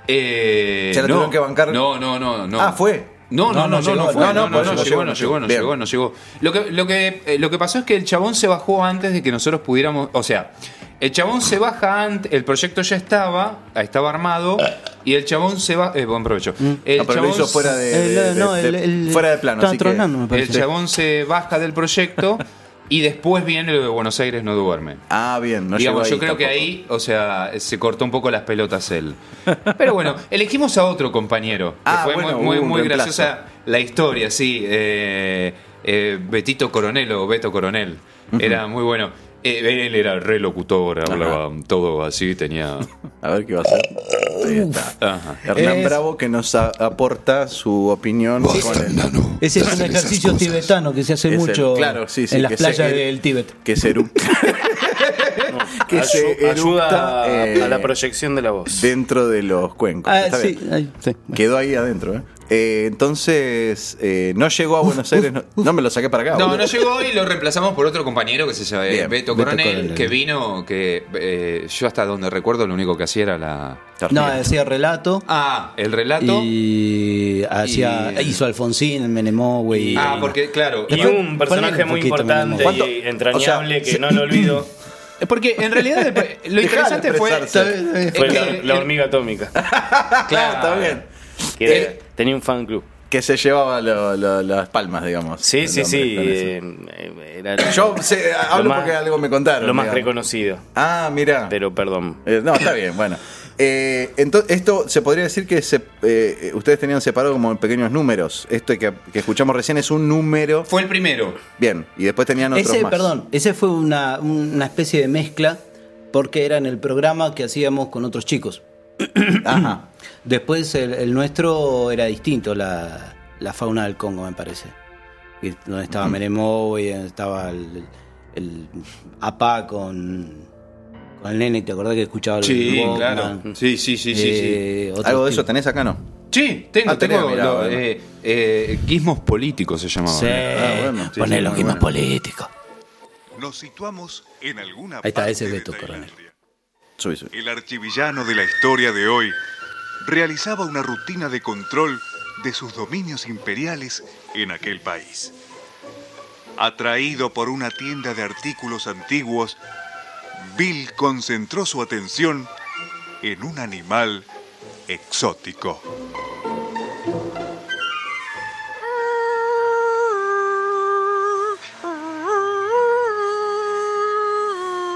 [SPEAKER 4] Eh,
[SPEAKER 2] Se la
[SPEAKER 4] no,
[SPEAKER 2] tuvieron que bancar.
[SPEAKER 4] No, no, no, no.
[SPEAKER 2] Ah, fue.
[SPEAKER 4] No, no, no, no, no,
[SPEAKER 2] llegó.
[SPEAKER 4] fue. No, no,
[SPEAKER 2] por
[SPEAKER 4] no,
[SPEAKER 2] eso
[SPEAKER 4] no llegó, no llegó, no
[SPEAKER 2] Bien.
[SPEAKER 4] llegó, no llegó. Lo que, lo, que, eh, lo que pasó es que el chabón se bajó antes de que nosotros pudiéramos. O sea, el chabón se baja antes. El proyecto ya estaba, estaba armado. Y el chabón se va. eh, buen provecho. El
[SPEAKER 2] Ah, pero lo hizo fuera de- de- de-
[SPEAKER 1] Eh, no, el- el-
[SPEAKER 2] fuera de plano.
[SPEAKER 1] estaban
[SPEAKER 2] así que-
[SPEAKER 1] tronando, me
[SPEAKER 4] el
[SPEAKER 1] parece.
[SPEAKER 4] chabón se baja del proyecto. Y después viene lo de Buenos Aires no duerme.
[SPEAKER 2] Ah, bien, no
[SPEAKER 4] Digamos,
[SPEAKER 2] llegó
[SPEAKER 4] yo
[SPEAKER 2] ahí
[SPEAKER 4] creo que
[SPEAKER 2] tampoco.
[SPEAKER 4] ahí, o sea, se cortó un poco las pelotas él. Pero bueno, elegimos a otro compañero. que
[SPEAKER 2] Ah,
[SPEAKER 4] fue
[SPEAKER 2] bueno,
[SPEAKER 4] muy, muy,
[SPEAKER 2] hubo un
[SPEAKER 4] muy
[SPEAKER 2] reemplazo.
[SPEAKER 4] graciosa la historia, sí. Eh, eh, Betito Coronel o Beto Coronel. Era muy bueno. Eh, él era re locutor, hablaba todo así, tenía.
[SPEAKER 2] A ver qué va a hacer. Ahí está.
[SPEAKER 4] Ajá.
[SPEAKER 2] Hernán
[SPEAKER 1] Es-
[SPEAKER 2] Bravo que nos a- aporta su opinión con el-
[SPEAKER 1] Ese es un ejercicio tibetano que se hace
[SPEAKER 2] Es el-
[SPEAKER 1] mucho
[SPEAKER 2] claro, sí, sí,
[SPEAKER 1] en las
[SPEAKER 2] que se-
[SPEAKER 1] playas del Tíbet.
[SPEAKER 2] que se eructa que
[SPEAKER 3] Ayu-
[SPEAKER 2] se
[SPEAKER 3] ayuda
[SPEAKER 2] eructa,
[SPEAKER 3] a,
[SPEAKER 2] eh,
[SPEAKER 3] a la proyección de la voz.
[SPEAKER 2] dentro de los cuencos.
[SPEAKER 1] Ah,
[SPEAKER 2] Está
[SPEAKER 1] sí,
[SPEAKER 2] bien.
[SPEAKER 1] ahí, sí.
[SPEAKER 2] Quedó ahí adentro. ¿eh? Eh, entonces, eh, no llegó a Buenos Aires. no- no, me lo saqué para acá.
[SPEAKER 4] No,
[SPEAKER 2] boludo.
[SPEAKER 4] no llegó y lo reemplazamos por otro compañero que se llama eh,
[SPEAKER 2] Ah, Bien,
[SPEAKER 4] Beto,
[SPEAKER 2] Beto
[SPEAKER 4] Coronel,
[SPEAKER 2] Coronel.
[SPEAKER 4] que vino, que eh, yo hasta donde recuerdo lo único que hacía era la...
[SPEAKER 1] No, hacía relato.
[SPEAKER 4] Ah, el relato.
[SPEAKER 1] Y hacía,
[SPEAKER 4] Y-
[SPEAKER 1] hizo Alfonsín, Menemó, güey.
[SPEAKER 4] ah, porque claro,
[SPEAKER 3] Y
[SPEAKER 1] Después-
[SPEAKER 3] un personaje
[SPEAKER 1] ponele un
[SPEAKER 3] muy
[SPEAKER 1] poquito,
[SPEAKER 3] importante
[SPEAKER 1] Menem.
[SPEAKER 3] y entrañable que no lo olvido
[SPEAKER 4] Porque en realidad después- lo interesante fue.
[SPEAKER 3] fue
[SPEAKER 4] es
[SPEAKER 3] la,
[SPEAKER 4] que-
[SPEAKER 3] la hormiga atómica.
[SPEAKER 4] claro,
[SPEAKER 3] Que era- tenía un fan club.
[SPEAKER 2] Que se llevaba lo- lo- las palmas, digamos.
[SPEAKER 3] Sí,
[SPEAKER 2] el
[SPEAKER 3] sí,
[SPEAKER 2] hombre
[SPEAKER 3] sí.
[SPEAKER 2] con eso.
[SPEAKER 3] eh, era lo-
[SPEAKER 2] Yo sé,
[SPEAKER 3] lo
[SPEAKER 2] hablo
[SPEAKER 3] más-
[SPEAKER 2] porque algo me contaron.
[SPEAKER 3] Lo más
[SPEAKER 2] digamos.
[SPEAKER 3] reconocido.
[SPEAKER 2] Ah, mira.
[SPEAKER 3] Pero perdón.
[SPEAKER 2] Eh, no, está bien, bueno. Eh, ento- esto se podría decir que se, eh, ustedes tenían separado como en pequeños números. Esto que, que escuchamos recién es un número.
[SPEAKER 4] Fue el primero.
[SPEAKER 2] Bien, y después tenían otros
[SPEAKER 1] Ese,
[SPEAKER 2] más.
[SPEAKER 1] perdón, ese fue una, una especie de mezcla porque era en el programa que hacíamos con otros chicos.
[SPEAKER 2] Ajá.
[SPEAKER 1] Después el, el nuestro era distinto, la, la fauna del Congo, me parece. Y donde estaba Meremo y donde estaba el, el APA con, con el nene, ¿te acordás que escuchaba el
[SPEAKER 4] Sí,
[SPEAKER 1] Walkman?
[SPEAKER 4] claro. Sí, sí, sí, sí,
[SPEAKER 1] Eh,
[SPEAKER 4] sí.
[SPEAKER 1] otros
[SPEAKER 2] ¿Algo de eso
[SPEAKER 1] tipos.
[SPEAKER 2] tenés acá, no?
[SPEAKER 4] Sí, tengo,
[SPEAKER 2] Ah, tenía
[SPEAKER 4] tengo
[SPEAKER 2] mirado,
[SPEAKER 4] lo-
[SPEAKER 2] ¿no?
[SPEAKER 4] eh, eh, guismos políticos se llamaba.
[SPEAKER 1] Sí,
[SPEAKER 4] Ah, bueno, sí,
[SPEAKER 1] poné
[SPEAKER 4] sí,
[SPEAKER 1] los
[SPEAKER 4] muy
[SPEAKER 1] guimas
[SPEAKER 4] bueno.
[SPEAKER 1] políticos.
[SPEAKER 20] Nos situamos en alguna
[SPEAKER 1] Ahí está,
[SPEAKER 20] parte
[SPEAKER 1] ese es
[SPEAKER 20] de
[SPEAKER 1] Beto Coronel.
[SPEAKER 20] El archivillano de la historia de hoy realizaba una rutina de control de sus dominios imperiales en aquel país. Atraído por una tienda de artículos antiguos, Bill concentró su atención en un animal exótico.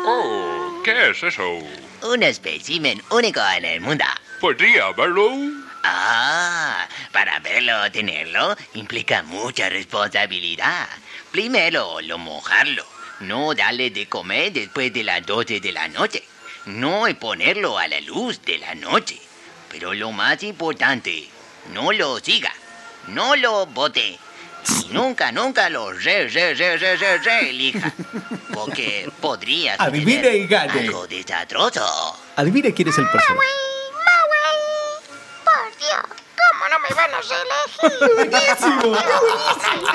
[SPEAKER 21] Oh, ¿qué es eso?
[SPEAKER 22] Un espécimen único en el mundo.
[SPEAKER 21] ¿Podría verlo?
[SPEAKER 22] Ah, para verlo o tenerlo implica mucha responsabilidad. Primero, lo mojarlo. No darle de comer después de las 12 de la noche. No exponerlo a la luz de la noche. Pero lo más importante, no lo siga. No lo bote. Y nunca, nunca lo re, re, re, re, re, re elija. Porque podría
[SPEAKER 1] Adivine
[SPEAKER 22] suceder
[SPEAKER 1] y gane.
[SPEAKER 22] algo desastroso.
[SPEAKER 1] Adivine quién es el personaje.
[SPEAKER 13] Por Dios, ¿cómo no me van a reelegir?
[SPEAKER 1] ¡Buenísimo!
[SPEAKER 13] ¡Buenísimo!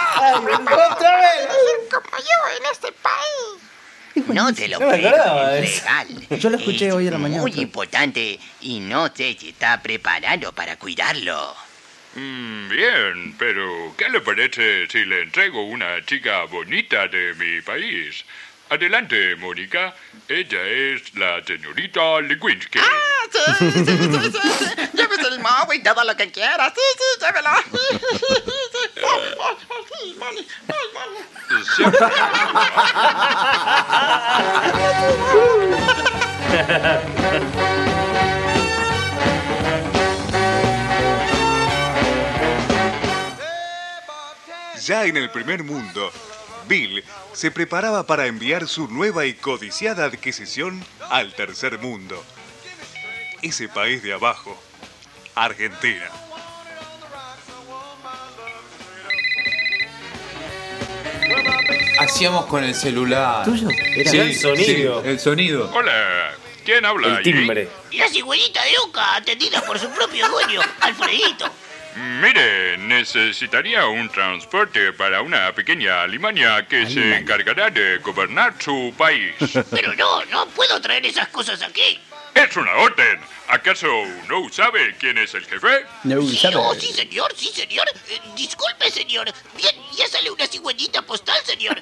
[SPEAKER 1] ¡Otra vez!
[SPEAKER 13] como yo en este país.
[SPEAKER 22] No te lo
[SPEAKER 1] No me
[SPEAKER 22] puedo
[SPEAKER 1] acordaba eso.
[SPEAKER 22] entregar.
[SPEAKER 1] Yo lo escuché
[SPEAKER 22] Es
[SPEAKER 1] hoy en la mañana.
[SPEAKER 22] Muy importante y no sé si está preparado para cuidarlo.
[SPEAKER 21] Mm, Bien, pero ¿qué le parece si le entrego una chica bonita de mi país? Adelante, Mónica. Ella es la señorita Lewinsky.
[SPEAKER 13] Ah. Sí, sí, sí, sí, sí, sí. Llévese el móvil, todo lo que quiera. Sí, sí, llévelo. Sí, sí. Ay, ay, ay, Moni, ay, Moni.
[SPEAKER 20] Ya en el primer mundo, Bill se preparaba para enviar su nueva y codiciada adquisición al tercer mundo. Ese país de abajo, Argentina.
[SPEAKER 4] Hacíamos con el celular.
[SPEAKER 20] ¿Tuyo? Era
[SPEAKER 4] Sí,
[SPEAKER 20] el sonido.
[SPEAKER 4] sí, el sonido.
[SPEAKER 21] Hola, ¿quién habla?
[SPEAKER 4] El
[SPEAKER 21] allí?
[SPEAKER 4] timbre.
[SPEAKER 22] La cigüeñita de Oca, atendida por su propio dueño, Alfredito.
[SPEAKER 21] Mire, necesitaría un transporte para una pequeña Alemania que se encargará de gobernar su país.
[SPEAKER 22] Pero no, no puedo traer esas cosas aquí.
[SPEAKER 21] ¡Es una orden! ¿Acaso no sabe quién es el jefe?
[SPEAKER 1] No,
[SPEAKER 22] Sí, oh, sí, señor, sí, señor. Eh, disculpe, señor. Bien, ya sale una cigüeñita postal, señor.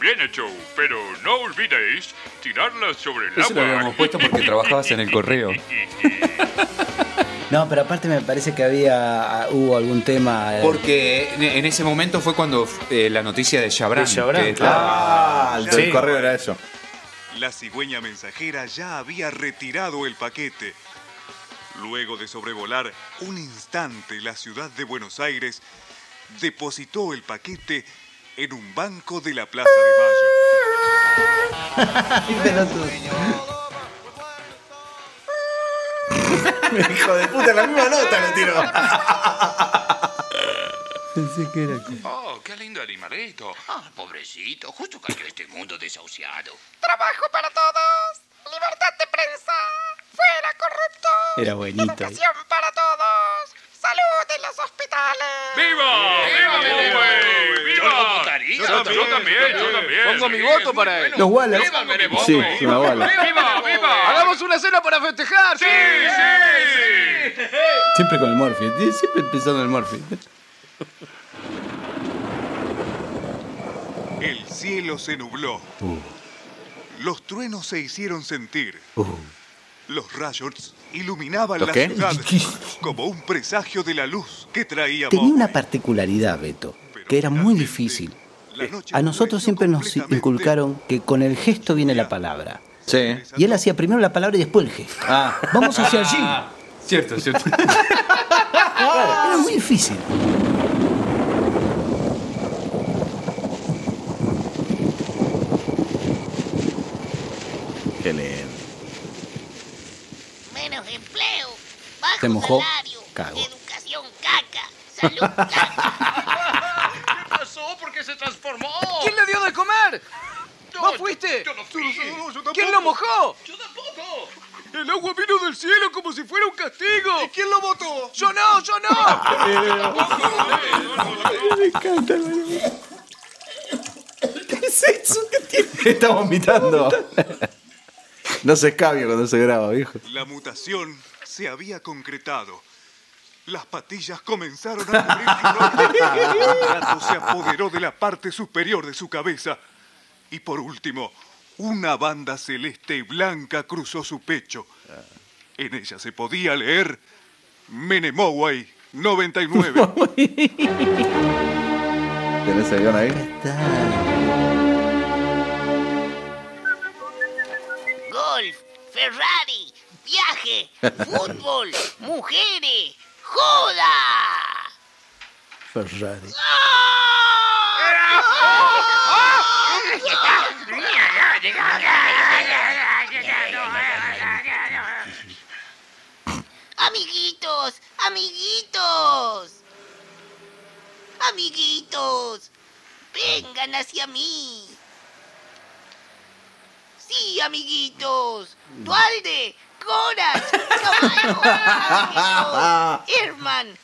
[SPEAKER 21] Bien hecho, pero no olvidéis tirarla sobre el
[SPEAKER 4] Eso lo
[SPEAKER 21] agua.
[SPEAKER 4] habíamos puesto porque trabajabas en el correo.
[SPEAKER 1] No, pero aparte me parece que había ah, hubo algún tema. eh,
[SPEAKER 4] Porque en- en ese momento fue cuando eh, la noticia de Chabran.
[SPEAKER 1] De Chabran,
[SPEAKER 4] que-
[SPEAKER 1] claro.
[SPEAKER 2] Ah, el del
[SPEAKER 4] Sí.
[SPEAKER 2] correo era eso.
[SPEAKER 20] La cigüeña mensajera ya había retirado el paquete. Luego de sobrevolar un instante la ciudad de Buenos Aires, depositó el paquete en un banco de la Plaza de Mayo.
[SPEAKER 2] Hijo de puta, la misma nota le tiró.
[SPEAKER 1] Pensé que era.
[SPEAKER 21] Oh, qué lindo animalito.
[SPEAKER 22] Ah, pobrecito, justo cayó este mundo desahuciado.
[SPEAKER 13] Trabajo para todos. Libertad de prensa. Fuera corrupto.
[SPEAKER 1] Era buenito.
[SPEAKER 13] Educación para todos. Salud en los hospitales.
[SPEAKER 21] ¡Viva! ¡Viva, Menebuey! ¡Viva! Yo
[SPEAKER 13] votaría.
[SPEAKER 21] Yo también, yo también.
[SPEAKER 23] Pongo mi voto para él.
[SPEAKER 1] Los Wallace.
[SPEAKER 23] ¡Viva Menebuey!
[SPEAKER 1] Sí, sí, me Wallace.
[SPEAKER 23] ¡Viva, viva! ¡Hagamos una cena para festejar! ¡Sí, sí, sí!
[SPEAKER 1] Siempre con el Morphy. Siempre empezando el Morphy.
[SPEAKER 20] El cielo se nubló. Los truenos se hicieron sentir. Los rayos iluminaban
[SPEAKER 1] ¿Los
[SPEAKER 20] la
[SPEAKER 1] qué?
[SPEAKER 20] ciudad como un presagio de la luz que traía
[SPEAKER 1] Tenía una particularidad, Beto, que era muy difícil. A nosotros siempre nos inculcaron que con el gesto viene la palabra.
[SPEAKER 2] Sí.
[SPEAKER 1] Y él hacía primero la palabra y después el gesto.
[SPEAKER 2] Ah.
[SPEAKER 1] Vamos hacia allí.
[SPEAKER 4] Ah, Cierto, cierto.
[SPEAKER 1] Claro, era muy difícil.
[SPEAKER 2] Qué lindo.
[SPEAKER 13] Menos empleo. Bajo
[SPEAKER 1] Se mojó.
[SPEAKER 13] salario.
[SPEAKER 1] Cago.
[SPEAKER 13] Educación caca. Salud
[SPEAKER 23] ¿Qué pasó? ¿Por qué se transformó? ¿Quién le dio de comer? ¿Vos fuiste? Yo no fui. ¿Quién lo mojó? Yo tampoco. El agua vino del cielo como si fuera un castigo. ¿Y quién lo votó? Yo no, yo no.
[SPEAKER 1] Me encanta,
[SPEAKER 13] ¿Qué es eso? ¿Qué tiene?
[SPEAKER 2] Está vomitando. No se escabia cuando se graba, viejo.
[SPEAKER 20] La mutación se había concretado. Las patillas comenzaron a cubrir su rostro. Un gato se apoderó de la parte superior de su cabeza. Y por último, una banda celeste y blanca cruzó su pecho. En ella se podía leer Menemoway 99.
[SPEAKER 2] ¿Tenés el guión ahí?
[SPEAKER 13] Golf, Ferrari, viaje, fútbol, mujeres, joda.
[SPEAKER 1] Ferrari.
[SPEAKER 13] Amiguitos, amiguitos.
[SPEAKER 8] Amiguitos, vengan hacia mí. Sí, amiguitos. Dualde, Coras, Caballo,
[SPEAKER 4] Ah,
[SPEAKER 8] Herman,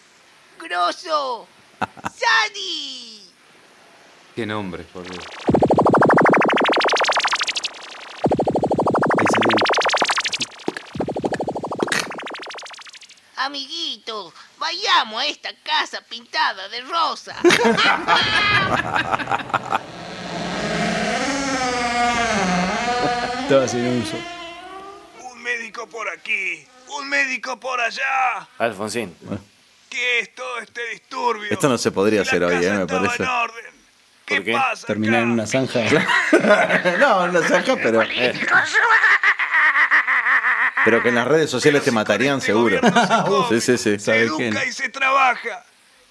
[SPEAKER 8] Grosso, Sadi.
[SPEAKER 24] Qué nombre, por Dios.
[SPEAKER 8] Amiguitos, vayamos a esta casa pintada de rosa.
[SPEAKER 1] Estaba sin uso.
[SPEAKER 25] Un médico por aquí, un médico por allá.
[SPEAKER 3] Alfonsín.
[SPEAKER 25] ¿Qué es todo este disturbio?
[SPEAKER 2] Esto no se podría hacer hoy, eh, me parece.
[SPEAKER 1] ¿Por qué? Terminar en una zanja.
[SPEAKER 2] no, no saca, pero. Pero que en las redes sociales te matarían seguro. Sí, sí, sí.
[SPEAKER 25] Se educa y se trabaja.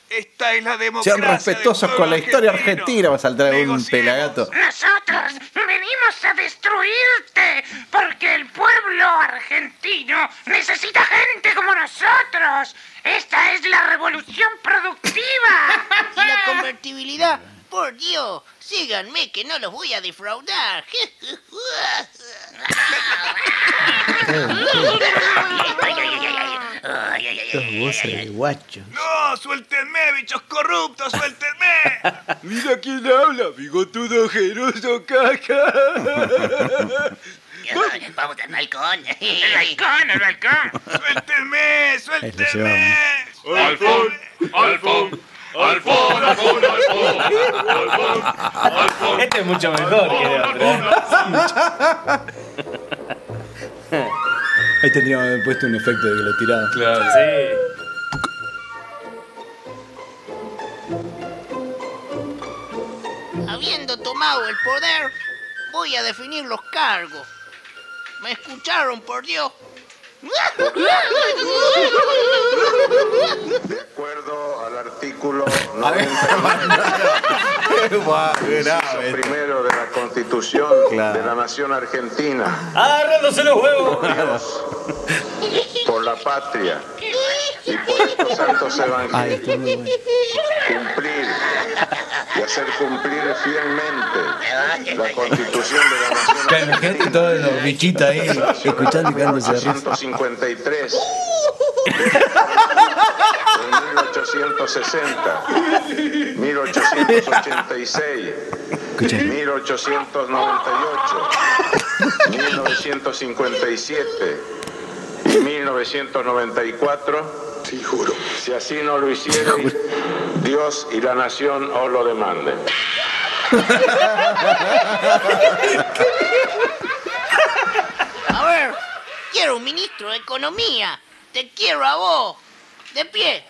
[SPEAKER 25] Esta es la democracia.
[SPEAKER 2] Sean respetuosos con la historia argentina. Va a saltar un pelagato.
[SPEAKER 13] Nosotros venimos a destruirte porque el pueblo argentino necesita gente como nosotros. Esta es la revolución productiva.
[SPEAKER 8] Y la convertibilidad, por Dios, síganme que no los voy a defraudar.
[SPEAKER 2] Eh.
[SPEAKER 1] guacho.
[SPEAKER 25] ¡No! ¡Suéltenme, bichos corruptos! ¡Suéltenme!
[SPEAKER 26] Mira quién habla, bigotudo ojeroso caca.
[SPEAKER 13] Vamos al balcón.
[SPEAKER 25] ¡El balcón, el balcón! ¡Suéltenme! ¡Suéltenme!
[SPEAKER 5] Alfón, Alfón, Alfón, Alfón, Alfón, Alfón, Alfón.
[SPEAKER 3] Este es mucho mejor que el otro.
[SPEAKER 1] Ahí tendríamos que haber puesto un efecto de que lo tiraba.
[SPEAKER 3] Claro, sí.
[SPEAKER 8] Habiendo tomado el poder, voy a definir los cargos. ¿Me escucharon, por Dios?
[SPEAKER 6] acuerdo al artículo
[SPEAKER 2] grave.
[SPEAKER 6] primero de la Constitución de la Nación Argentina
[SPEAKER 3] Agarrándose los huevos.
[SPEAKER 6] por la patria y por estos santos evangelios cumplir y hacer cumplir fielmente la Constitución de la Nación
[SPEAKER 2] Imagínate todos los bichitos ahí escuchando y cagándose de risa.
[SPEAKER 6] 153 1860 1886 1898 1957 y 1994 Sí, juro. Si así no lo hicieron, Dios y la nación os lo demanden.
[SPEAKER 8] A ver, quiero un ministro de Economía. Te quiero a vos. De pie,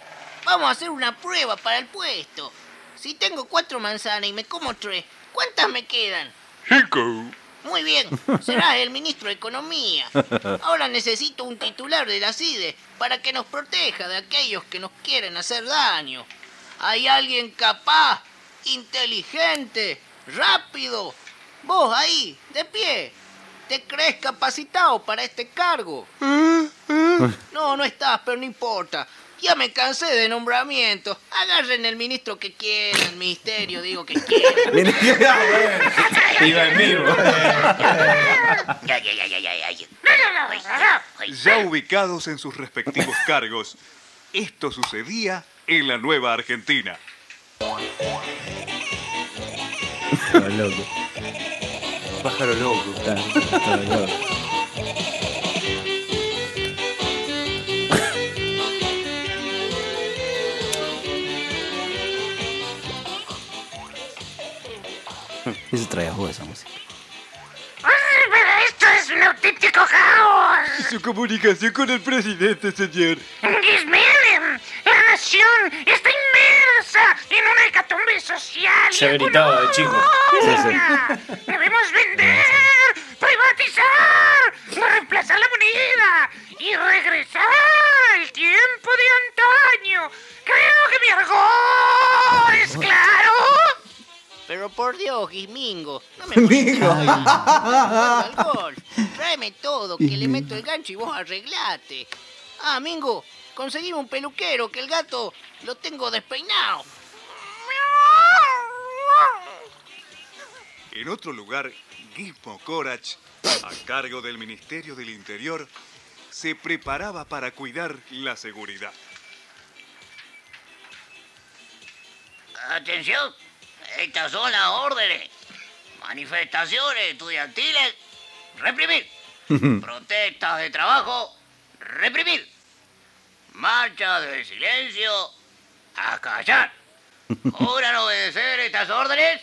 [SPEAKER 8] vamos a hacer una prueba para el puesto. Si tengo cuatro manzanas y me como tres, ¿cuántas me quedan?
[SPEAKER 5] Chico.
[SPEAKER 8] Muy bien, serás el ministro de Economía. Ahora necesito un titular de la CIDE E para que nos proteja de aquellos que nos quieren hacer daño. Hay alguien capaz, inteligente, rápido. Vos ahí, de pie. ¿Te crees capacitado para este cargo? No, no estás, pero no importa. Ya me cansé de nombramientos. Agarren el ministro que quieran, el ministerio, digo que quieran.
[SPEAKER 3] Iba en vivo.
[SPEAKER 20] Ya ubicados en sus respectivos cargos, esto sucedía en la nueva Argentina.
[SPEAKER 1] Estaba loco.
[SPEAKER 24] Pájaro loco.
[SPEAKER 1] Estaba loco. Eso traía vos esa música.
[SPEAKER 13] ¡Ay, pero esto es un auténtico caos!
[SPEAKER 26] Su comunicación con el presidente, señor.
[SPEAKER 13] ¡Gismelen! ¡La nación está inmersa en una hecatombe social!
[SPEAKER 3] Se gritaba de chico.
[SPEAKER 13] ¡Debemos vender! ¡Privatizar! ¡Reemplazar la moneda! ¡Y regresar al tiempo de antaño! ¡Creo que mi argot es claro!
[SPEAKER 8] Pero por Dios, Guismingo, no me
[SPEAKER 2] Mingo.
[SPEAKER 8] pongas alcohol. Tráeme todo, que le meto el gancho y vos arreglate. Ah, Mingo, conseguime un peluquero, que el gato lo tengo despeinado.
[SPEAKER 20] En otro lugar, Gizmo Corach, a cargo del Ministerio del Interior, se preparaba para cuidar la seguridad.
[SPEAKER 11] Atención, estas son las órdenes. Manifestaciones estudiantiles, reprimir. Protestas de trabajo, reprimir. Marchas de silencio, a callar. ¿Juran obedecer estas órdenes?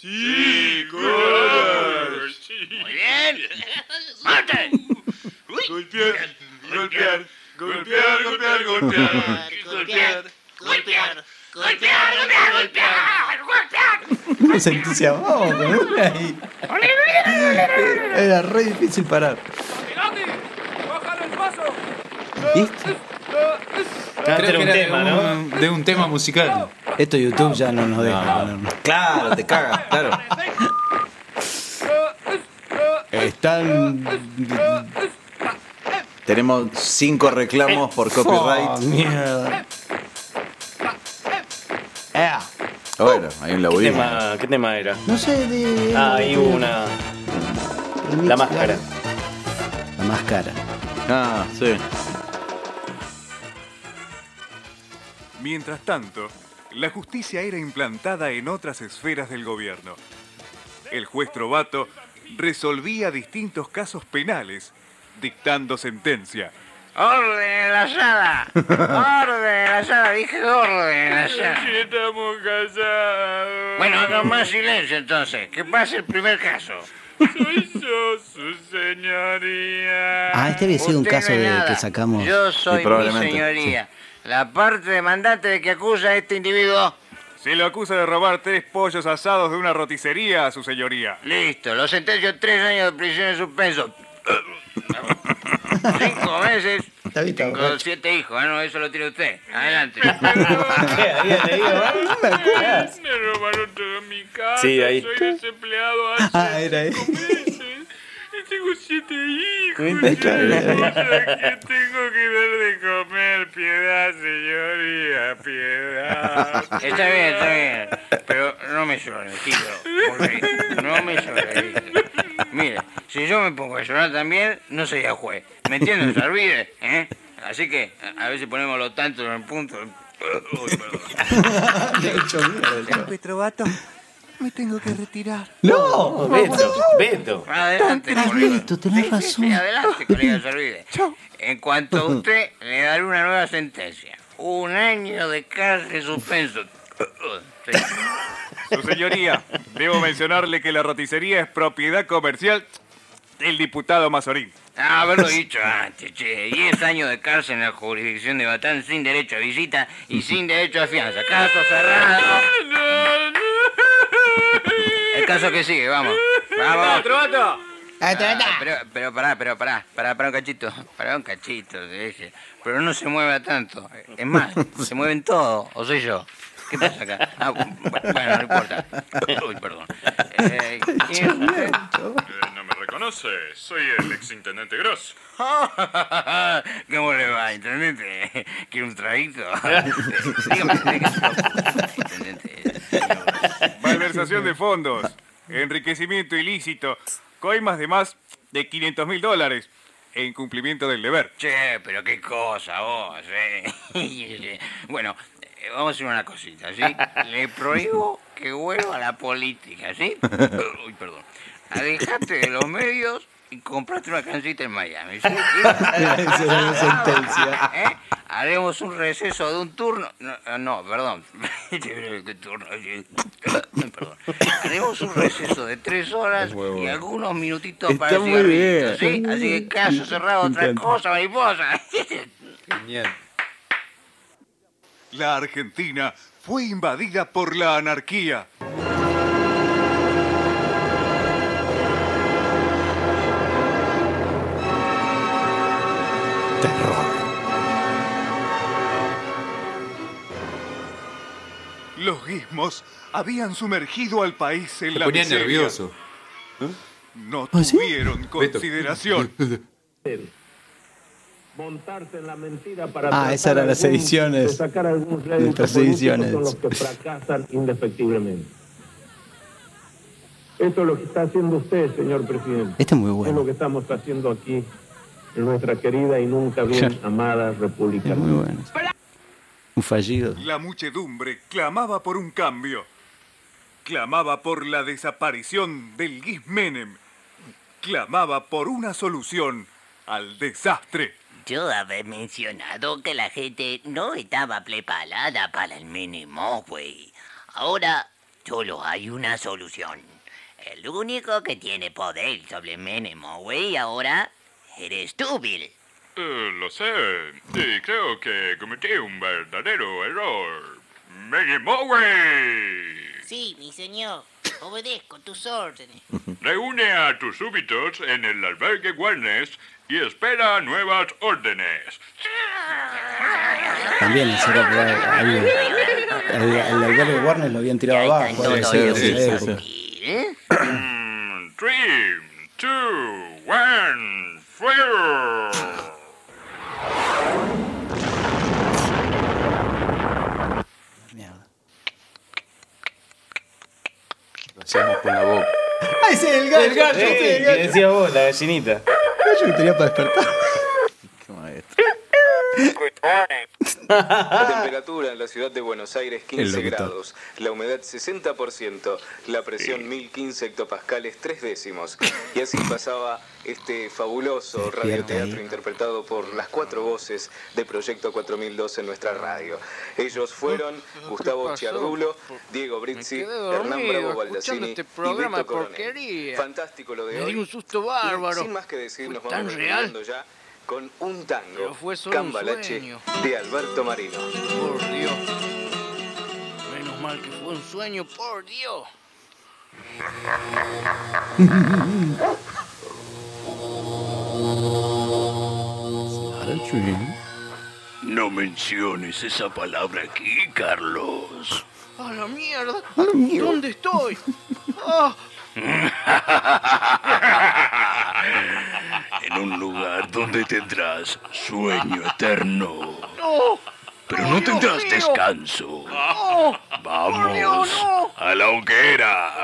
[SPEAKER 20] Sí,
[SPEAKER 11] Muy bien. ¡Marchen!
[SPEAKER 27] Golpear, golpear, golpear, golpear, golpear.
[SPEAKER 11] Golpear, golpear, golpear, golpear, golpear, golpear.
[SPEAKER 1] No sentís abajo, ¿no? Ahí. Era re difícil parar.
[SPEAKER 23] ¡Bájalo el paso!
[SPEAKER 1] ¿Viste?
[SPEAKER 4] Creo que era de un- De un tema musical.
[SPEAKER 1] Esto YouTube ya no nos deja ponernos.
[SPEAKER 4] Claro, te cagas, claro.
[SPEAKER 2] Están. Tenemos cinco reclamos por copyright.
[SPEAKER 1] Oh, mierda. Ah,
[SPEAKER 2] Bueno, hay un
[SPEAKER 3] ¿Qué
[SPEAKER 2] laburismo.
[SPEAKER 3] tema, qué tema era?
[SPEAKER 1] no sé de.
[SPEAKER 3] Ah, ahí hubo una. La máscara.
[SPEAKER 1] La máscara.
[SPEAKER 2] Ah, sí.
[SPEAKER 20] Mientras tanto, la justicia era implantada en otras esferas del gobierno. El juez Trovato resolvía distintos casos penales, dictando sentencia.
[SPEAKER 11] Orden en la sala. Orden en la sala. Dije orden en la sala.
[SPEAKER 21] estamos casados.
[SPEAKER 11] Bueno, hagan más silencio entonces. Que pase el primer caso.
[SPEAKER 21] Soy yo, su señoría.
[SPEAKER 1] Ah, este había sido un
[SPEAKER 11] Usted no
[SPEAKER 1] caso
[SPEAKER 11] es
[SPEAKER 1] de
[SPEAKER 11] nada.
[SPEAKER 1] que sacamos.
[SPEAKER 11] Yo soy mi señoría. La parte demandante de que acusa a este individuo.
[SPEAKER 20] Se lo acusa de robar tres pollos asados de una roticería a su señoría.
[SPEAKER 11] Listo, lo sentencio a tres años de prisión en suspenso. Cinco meses. Tengo siete hijos, ah, no, eso lo tiene usted. Adelante.
[SPEAKER 21] Me robaron toda mi casa.
[SPEAKER 3] Sí, ahí.
[SPEAKER 21] Soy desempleado hace
[SPEAKER 1] Ah, era ahí.
[SPEAKER 21] cinco meses. Y tengo siete hijos.
[SPEAKER 1] Ahí está, ahí está, ahí está.
[SPEAKER 21] ¿Qué tengo que dar de comer? Piedad, señoría, piedad.
[SPEAKER 11] Está bien, está bien. Pero no me llore, tío. Porque no me llore. Mire, si yo me pongo a llorar también, no sería juez. ¿Me entiendes, Arvide? ¿Eh? Así que a a ver si ponemos los tantos en el punto. Uy, perdón.
[SPEAKER 27] Petrovato, me tengo que retirar.
[SPEAKER 1] ¡No!
[SPEAKER 11] Beto,
[SPEAKER 3] Beto.
[SPEAKER 11] Adelante, colega.
[SPEAKER 1] Listo, tenés razón.
[SPEAKER 11] Sí, adelante, colega Servide. En cuanto a usted, le daré una nueva sentencia. Un año de cárcel suspenso. Sí.
[SPEAKER 20] Su señoría, debo mencionarle que la roticería es propiedad comercial del diputado Mazorín.
[SPEAKER 11] Ah, haberlo dicho antes, che. 10 años de cárcel en la jurisdicción de Batán sin derecho a visita y sin derecho a fianza. Caso cerrado. El caso que sigue, vamos. Vamos. Ah, pero, pero pará, pero pará, pará, pará un cachito, pará un cachito, te dije. Pero no se mueva tanto. Es más, se mueven todos, o soy yo. ¿Qué pasa acá? Ah, bu- bueno, no importa. Uy, perdón. Eh, ¿quién es usted?
[SPEAKER 21] Eh, no me reconoce. Soy el exintendente Gross.
[SPEAKER 11] ¿Cómo le va, intendente? ¿Quiere un traguito? Dígame, dígame.
[SPEAKER 20] Malversación de fondos, enriquecimiento ilícito, coimas de más de 500 mil dólares e incumplimiento del deber.
[SPEAKER 11] Che, pero qué cosa vos, eh. bueno, eh, vamos a hacer una cosita, ¿sí? Le prohíbo que vuelva a la política, ¿sí? Uy, perdón. Alejate de los medios y comprate una cancita en Miami, ¿sí?
[SPEAKER 1] Esa era la sentencia.
[SPEAKER 11] ¿Eh? Haremos un receso de un turno. No, eh, no, perdón. ¿Qué turno? Sí. perdón. Haremos un receso de tres horas y algunos minutitos para
[SPEAKER 2] Está
[SPEAKER 11] el
[SPEAKER 2] muy
[SPEAKER 11] cigarrito,
[SPEAKER 2] bien.
[SPEAKER 11] ¿sí? Así que caso cerrado,
[SPEAKER 2] Me
[SPEAKER 11] otra
[SPEAKER 2] encanta.
[SPEAKER 11] cosa, mariposa.
[SPEAKER 20] La Argentina fue invadida por la anarquía. Los guismos habían sumergido al país en
[SPEAKER 4] Me
[SPEAKER 20] la
[SPEAKER 4] ponía
[SPEAKER 20] miseria.
[SPEAKER 4] nervioso.
[SPEAKER 20] No
[SPEAKER 4] ¿Ah, sí?
[SPEAKER 20] tuvieron consideración.
[SPEAKER 7] Montarse en la mentira para
[SPEAKER 1] Ah, esas eran las ediciones.
[SPEAKER 7] sacar algún rédito
[SPEAKER 1] Nuestras
[SPEAKER 7] político son
[SPEAKER 1] ediciones.
[SPEAKER 7] los que fracasan indefectiblemente.
[SPEAKER 18] Eso es lo que está haciendo usted, señor presidente.
[SPEAKER 1] Este es muy bueno.
[SPEAKER 18] Es lo que estamos haciendo aquí en nuestra querida y nunca bien amada República.
[SPEAKER 1] muy bueno. Un fallido.
[SPEAKER 20] La muchedumbre clamaba por un cambio. Clamaba por la desaparición del Guis Menem. Clamaba por una solución al desastre.
[SPEAKER 22] Yo había mencionado que la gente no estaba preparada para el mínimo, güey. Ahora solo hay una solución. El único que tiene poder sobre el mínimo, güey, ahora eres tú, Bill.
[SPEAKER 21] Eh, lo sé, y creo que cometí un verdadero error. ¡Maggie Moway!
[SPEAKER 8] Sí, mi señor. Obedezco tus órdenes.
[SPEAKER 21] Reúne a tus súbitos en el albergue Wellness y espera nuevas órdenes.
[SPEAKER 1] También el cero por ahí, ahí, el, el, el albergue Warner lo habían tirado abajo.
[SPEAKER 21] todo
[SPEAKER 1] Sí,
[SPEAKER 21] ido,
[SPEAKER 1] sí,
[SPEAKER 21] sí,
[SPEAKER 1] sí, sí.
[SPEAKER 21] Three, two, one, fire!
[SPEAKER 4] Lo hacemos con la boca.
[SPEAKER 1] ¡Ay, ese es el gallo!
[SPEAKER 28] El gallo,
[SPEAKER 1] sí,
[SPEAKER 28] sí,
[SPEAKER 1] el gallo.
[SPEAKER 28] que decías vos, la gallinita.
[SPEAKER 1] Gallo que tenía para despertar.
[SPEAKER 3] La temperatura en la ciudad de Buenos Aires 15
[SPEAKER 2] El locutor.
[SPEAKER 3] grados, la humedad 60%, la presión 1015 hectopascales 3 décimos. Y así pasaba este fabuloso
[SPEAKER 2] Despierta
[SPEAKER 3] radioteatro
[SPEAKER 2] ahí.
[SPEAKER 3] interpretado por las cuatro voces de Proyecto 4002 en nuestra radio. Ellos fueron Gustavo
[SPEAKER 6] pasó?
[SPEAKER 3] Chiardulo, Diego Brizzi,
[SPEAKER 6] quedé
[SPEAKER 3] Hernán
[SPEAKER 6] dormido
[SPEAKER 3] Bravo
[SPEAKER 6] escuchando
[SPEAKER 3] Baldassini
[SPEAKER 6] este
[SPEAKER 3] y
[SPEAKER 6] programa de
[SPEAKER 3] Beto Coronel.
[SPEAKER 6] porquería.
[SPEAKER 3] Fantástico lo de
[SPEAKER 6] Me di un
[SPEAKER 3] hoy.
[SPEAKER 6] susto
[SPEAKER 3] Y
[SPEAKER 6] bárbaro.
[SPEAKER 3] sin más que decir,
[SPEAKER 6] Fue
[SPEAKER 3] nos vamos
[SPEAKER 6] tan real.
[SPEAKER 3] reuniendo ya con un tango,
[SPEAKER 6] Pero fue solo un
[SPEAKER 3] Cambalache,
[SPEAKER 6] sueño.
[SPEAKER 3] de Alberto Marino.
[SPEAKER 6] Por Dios. Menos mal que fue un sueño, por Dios.
[SPEAKER 13] No menciones esa palabra aquí, Carlos.
[SPEAKER 6] ¡A la mierda!
[SPEAKER 13] A la mierda.
[SPEAKER 6] ¿Dónde estoy? Ah,
[SPEAKER 13] en un lugar donde tendrás sueño eterno,
[SPEAKER 6] ¡No! Oh.
[SPEAKER 13] pero no tendrás descanso.
[SPEAKER 6] ¡No!
[SPEAKER 13] Vamos a la hoguera.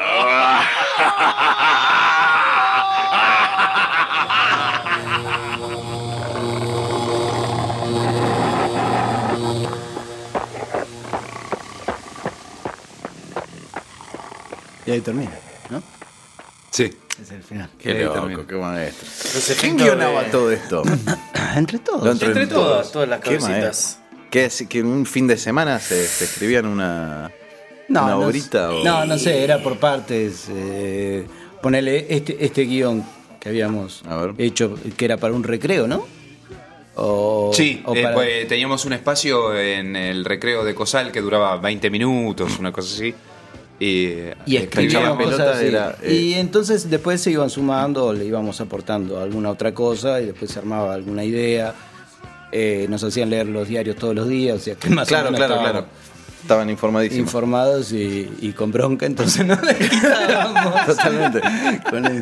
[SPEAKER 1] Y ahí termina, ¿no?
[SPEAKER 2] Sí.
[SPEAKER 1] Es el final.
[SPEAKER 2] Qué
[SPEAKER 1] Ahí
[SPEAKER 2] loco,
[SPEAKER 1] termina.
[SPEAKER 2] qué maestro.
[SPEAKER 1] efectos
[SPEAKER 2] ¿Quién guionaba
[SPEAKER 1] de-
[SPEAKER 2] todo esto?
[SPEAKER 1] Entre todos.
[SPEAKER 2] Lo entre-
[SPEAKER 28] Entre todas, todas las
[SPEAKER 2] Qué
[SPEAKER 28] cabecitas.
[SPEAKER 2] maestro. ¿Qué es? ¿Que en un fin de semana se, se escribían una, una
[SPEAKER 1] no,
[SPEAKER 2] obrita? o-
[SPEAKER 1] no, no sé, era por partes. eh, ponele este, este guión que habíamos hecho, que era para un recreo, ¿no? O,
[SPEAKER 4] Sí,
[SPEAKER 1] o
[SPEAKER 4] eh,
[SPEAKER 1] para-
[SPEAKER 4] pues, teníamos un espacio en el recreo de Cosal que duraba 20 minutos, una cosa así. Y, eh,
[SPEAKER 1] y
[SPEAKER 2] Eh,
[SPEAKER 4] escribíamos
[SPEAKER 1] escribíamos cosas así.
[SPEAKER 4] eh,
[SPEAKER 1] Y entonces después se iban sumando, le íbamos aportando alguna otra cosa y después se armaba alguna idea. Eh, nos hacían leer los diarios todos los días, o sea que más o
[SPEAKER 2] Claro,
[SPEAKER 1] menos
[SPEAKER 2] claro,
[SPEAKER 1] estábamos
[SPEAKER 2] claro. Estaban informadísimos.
[SPEAKER 1] informados y, y con bronca, entonces no
[SPEAKER 2] Totalmente.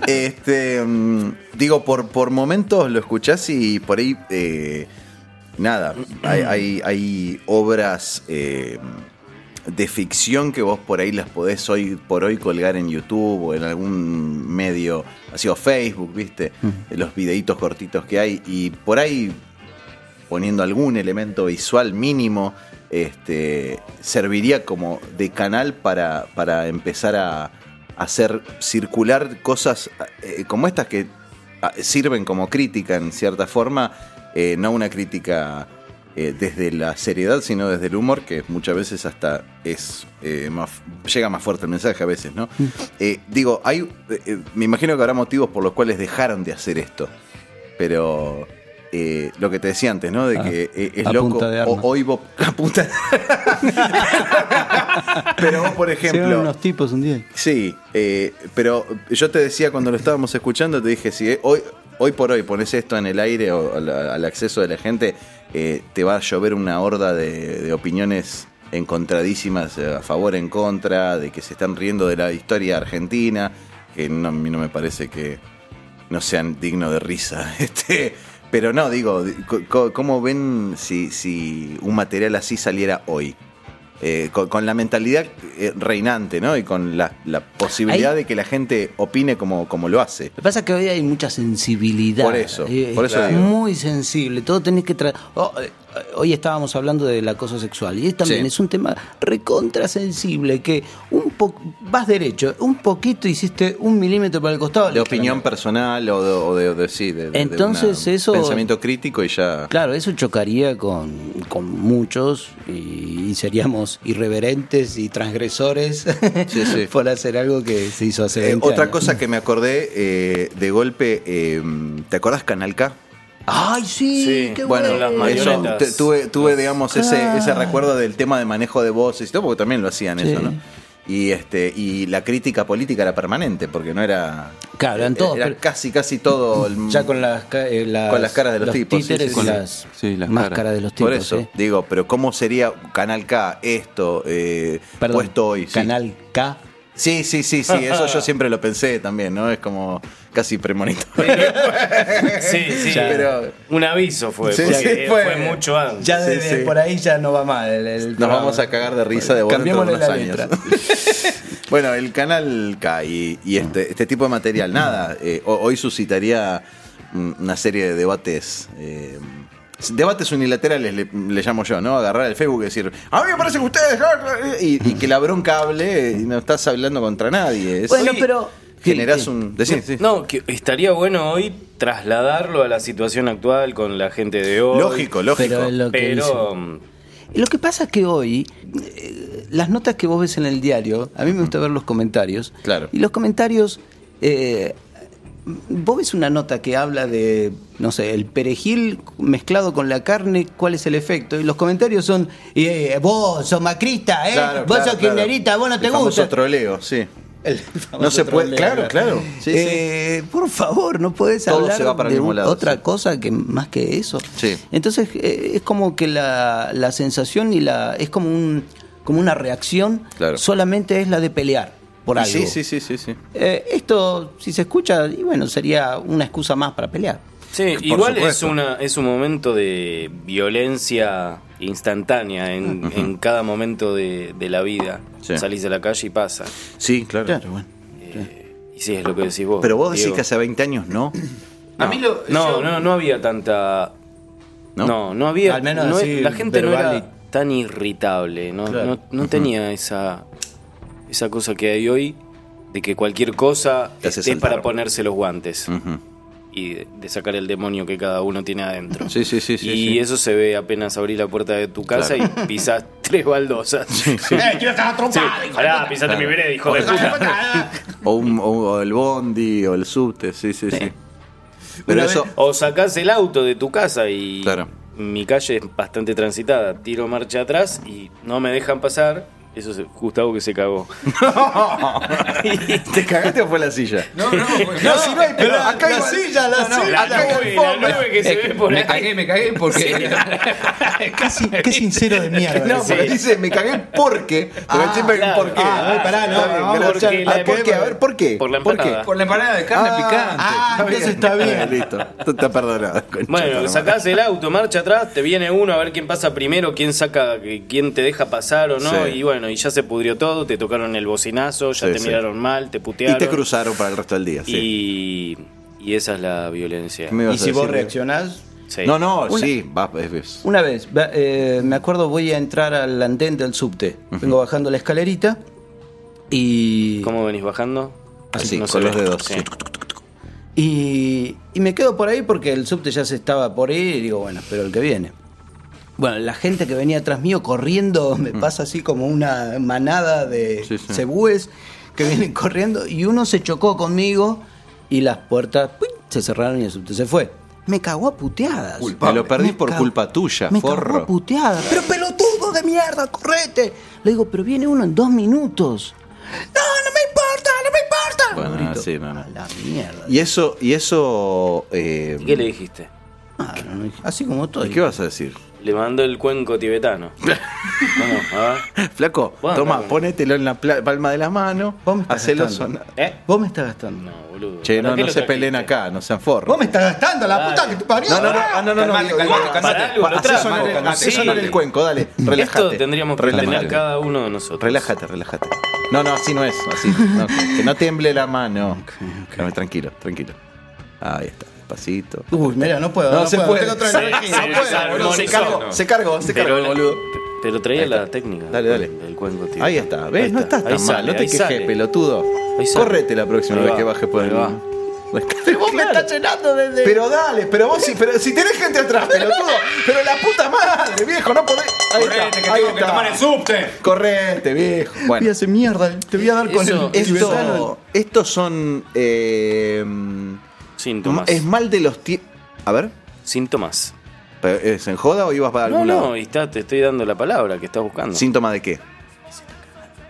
[SPEAKER 2] este, mm, digo, por, por momentos lo escuchás y por ahí, eh, nada, hay, hay- hay obras eh, de ficción que vos por ahí las podés hoy por hoy colgar en YouTube o en algún medio, así o Facebook, viste, los videitos cortitos que hay y por ahí poniendo algún elemento visual mínimo, este, serviría como de canal para, para empezar a hacer circular cosas eh, como estas que ah, sirven como crítica en cierta forma, eh, no una crítica eh, desde la seriedad, sino desde el humor, que muchas veces hasta es eh, más, llega más fuerte el mensaje a veces, ¿no?
[SPEAKER 1] Mm.
[SPEAKER 2] Eh, digo, hay, eh, eh, me imagino que habrá motivos por los cuales dejaron de hacer esto, pero eh, lo que te decía antes, ¿no? De que eh, es
[SPEAKER 1] Ah, a
[SPEAKER 2] loco.
[SPEAKER 1] punta de arma.
[SPEAKER 2] o- hoy vos, a punta- pero vos, por ejemplo,
[SPEAKER 1] unos tipos un día.
[SPEAKER 2] Sí, eh, pero yo te decía cuando lo estábamos escuchando, te dije, si eh, hoy, hoy por hoy pones esto en el aire o al, al acceso de la gente, eh, te va a llover una horda de, de opiniones encontradísimas eh, a favor, en contra, de que se están riendo de la historia argentina, que no, a mí no me parece que no sean digno de risa. Este, pero no, digo, co- co- ¿cómo ven si, si un material así saliera hoy? eh, con, con la mentalidad eh, reinante, ¿no? Y con la, la posibilidad
[SPEAKER 1] Ahí-
[SPEAKER 2] de que la gente opine como, como lo hace.
[SPEAKER 1] Lo que pasa es que hoy hay mucha sensibilidad.
[SPEAKER 2] Por eso,
[SPEAKER 1] Eh,
[SPEAKER 2] por eso
[SPEAKER 1] es
[SPEAKER 2] digo.
[SPEAKER 1] muy sensible. Todo tenés que traer. hoy estábamos hablando del acoso sexual. Y es también
[SPEAKER 2] Sí.
[SPEAKER 1] es un tema recontrasensible. Que un po- vas derecho, un poquito hiciste un milímetro para el costado.
[SPEAKER 2] De opinión personal o de, o de- de- sí, de- de- de
[SPEAKER 1] Entonces,
[SPEAKER 2] una-
[SPEAKER 1] eso-
[SPEAKER 2] pensamiento crítico y ya.
[SPEAKER 1] Claro, eso chocaría con, con muchos y, y seríamos irreverentes y transgresores por hacer algo que se hizo hace
[SPEAKER 2] Eh,
[SPEAKER 1] 20
[SPEAKER 2] otra
[SPEAKER 1] años.
[SPEAKER 2] cosa que me acordé eh, de golpe, eh, ¿te acordás Canal K?
[SPEAKER 1] ¡Ay, sí! qué
[SPEAKER 2] bueno,
[SPEAKER 1] bueno.
[SPEAKER 2] eso, te- tuve, tuve, digamos, ese,
[SPEAKER 1] Claro.
[SPEAKER 2] ese recuerdo del tema de manejo de voces y todo, porque también lo hacían eso, ¿no? Y, este, y la crítica política era permanente, porque no era.
[SPEAKER 1] Claro, eran todos,
[SPEAKER 2] eh, Era
[SPEAKER 1] pero-
[SPEAKER 2] casi, casi todo. el-
[SPEAKER 1] Ya con las, ca- eh, las,
[SPEAKER 2] con las caras de los, tipos. sí,
[SPEAKER 1] títeres
[SPEAKER 2] sí, sí.
[SPEAKER 1] y las, máscaras de los tipos.
[SPEAKER 2] Por eso,
[SPEAKER 1] ¿eh?
[SPEAKER 2] digo, pero ¿cómo sería Canal K esto eh, puesto hoy?
[SPEAKER 1] Canal K.
[SPEAKER 2] Sí, sí, sí, sí, eso yo siempre lo pensé también, ¿no? Es como casi premonitorio.
[SPEAKER 3] Sí, sí.
[SPEAKER 2] Ya. Pero-
[SPEAKER 3] un aviso fue,
[SPEAKER 2] Sí,
[SPEAKER 3] porque
[SPEAKER 2] sí,
[SPEAKER 3] eh,
[SPEAKER 2] fue.
[SPEAKER 3] fue. mucho antes.
[SPEAKER 1] Ya desde
[SPEAKER 2] sí.
[SPEAKER 1] por ahí ya no va mal. El, el
[SPEAKER 2] Nos
[SPEAKER 1] programa.
[SPEAKER 2] vamos a cagar de risa de vos dentro de
[SPEAKER 1] Cambiémosle
[SPEAKER 2] unos
[SPEAKER 1] la
[SPEAKER 2] años.
[SPEAKER 1] letra.
[SPEAKER 2] bueno, el Canal K y, y este, este tipo de material, nada, eh, ho- hoy suscitaría mm, una serie de debates. eh, Debates unilaterales le, le llamo yo, ¿no? Agarrar el Facebook y decir, a mí me parece que ustedes... ah, ah, ah", Y, y que la bronca hable y no estás hablando contra nadie. es-
[SPEAKER 3] Bueno, pero-
[SPEAKER 2] Generás un... decí, sí.
[SPEAKER 3] No, que estaría bueno hoy trasladarlo a la situación actual con la gente de hoy.
[SPEAKER 2] Lógico, lógico.
[SPEAKER 1] Pero es lo que
[SPEAKER 3] Pero, mm,
[SPEAKER 1] dicen. Lo que pasa es que hoy, eh, las notas que vos ves en el diario, a mí me gusta ver los comentarios. Claro. Y los comentarios, eh, vos ves una nota que habla de, no sé, el perejil mezclado con la carne, ¿cuál es el efecto? Y los comentarios son, eh, vos sos macrista, ¿eh?
[SPEAKER 2] Claro,
[SPEAKER 1] vos
[SPEAKER 2] claro,
[SPEAKER 1] sos
[SPEAKER 2] claro.
[SPEAKER 1] kirchnerista, vos no
[SPEAKER 2] El
[SPEAKER 1] te
[SPEAKER 2] famoso
[SPEAKER 1] gusta.
[SPEAKER 2] troleo, sí.
[SPEAKER 1] famoso
[SPEAKER 2] No se puede...
[SPEAKER 1] troleo,
[SPEAKER 2] Claro, claro. Sí, sí.
[SPEAKER 1] Eh, Por favor, no puedes
[SPEAKER 2] Todo
[SPEAKER 1] hablar
[SPEAKER 2] se va para el
[SPEAKER 1] de
[SPEAKER 2] mismo
[SPEAKER 1] un-
[SPEAKER 2] lado,
[SPEAKER 1] otra cosa que más que eso.
[SPEAKER 2] Sí.
[SPEAKER 1] Entonces eh, es como que la, la sensación y la es como un como una reacción solamente es la de pelear por
[SPEAKER 2] Y
[SPEAKER 1] algo.
[SPEAKER 2] Sí, sí, sí, sí, sí.
[SPEAKER 1] Eh, esto si se escucha y bueno sería una excusa más para pelear.
[SPEAKER 3] sí,
[SPEAKER 1] Por
[SPEAKER 3] igual es,
[SPEAKER 1] supuesto.
[SPEAKER 3] una, es un momento de violencia instantánea en, en cada momento de, de la vida.
[SPEAKER 2] Sí.
[SPEAKER 3] Salís de la calle y pasa.
[SPEAKER 2] Sí, claro.
[SPEAKER 3] Eh, Y sí, es lo que decís vos.
[SPEAKER 2] Pero vos decís
[SPEAKER 3] Diego.
[SPEAKER 2] que hace 20 años no.
[SPEAKER 3] No, no, no, no había tanta. No, no, había.
[SPEAKER 1] Al menos
[SPEAKER 3] no-
[SPEAKER 1] así,
[SPEAKER 3] la gente no
[SPEAKER 1] verbal
[SPEAKER 3] era tan irritable. No,
[SPEAKER 1] Claro.
[SPEAKER 3] no, no tenía esa, esa cosa que hay hoy de que cualquier cosa
[SPEAKER 2] hace
[SPEAKER 3] es
[SPEAKER 2] saltar.
[SPEAKER 3] para ponerse los guantes y de, de sacar el demonio que cada uno tiene adentro.
[SPEAKER 2] Sí, sí, sí, sí,
[SPEAKER 3] y
[SPEAKER 2] sí.
[SPEAKER 3] eso se ve apenas abrir la puerta de tu casa
[SPEAKER 2] Claro.
[SPEAKER 3] y pisas tres baldosas.
[SPEAKER 13] Eh, quiero estar atropada,
[SPEAKER 3] Sí,
[SPEAKER 13] hijo de
[SPEAKER 3] pará,
[SPEAKER 13] puta.
[SPEAKER 3] pisate mi
[SPEAKER 2] Claro.
[SPEAKER 3] vereda, hijo de puta.
[SPEAKER 2] O, un- o- o el bondi o el subte, sí, sí, sí. Pero
[SPEAKER 3] Una
[SPEAKER 2] eso.
[SPEAKER 3] vez- o sacás el auto de tu casa y
[SPEAKER 2] Claro.
[SPEAKER 3] mi calle es bastante transitada, tiro marcha atrás y no me dejan pasar. Eso es Gustavo que se cagó.
[SPEAKER 2] ¿Te cagaste o fue la silla?
[SPEAKER 4] No, no,
[SPEAKER 2] No, si no hay, pero acá hay
[SPEAKER 1] silla, la
[SPEAKER 4] no,
[SPEAKER 1] silla.
[SPEAKER 4] acá hay
[SPEAKER 1] La
[SPEAKER 4] alfombra.
[SPEAKER 1] nube que se
[SPEAKER 4] Es
[SPEAKER 1] ve
[SPEAKER 4] que
[SPEAKER 1] por
[SPEAKER 4] me
[SPEAKER 1] ahí.
[SPEAKER 4] cagué, me cagué porque.
[SPEAKER 1] Casi, qué sincero de mierda.
[SPEAKER 2] No, pero dice, me cagué porque. Porque siempre hay un porqué.
[SPEAKER 1] Ah, ay, pará, no,
[SPEAKER 2] Está bien,
[SPEAKER 1] vamos a
[SPEAKER 2] gracias.
[SPEAKER 1] echar-
[SPEAKER 2] Ah,
[SPEAKER 1] la-
[SPEAKER 2] ¿Por qué? A ver, ¿por qué?
[SPEAKER 3] Por la
[SPEAKER 2] ¿Por qué?
[SPEAKER 3] empanada. Por
[SPEAKER 4] la empanada de carne picante.
[SPEAKER 2] Ah,
[SPEAKER 1] entonces está bien.
[SPEAKER 2] Listo. Tú te has perdonado. concha de
[SPEAKER 3] Bueno,
[SPEAKER 2] la
[SPEAKER 3] sacás el auto, marcha atrás, te viene uno a ver quién pasa primero, quién saca, quién te deja pasar o no.
[SPEAKER 2] Sí.
[SPEAKER 3] Y bueno, y ya se pudrió todo, te tocaron el bocinazo, ya
[SPEAKER 2] Sí,
[SPEAKER 3] te
[SPEAKER 2] sí.
[SPEAKER 3] miraron mal, te putearon.
[SPEAKER 2] madre. Y te cruzaron para el resto del día, sí.
[SPEAKER 3] Y, y esa es la violencia.
[SPEAKER 2] ¿Qué me ibas
[SPEAKER 1] Y si vos
[SPEAKER 2] decir?
[SPEAKER 1] reaccionás,
[SPEAKER 3] Sí.
[SPEAKER 2] No, no,
[SPEAKER 1] Una-
[SPEAKER 2] sí, va, es- es-
[SPEAKER 1] Una vez, va- eh, me acuerdo, voy a entrar al andén del subte. Vengo bajando la escalerita y.
[SPEAKER 3] ¿Cómo venís bajando?
[SPEAKER 2] Así,
[SPEAKER 3] No se
[SPEAKER 2] con
[SPEAKER 3] ve.
[SPEAKER 2] los dedos.
[SPEAKER 3] Sí.
[SPEAKER 1] Y, y me quedo por ahí porque el subte ya se estaba por ahí y digo, bueno, pero el que viene. Bueno, la gente que venía atrás mío corriendo me pasa así como una manada de cebúes que vienen corriendo y uno se chocó conmigo y las puertas ¡pui! se cerraron y el subte se fue. Me cagó a puteadas.
[SPEAKER 2] Me lo perdí por
[SPEAKER 1] ca-
[SPEAKER 2] culpa tuya,
[SPEAKER 1] me cagó a
[SPEAKER 2] forro.
[SPEAKER 1] puteada. Pero pelotudo de mierda, correte. Le digo, pero viene uno en dos minutos. No, no me importa, no me importa.
[SPEAKER 3] Ah,
[SPEAKER 2] Bueno, sí, no, no.
[SPEAKER 1] Mierda.
[SPEAKER 2] Y eso, y eso. eh, ah,
[SPEAKER 3] ¿Qué le dijiste?
[SPEAKER 1] Así como todo.
[SPEAKER 2] ¿Y qué vas a decir?
[SPEAKER 3] Le mandó el cuenco tibetano. ¿Cómo? A ver.
[SPEAKER 2] Flaco,
[SPEAKER 3] Bueno,
[SPEAKER 2] toma,
[SPEAKER 3] claro.
[SPEAKER 2] ponételo en la pla- palma de la mano, hacelo
[SPEAKER 1] gastando.
[SPEAKER 3] Eh,
[SPEAKER 2] sonar. Vos me estás gastando. Che, no,
[SPEAKER 1] ¿Para qué
[SPEAKER 2] no
[SPEAKER 1] lo
[SPEAKER 2] se
[SPEAKER 1] trajiste?
[SPEAKER 2] peleen acá, no sean forros.
[SPEAKER 5] Vos me estás gastando la puta que tu parió.
[SPEAKER 2] No, no, no, ah, no, no, no,
[SPEAKER 5] Calmate,
[SPEAKER 2] digo,
[SPEAKER 5] calmate, calmate.
[SPEAKER 2] digo, hacé-
[SPEAKER 5] Para algo,
[SPEAKER 2] hacé
[SPEAKER 5] lo
[SPEAKER 2] sonar
[SPEAKER 5] trajo,
[SPEAKER 2] el-
[SPEAKER 5] calmate.
[SPEAKER 2] hacé
[SPEAKER 5] Sí.
[SPEAKER 2] sonar el cuenco, dale, relájate.
[SPEAKER 3] Esto tendríamos que
[SPEAKER 2] Relájate.
[SPEAKER 3] tener cada uno de nosotros.
[SPEAKER 2] Relájate, relájate. No, no, así no es, así. no, que no tiemble la mano. No, tranquilo, tranquilo. Ahí está, despacito.
[SPEAKER 5] Uy, mira, no puedo.
[SPEAKER 2] No,
[SPEAKER 5] no
[SPEAKER 2] se
[SPEAKER 5] puedo,
[SPEAKER 2] puede.
[SPEAKER 5] tengo otra energía, no puedo, boludo.
[SPEAKER 2] Se cargó, se cargó, se
[SPEAKER 3] Pero-
[SPEAKER 2] cargó, boludo.
[SPEAKER 3] Pero traía la técnica. Dale, dale. El cuenco tibetano.
[SPEAKER 2] Ahí está, ¿ves? no estás
[SPEAKER 3] Ahí
[SPEAKER 2] tan mal,
[SPEAKER 3] sale,
[SPEAKER 2] no te
[SPEAKER 3] ahí
[SPEAKER 2] quejes,
[SPEAKER 3] sale.
[SPEAKER 2] pelotudo. Correte la próxima
[SPEAKER 3] Ahí
[SPEAKER 2] vez
[SPEAKER 3] va,
[SPEAKER 2] que bajes por
[SPEAKER 3] ahí
[SPEAKER 2] el.
[SPEAKER 3] va.
[SPEAKER 5] Pero vos me estás llenando desde.
[SPEAKER 2] Pero dale, pero vos sí, pero si tenés gente atrás, pelotudo. Pero la puta madre, viejo, no podés. Ahí
[SPEAKER 5] Correte, que
[SPEAKER 2] ahí
[SPEAKER 5] tengo que tomar el subte.
[SPEAKER 2] Correte, viejo.
[SPEAKER 5] Voy a hacer mierda, te voy a dar con
[SPEAKER 2] Eso-
[SPEAKER 5] el
[SPEAKER 2] esto-
[SPEAKER 5] tibetano.
[SPEAKER 2] estos son. eh,
[SPEAKER 3] Síntomas.
[SPEAKER 2] Es mal de los tiempos. A ver.
[SPEAKER 3] Síntomas.
[SPEAKER 2] ¿Es en joda o ibas para
[SPEAKER 3] No,
[SPEAKER 2] algún
[SPEAKER 3] no,
[SPEAKER 2] lado?
[SPEAKER 3] y está, te estoy dando la palabra que estás buscando. Ah,
[SPEAKER 2] ¿Síntoma de qué?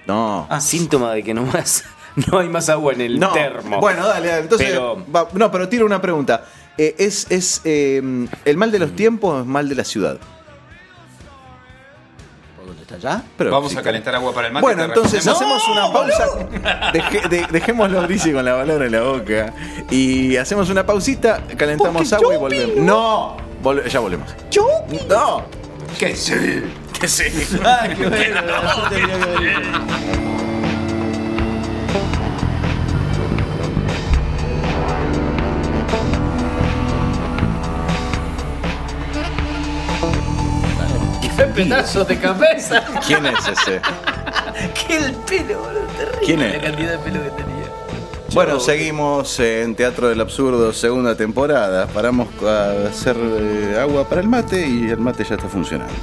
[SPEAKER 2] No.
[SPEAKER 3] Síntoma de que no, más, no hay más agua en el
[SPEAKER 2] No.
[SPEAKER 3] termo.
[SPEAKER 2] Bueno, dale, dale. Entonces,
[SPEAKER 3] Pero-
[SPEAKER 2] va- no, pero tiro una pregunta. Eh, ¿Es, es eh, el mal de los tiempos o es mal de la ciudad?
[SPEAKER 1] ¿Está allá?
[SPEAKER 2] Pero
[SPEAKER 4] Vamos
[SPEAKER 2] sí,
[SPEAKER 4] a calentar agua para el mate.
[SPEAKER 2] Bueno,
[SPEAKER 4] te
[SPEAKER 2] entonces
[SPEAKER 4] reponemos.
[SPEAKER 2] hacemos una pausa. Dejé- de- dejémoslo a Brice con la palabra en la boca. Y hacemos una pausita, calentamos agua y volvemos. No, Volve- ya volvemos. No.
[SPEAKER 4] ¿Qué sí? ¿Qué sí?
[SPEAKER 5] qué bueno, eso tenía que haber dicho.
[SPEAKER 23] ¡Qué pedazo de cabeza!
[SPEAKER 2] ¿Quién es ese?
[SPEAKER 23] ¡Qué el pelo, boludo! Terrible
[SPEAKER 2] ¿Quién es?
[SPEAKER 23] la cantidad de pelo que tenía.
[SPEAKER 2] Bueno, seguimos en Teatro del Absurdo, segunda temporada. Paramos a hacer eh, agua para el mate y el mate ya está funcionando.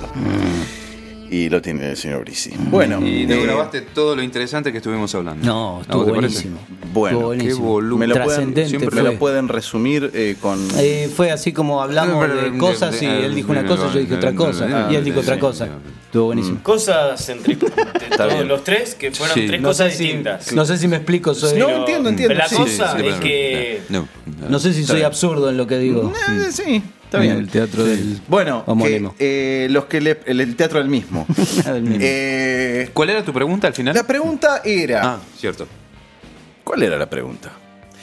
[SPEAKER 2] Y lo tiene el señor Brisi. Bueno.
[SPEAKER 4] Mm. Y no
[SPEAKER 2] eh,
[SPEAKER 4] grabaste todo lo interesante que estuvimos hablando.
[SPEAKER 2] No,
[SPEAKER 4] ¿A
[SPEAKER 2] estuvo
[SPEAKER 4] vos te parece?
[SPEAKER 1] buenísimo.
[SPEAKER 2] Bueno,
[SPEAKER 1] Estuvo
[SPEAKER 2] qué
[SPEAKER 1] buenísimo.
[SPEAKER 2] volumen. Me lo pueden,
[SPEAKER 1] Trascendente
[SPEAKER 2] siempre
[SPEAKER 1] fue.
[SPEAKER 2] me lo pueden resumir eh, con.
[SPEAKER 1] Eh, fue así como hablamos de cosas y él dijo una cosa, yo dije otra cosa. Y él dijo otra cosa. Estuvo buenísimo.
[SPEAKER 3] Cosas entre todos
[SPEAKER 1] bien.
[SPEAKER 3] los tres que fueron
[SPEAKER 1] Sí.
[SPEAKER 3] tres
[SPEAKER 1] No
[SPEAKER 3] cosas
[SPEAKER 1] sé si-
[SPEAKER 3] distintas.
[SPEAKER 1] no sé si me explico, soy- Mm. No, entiendo, entiendo,
[SPEAKER 3] La
[SPEAKER 1] sí.
[SPEAKER 3] cosa
[SPEAKER 1] Sí, sí,
[SPEAKER 3] es
[SPEAKER 1] claro.
[SPEAKER 3] que.
[SPEAKER 1] No, sé si
[SPEAKER 2] Está
[SPEAKER 1] soy
[SPEAKER 2] bien.
[SPEAKER 1] absurdo en lo que digo.
[SPEAKER 2] Eh, sí, está bien.
[SPEAKER 1] El teatro del
[SPEAKER 2] Bueno,
[SPEAKER 1] homónimo.
[SPEAKER 2] que, eh, los que le- el, el teatro del mismo. Eh,
[SPEAKER 4] ¿Cuál era tu pregunta al final?
[SPEAKER 2] La pregunta era.
[SPEAKER 4] Ah, cierto.
[SPEAKER 2] ¿Cuál era la pregunta?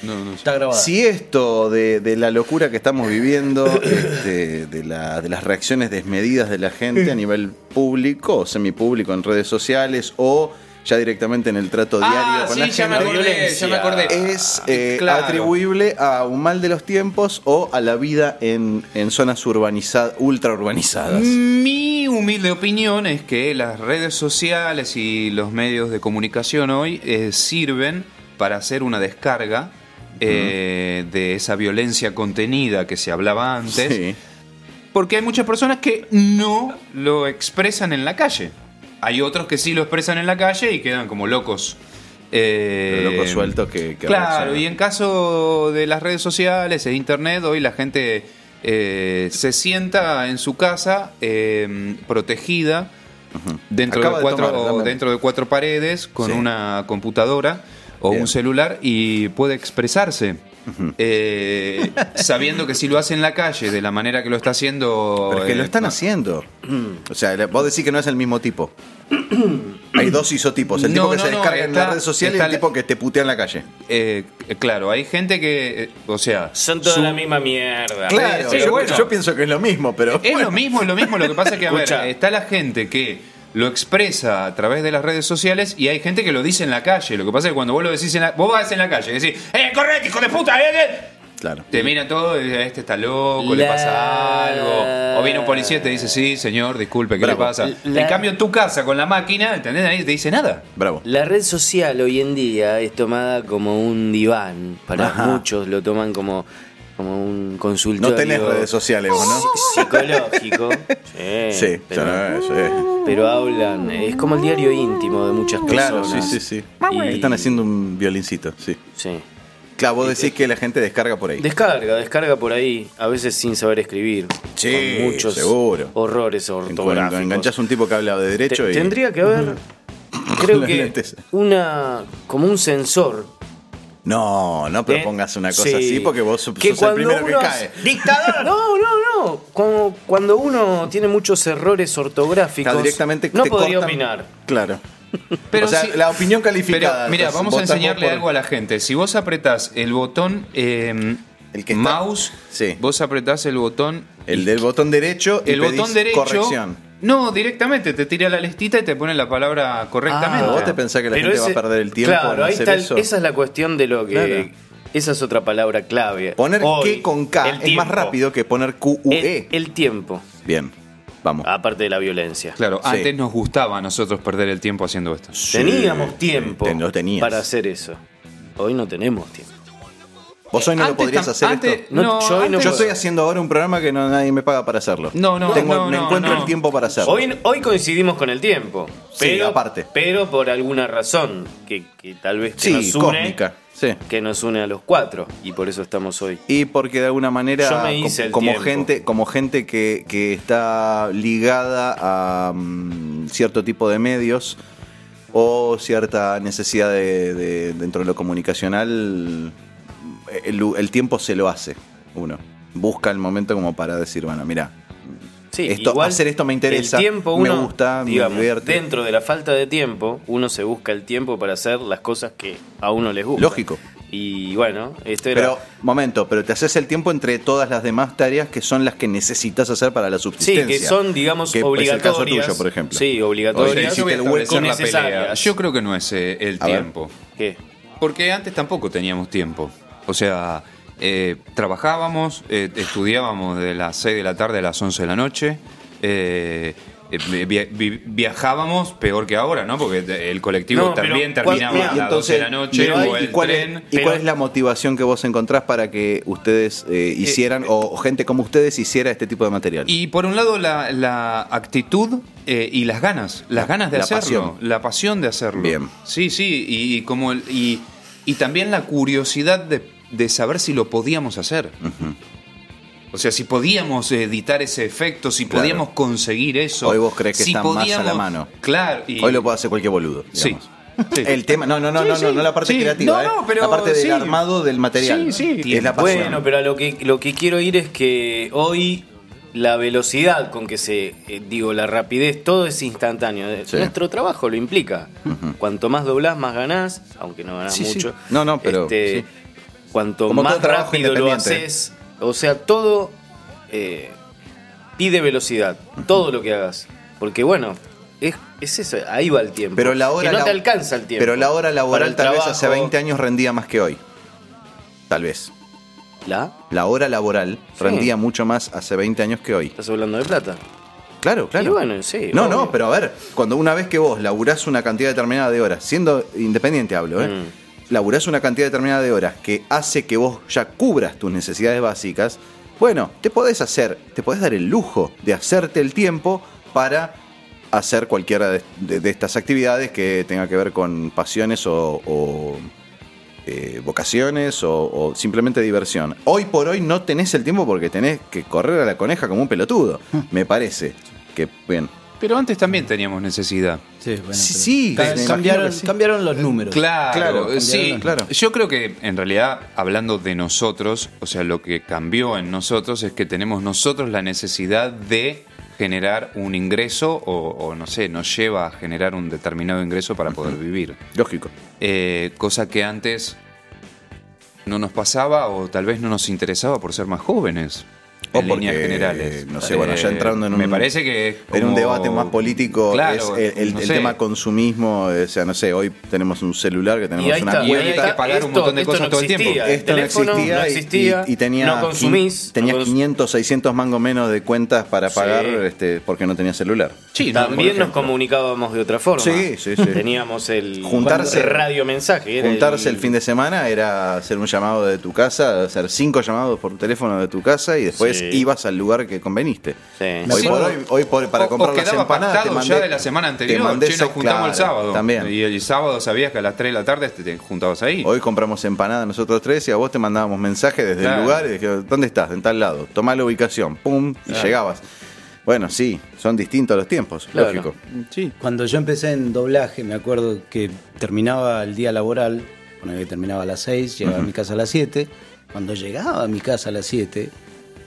[SPEAKER 4] No, no sé.
[SPEAKER 1] Está grabado.
[SPEAKER 2] Si esto de, de la locura que estamos viviendo, este, de, la- de las reacciones desmedidas de la gente a nivel público, o semipúblico en redes sociales, o ya directamente en el trato diario
[SPEAKER 4] Ah,
[SPEAKER 2] con
[SPEAKER 4] sí,
[SPEAKER 2] la
[SPEAKER 4] ya me
[SPEAKER 2] gente,
[SPEAKER 4] acordé, ya me acordé.
[SPEAKER 2] es eh,
[SPEAKER 4] Claro.
[SPEAKER 2] atribuible a un mal de los tiempos o a la vida en, en zonas urbanizadas, ultra urbanizadas.
[SPEAKER 4] Mi humilde opinión es que las redes sociales y los medios de comunicación hoy eh, sirven para hacer una descarga eh, de esa violencia contenida que se hablaba antes. Porque hay muchas personas que no lo expresan en la calle. Hay otros que sí lo expresan en la calle y quedan como locos. Eh,
[SPEAKER 2] Los locos sueltos que, que
[SPEAKER 4] Claro,
[SPEAKER 2] reaccionan.
[SPEAKER 4] y en caso de las redes sociales e internet, hoy la gente eh, se sienta en su casa eh, protegida dentro
[SPEAKER 2] Acaba
[SPEAKER 4] de,
[SPEAKER 2] de
[SPEAKER 4] cuatro,
[SPEAKER 2] tomar, dame.
[SPEAKER 4] dentro de cuatro paredes con
[SPEAKER 2] Sí.
[SPEAKER 4] una computadora o
[SPEAKER 2] Bien.
[SPEAKER 4] un celular y puede expresarse. Eh, sabiendo que si lo hace en la calle de la manera que lo está haciendo
[SPEAKER 2] Pero es que lo
[SPEAKER 4] eh,
[SPEAKER 2] están haciendo. O sea, le- vos decís que no es el mismo tipo. Hay dos isotipos, el
[SPEAKER 4] No,
[SPEAKER 2] tipo que
[SPEAKER 4] no,
[SPEAKER 2] se
[SPEAKER 4] no,
[SPEAKER 2] descarga en las
[SPEAKER 4] está-
[SPEAKER 2] redes sociales y
[SPEAKER 4] está
[SPEAKER 2] el
[SPEAKER 4] la-
[SPEAKER 2] tipo que te putea en la calle.
[SPEAKER 4] eh, claro hay gente que eh, o sea
[SPEAKER 3] Son toda
[SPEAKER 4] su-
[SPEAKER 3] la misma mierda.
[SPEAKER 2] Claro,
[SPEAKER 4] sí,
[SPEAKER 2] yo,
[SPEAKER 4] bueno.
[SPEAKER 2] yo pienso que es lo mismo, pero.
[SPEAKER 4] Es lo mismo, es lo mismo. Lo que pasa es que, a ver,
[SPEAKER 2] Escucha.
[SPEAKER 4] está la gente que lo expresa a través de las redes sociales y hay gente que lo dice en la calle. Lo que pasa es que cuando vos lo decís en la, vos vas en la calle y decís, ¡eh, correte, hijo de puta! eh, eh".
[SPEAKER 2] Claro.
[SPEAKER 4] Te mira todo y este está loco, le
[SPEAKER 3] La-
[SPEAKER 4] pasa algo. O viene un policía y te dice, sí, señor, disculpe, ¿qué
[SPEAKER 3] Bravo.
[SPEAKER 4] le pasa?
[SPEAKER 3] La-
[SPEAKER 4] En cambio, en tu casa con la máquina, ¿entendés? Nadie te dice nada.
[SPEAKER 2] Bravo.
[SPEAKER 3] La red social hoy en día es tomada como un diván. Para
[SPEAKER 2] Ajá.
[SPEAKER 3] muchos lo toman como, como un consultorio.
[SPEAKER 2] No tenés redes sociales vos, ¿no?
[SPEAKER 3] Psicológico. Sí.
[SPEAKER 2] Sí,
[SPEAKER 3] pero,
[SPEAKER 2] ya, sí.
[SPEAKER 3] pero hablan. Es como el diario íntimo de muchas
[SPEAKER 2] Claro,
[SPEAKER 3] personas.
[SPEAKER 2] sí, sí, sí.
[SPEAKER 3] Y-
[SPEAKER 2] Están haciendo un violincito, sí.
[SPEAKER 3] Sí.
[SPEAKER 2] Claro, vos decís que la gente descarga por ahí.
[SPEAKER 3] Descarga, descarga por ahí, a veces sin saber escribir.
[SPEAKER 2] Sí,
[SPEAKER 3] con muchos
[SPEAKER 2] seguro.
[SPEAKER 3] horrores
[SPEAKER 2] Cuando
[SPEAKER 3] ortográficos.
[SPEAKER 2] enganchás un tipo que habla de derecho
[SPEAKER 3] Te-
[SPEAKER 2] y.
[SPEAKER 3] Tendría que haber, creo
[SPEAKER 2] Los
[SPEAKER 3] que,
[SPEAKER 2] lentes.
[SPEAKER 3] una como un sensor.
[SPEAKER 2] No, no propongas una cosa
[SPEAKER 3] Sí.
[SPEAKER 2] así porque vos sos
[SPEAKER 3] Que
[SPEAKER 2] Pues sos el
[SPEAKER 3] cuando
[SPEAKER 2] primero que
[SPEAKER 3] uno
[SPEAKER 2] cae.
[SPEAKER 3] hace- ¡Dictador! No, no, no. No, como cuando uno tiene muchos errores ortográficos,
[SPEAKER 2] Claro, directamente
[SPEAKER 3] no
[SPEAKER 2] te
[SPEAKER 3] podría
[SPEAKER 2] cortan.
[SPEAKER 3] opinar.
[SPEAKER 2] Claro. o sea, la opinión calificada.
[SPEAKER 4] Pero, mira,
[SPEAKER 2] entonces,
[SPEAKER 4] vamos a
[SPEAKER 2] votamos
[SPEAKER 4] enseñarle
[SPEAKER 2] por-
[SPEAKER 4] algo a la gente. Si vos apretás el botón eh, mouse, vos apretás el botón.
[SPEAKER 2] El del botón derecho y
[SPEAKER 4] El
[SPEAKER 2] pedís
[SPEAKER 4] botón derecho.
[SPEAKER 2] corrección.
[SPEAKER 4] No, directamente te tira la listita y te pone la palabra correctamente.
[SPEAKER 2] Ah, ¿vos te pensás que la gente va a perder el tiempo
[SPEAKER 3] Claro,
[SPEAKER 2] en
[SPEAKER 3] ahí
[SPEAKER 2] hacer
[SPEAKER 3] está el-
[SPEAKER 2] eso?
[SPEAKER 3] esa es la cuestión de lo que.
[SPEAKER 2] Claro.
[SPEAKER 3] Esa es otra palabra clave.
[SPEAKER 2] Poner
[SPEAKER 3] Hoy,
[SPEAKER 2] que con K
[SPEAKER 3] el
[SPEAKER 2] es más
[SPEAKER 3] tiempo.
[SPEAKER 2] rápido que poner QUE.
[SPEAKER 3] El, el tiempo.
[SPEAKER 2] Bien, vamos.
[SPEAKER 3] Aparte de la violencia.
[SPEAKER 4] Claro,
[SPEAKER 3] Sí.
[SPEAKER 4] antes nos gustaba a nosotros perder el tiempo haciendo esto.
[SPEAKER 3] Teníamos tiempo
[SPEAKER 4] Ten- lo tenías.
[SPEAKER 3] para hacer eso. Hoy no tenemos tiempo.
[SPEAKER 2] ¿Vos hoy no lo
[SPEAKER 3] Antes
[SPEAKER 2] podrías
[SPEAKER 3] tam-
[SPEAKER 2] hacer
[SPEAKER 3] antes-
[SPEAKER 2] esto?
[SPEAKER 3] no, No, yo hoy no antes-
[SPEAKER 2] yo
[SPEAKER 3] puedo.
[SPEAKER 2] estoy haciendo ahora un programa que no, nadie me paga para hacerlo.
[SPEAKER 3] No, no,
[SPEAKER 2] Tengo-
[SPEAKER 3] no,
[SPEAKER 2] Me
[SPEAKER 3] no,
[SPEAKER 2] encuentro
[SPEAKER 3] no.
[SPEAKER 2] el tiempo para hacerlo.
[SPEAKER 3] Hoy, hoy coincidimos con el tiempo.
[SPEAKER 2] Sí,
[SPEAKER 3] Pero,
[SPEAKER 2] aparte.
[SPEAKER 3] Pero por alguna razón que, que tal vez que
[SPEAKER 2] Sí,
[SPEAKER 3] nos une,
[SPEAKER 2] cósmica,
[SPEAKER 3] que nos une a los cuatro. Y por eso estamos hoy.
[SPEAKER 2] Y porque de alguna manera,
[SPEAKER 3] Yo me hice
[SPEAKER 2] co-
[SPEAKER 3] el
[SPEAKER 2] como,
[SPEAKER 3] tiempo.
[SPEAKER 2] gente, como gente que, que está ligada a mm, cierto tipo de medios o cierta necesidad de, de- dentro de lo comunicacional, el, el tiempo se lo hace uno. Busca el momento como para decir, bueno, mira,
[SPEAKER 3] Sí,
[SPEAKER 2] esto,
[SPEAKER 3] igual
[SPEAKER 2] hacer esto me interesa,
[SPEAKER 3] el tiempo
[SPEAKER 2] me
[SPEAKER 3] uno,
[SPEAKER 2] gusta,
[SPEAKER 3] digamos,
[SPEAKER 2] me divierte.
[SPEAKER 3] Dentro de la falta de tiempo, uno se busca el tiempo para hacer las cosas que a uno les gusta.
[SPEAKER 2] Lógico.
[SPEAKER 3] Y bueno, esto era.
[SPEAKER 2] Pero, momento, pero te haces el tiempo entre todas las demás tareas que son las que necesitas hacer para la
[SPEAKER 3] Sí,
[SPEAKER 2] subsistencia.
[SPEAKER 3] que son, digamos,
[SPEAKER 2] Que es el
[SPEAKER 3] obligatorias.
[SPEAKER 2] caso tuyo, por ejemplo.
[SPEAKER 3] Sí,
[SPEAKER 4] Oye,
[SPEAKER 3] obligatorias.
[SPEAKER 4] yo voy a establecer la pelea.
[SPEAKER 3] necesarias.
[SPEAKER 4] Yo creo que no es eh, el
[SPEAKER 3] A ver.
[SPEAKER 4] tiempo.
[SPEAKER 3] ¿Qué?
[SPEAKER 4] Porque antes tampoco teníamos tiempo. O sea, eh, trabajábamos, eh, estudiábamos de las 6 de la tarde a las 11 de la noche. eh, eh, via- vi- viajábamos peor que ahora, ¿no? Porque de- el colectivo
[SPEAKER 2] No, pero
[SPEAKER 4] también
[SPEAKER 2] ¿cuál-
[SPEAKER 4] terminaba
[SPEAKER 2] mira,
[SPEAKER 4] a las 12 de la noche
[SPEAKER 2] pero hay-
[SPEAKER 4] o
[SPEAKER 2] ¿y
[SPEAKER 4] el
[SPEAKER 2] cuál es-
[SPEAKER 4] tren.
[SPEAKER 2] ¿Y cuál es la motivación que vos encontrás para que ustedes eh, hicieran, o gente como ustedes hiciera este tipo de material?
[SPEAKER 4] Y por un lado la, la actitud eh, y las ganas, las ganas de
[SPEAKER 2] La
[SPEAKER 4] hacerlo,
[SPEAKER 2] pasión.
[SPEAKER 4] la pasión de hacerlo.
[SPEAKER 2] Bien.
[SPEAKER 4] Sí, sí, y, y como el- y, y también la curiosidad de, de saber si lo podíamos hacer. O sea, si podíamos editar ese efecto, si
[SPEAKER 2] Claro.
[SPEAKER 4] podíamos conseguir eso.
[SPEAKER 2] Hoy vos crees que
[SPEAKER 4] si
[SPEAKER 2] está más a la
[SPEAKER 4] podíamos-
[SPEAKER 2] mano.
[SPEAKER 4] Claro. y-
[SPEAKER 2] Hoy lo puede hacer cualquier boludo. digamos.
[SPEAKER 4] Sí.
[SPEAKER 2] El tema, no, no, no,
[SPEAKER 4] Sí,
[SPEAKER 2] no, no,
[SPEAKER 4] sí,
[SPEAKER 2] no la parte
[SPEAKER 4] sí.
[SPEAKER 2] creativa,
[SPEAKER 4] No, no,
[SPEAKER 2] eh.
[SPEAKER 4] pero
[SPEAKER 2] la parte del
[SPEAKER 4] sí.
[SPEAKER 2] armado del material.
[SPEAKER 4] Sí, sí.
[SPEAKER 2] Es la pasión.
[SPEAKER 3] Bueno, pero a lo que, lo que quiero ir es que hoy la velocidad con que se, eh, digo, la rapidez, todo es instantáneo. Eh,
[SPEAKER 2] Sí.
[SPEAKER 3] Nuestro trabajo lo implica. Cuanto más doblás, más ganás, aunque no ganás
[SPEAKER 2] Sí, sí.
[SPEAKER 3] mucho.
[SPEAKER 2] No, no, pero,
[SPEAKER 3] Este,
[SPEAKER 2] sí.
[SPEAKER 3] Cuanto
[SPEAKER 2] Como
[SPEAKER 3] más
[SPEAKER 2] todo trabajo
[SPEAKER 3] rápido lo
[SPEAKER 2] independiente.
[SPEAKER 3] haces, o sea, todo eh, pide velocidad, todo lo que hagas. Porque bueno, es, es eso, ahí va el tiempo.
[SPEAKER 2] Pero la hora
[SPEAKER 3] que no
[SPEAKER 2] lab-
[SPEAKER 3] te alcanza el tiempo.
[SPEAKER 2] Pero la hora
[SPEAKER 3] Para
[SPEAKER 2] laboral
[SPEAKER 3] el
[SPEAKER 2] tal vez hace
[SPEAKER 3] trabajo.
[SPEAKER 2] 20 años rendía más que hoy. Tal vez.
[SPEAKER 3] ¿La?
[SPEAKER 2] La hora laboral rendía mucho más hace 20 años que hoy.
[SPEAKER 3] ¿Estás hablando de plata?
[SPEAKER 2] Claro, claro.
[SPEAKER 3] Y bueno, sí,
[SPEAKER 2] No,
[SPEAKER 3] obvio.
[SPEAKER 2] no, pero a ver, cuando una vez que vos laburás una cantidad determinada de horas, siendo independiente hablo, ¿eh?
[SPEAKER 3] Mm.
[SPEAKER 2] Laburás una cantidad determinada de horas que hace que vos ya cubras tus necesidades básicas, bueno, te podés hacer, te podés dar el lujo de hacerte el tiempo para hacer cualquiera de, de- de estas actividades que tenga que ver con pasiones o, o, eh, vocaciones o, o simplemente diversión. Hoy por hoy no tenés el tiempo porque tenés que correr a la coneja como un pelotudo,
[SPEAKER 3] Hmm.
[SPEAKER 2] me parece. Que bien.
[SPEAKER 4] Pero antes también teníamos necesidad.
[SPEAKER 1] Sí, bueno,
[SPEAKER 2] Sí,
[SPEAKER 1] pero-
[SPEAKER 2] me
[SPEAKER 1] cambiaron,
[SPEAKER 2] imagino que sí.
[SPEAKER 1] cambiaron los números.
[SPEAKER 4] Claro, eh,
[SPEAKER 1] cambiaron
[SPEAKER 4] sí,
[SPEAKER 1] los-
[SPEAKER 4] claro. Yo creo que en realidad, hablando de nosotros, o sea, lo que cambió en nosotros es que tenemos nosotros la necesidad de generar un ingreso o, o no sé, nos lleva a generar un determinado ingreso para poder vivir.
[SPEAKER 2] Lógico.
[SPEAKER 4] Eh, cosa que antes no nos pasaba o tal vez no nos interesaba por ser más jóvenes.
[SPEAKER 2] O
[SPEAKER 4] en líneas
[SPEAKER 2] porque,
[SPEAKER 4] generales.
[SPEAKER 2] no sé, bueno, ya
[SPEAKER 4] Eh,
[SPEAKER 2] entrando en
[SPEAKER 4] Me
[SPEAKER 2] un-
[SPEAKER 4] parece que. es
[SPEAKER 2] En un
[SPEAKER 4] como-
[SPEAKER 2] debate más político,
[SPEAKER 4] Claro,
[SPEAKER 2] es el, el-
[SPEAKER 4] no
[SPEAKER 2] el
[SPEAKER 4] sé.
[SPEAKER 2] tema consumismo, eh, o sea, no sé, hoy tenemos un celular que tenemos
[SPEAKER 3] ahí
[SPEAKER 2] una
[SPEAKER 3] está, y
[SPEAKER 2] cuenta.
[SPEAKER 3] ahí está, esto- esto no existía, el
[SPEAKER 2] Esto no
[SPEAKER 3] teléfono
[SPEAKER 2] existía,
[SPEAKER 3] no
[SPEAKER 2] y-
[SPEAKER 3] existía,
[SPEAKER 2] y, y tenía,
[SPEAKER 3] no consumís,
[SPEAKER 2] quin- tenía
[SPEAKER 3] no cons-
[SPEAKER 2] 500, 600 mangos menos de cuentas para
[SPEAKER 3] Sí.
[SPEAKER 2] pagar este, porque no tenía celular.
[SPEAKER 3] También nos comunicábamos de otra forma.
[SPEAKER 2] Sí, sí, sí.
[SPEAKER 3] Teníamos el
[SPEAKER 2] Juntarse.
[SPEAKER 3] radio mensaje.
[SPEAKER 2] Juntarse el... fin de semana era hacer un llamado de tu casa, hacer cinco llamados por teléfono de tu casa y después
[SPEAKER 4] Sí.
[SPEAKER 2] ibas al lugar que conveniste.
[SPEAKER 4] Me
[SPEAKER 2] Hoy, por
[SPEAKER 4] acuerdo-
[SPEAKER 2] hoy, hoy por- para
[SPEAKER 4] O-
[SPEAKER 2] comprar
[SPEAKER 4] o
[SPEAKER 2] las
[SPEAKER 4] quedaba
[SPEAKER 2] empanadas te
[SPEAKER 4] pactado
[SPEAKER 2] mandé,
[SPEAKER 4] ya de la semana anterior.
[SPEAKER 2] te mandé
[SPEAKER 4] che, nos
[SPEAKER 2] ese-
[SPEAKER 4] juntamos el
[SPEAKER 2] claro,
[SPEAKER 4] sábado.
[SPEAKER 2] También.
[SPEAKER 4] Y el sábado sabías que a las 3 de la tarde te- te juntabas ahí.
[SPEAKER 2] Hoy compramos empanadas nosotros tres y a vos te mandábamos mensajes desde
[SPEAKER 4] Claro.
[SPEAKER 2] el lugar y dijimos, ¿dónde estás? En tal lado. Tomá la ubicación. Pum, y
[SPEAKER 1] Claro.
[SPEAKER 2] llegabas. Bueno, sí, son distintos los tiempos,
[SPEAKER 1] Claro.
[SPEAKER 2] lógico.
[SPEAKER 1] Cuando yo empecé en doblaje, me acuerdo que terminaba el día laboral, bueno, que terminaba a las 6, llegaba a
[SPEAKER 2] Ujú.
[SPEAKER 1] mi casa a las 7. Cuando llegaba a mi casa a las 7,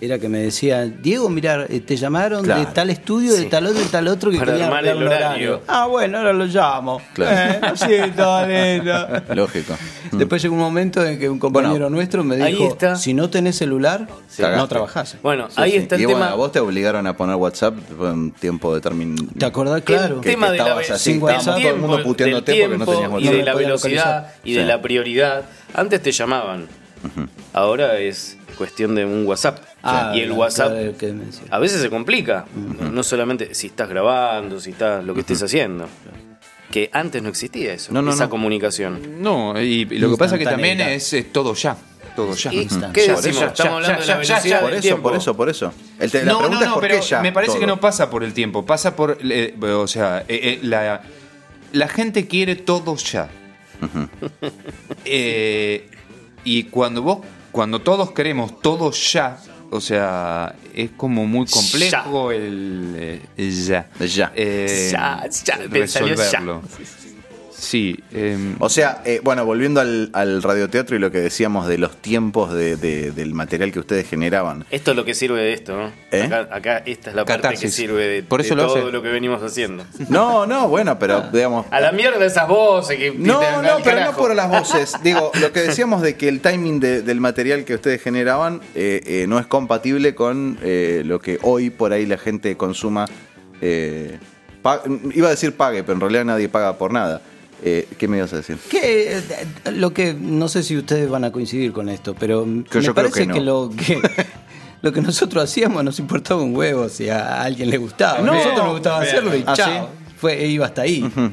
[SPEAKER 1] era que me decían, Diego, mirar, te llamaron de
[SPEAKER 2] Claro.
[SPEAKER 1] tal estudio, de tal otro, de tal otro que
[SPEAKER 2] Para
[SPEAKER 1] querían
[SPEAKER 2] armar el
[SPEAKER 1] hablar un
[SPEAKER 2] horario.
[SPEAKER 1] Ah, bueno, ahora lo llamo. Eh, lo siento, lindo.
[SPEAKER 2] Lógico.
[SPEAKER 1] Después llegó un momento en que un compañero nuestro me
[SPEAKER 3] ahí
[SPEAKER 1] dijo,
[SPEAKER 3] está.
[SPEAKER 1] si no tenés celular, no
[SPEAKER 2] Cagaste.
[SPEAKER 1] trabajás.
[SPEAKER 3] Bueno, ahí está el
[SPEAKER 2] y
[SPEAKER 3] tema.
[SPEAKER 2] Bueno, a vos te obligaron a poner WhatsApp por un tiempo determinado.
[SPEAKER 1] ¿Te acordás? Claro.
[SPEAKER 2] Que, que
[SPEAKER 3] tema de la
[SPEAKER 2] estabas
[SPEAKER 3] ve-
[SPEAKER 2] así,
[SPEAKER 3] sin
[SPEAKER 2] estábamos
[SPEAKER 3] WhatsApp,
[SPEAKER 2] todo el mundo
[SPEAKER 3] del
[SPEAKER 2] puteándote porque no
[SPEAKER 3] tiempo
[SPEAKER 2] tenías
[SPEAKER 3] Y
[SPEAKER 2] WhatsApp.
[SPEAKER 3] de la velocidad y de
[SPEAKER 2] Sí.
[SPEAKER 3] la prioridad. Antes te llamaban. Ahora es cuestión de un WhatsApp.
[SPEAKER 1] Ah,
[SPEAKER 3] y el
[SPEAKER 1] la
[SPEAKER 3] WhatsApp
[SPEAKER 1] cara que me decía.
[SPEAKER 3] a veces se complica. No solamente si estás grabando, si estás lo que estés haciendo. Que antes no existía eso,
[SPEAKER 4] No, no,
[SPEAKER 3] esa
[SPEAKER 4] no.
[SPEAKER 3] comunicación.
[SPEAKER 4] No, y y lo que pasa es que también
[SPEAKER 3] Instantaneidad.
[SPEAKER 4] es, eh, todo ya. Todo ya.
[SPEAKER 3] ¿Y
[SPEAKER 4] Ujú.
[SPEAKER 3] qué
[SPEAKER 4] Ya,
[SPEAKER 3] decimos?
[SPEAKER 4] ya, ya,
[SPEAKER 3] Estamos hablando de la velocidad
[SPEAKER 2] por
[SPEAKER 3] del
[SPEAKER 2] eso,
[SPEAKER 3] tiempo.
[SPEAKER 2] por eso, por eso. El te- la
[SPEAKER 4] no,
[SPEAKER 2] pregunta
[SPEAKER 4] no,
[SPEAKER 2] es
[SPEAKER 4] no,
[SPEAKER 2] por
[SPEAKER 4] pero
[SPEAKER 2] qué ya.
[SPEAKER 4] me parece
[SPEAKER 2] todo.
[SPEAKER 4] que no pasa por el tiempo, pasa por, eh, o sea, eh, eh, la, la gente quiere todo ya. Eh, y cuando vos, cuando todos queremos todo ya, o sea, es como muy complejo el eh, ya.
[SPEAKER 2] Ya.
[SPEAKER 4] Eh,
[SPEAKER 2] Ya, ya, me salió ya.
[SPEAKER 4] resolverlo. Sí.
[SPEAKER 1] em,
[SPEAKER 2] o sea, eh, bueno, volviendo al, al radioteatro y lo que decíamos de los tiempos de- de- del material que ustedes generaban.
[SPEAKER 3] Esto es lo que sirve de esto, ¿no?
[SPEAKER 2] ¿Eh?
[SPEAKER 3] Acá, acá esta es la parte que
[SPEAKER 2] Catarsis.
[SPEAKER 3] sirve de,
[SPEAKER 2] Por
[SPEAKER 3] de
[SPEAKER 2] eso lo
[SPEAKER 3] todo
[SPEAKER 2] hace.
[SPEAKER 3] lo que venimos haciendo.
[SPEAKER 2] No, no, bueno,
[SPEAKER 3] Ah.
[SPEAKER 2] pero digamos.
[SPEAKER 3] A la mierda esas voces que
[SPEAKER 2] No,
[SPEAKER 3] al
[SPEAKER 2] no, pero no
[SPEAKER 3] carajo.
[SPEAKER 2] por las voces. Digo, lo que decíamos de que el timing de- del material que ustedes generaban eh, eh, no es compatible con eh, lo que hoy por ahí la gente consuma. eh, pa- iba a decir pague, pero en realidad nadie paga por nada. Eh, ¿Qué me ibas a decir?
[SPEAKER 1] Que, eh, lo que no sé si ustedes van a coincidir con esto, pero mm,
[SPEAKER 2] Que
[SPEAKER 1] me
[SPEAKER 2] yo creo
[SPEAKER 1] parece
[SPEAKER 2] que no.
[SPEAKER 1] lo que lo que nosotros hacíamos nos importaba un huevo si a alguien le gustaba.
[SPEAKER 2] No.
[SPEAKER 1] a nosotros nos gustaba
[SPEAKER 2] Bien.
[SPEAKER 1] hacerlo y
[SPEAKER 2] ¿Ah, sí?
[SPEAKER 1] chao. Fue, e iba hasta ahí. Eh,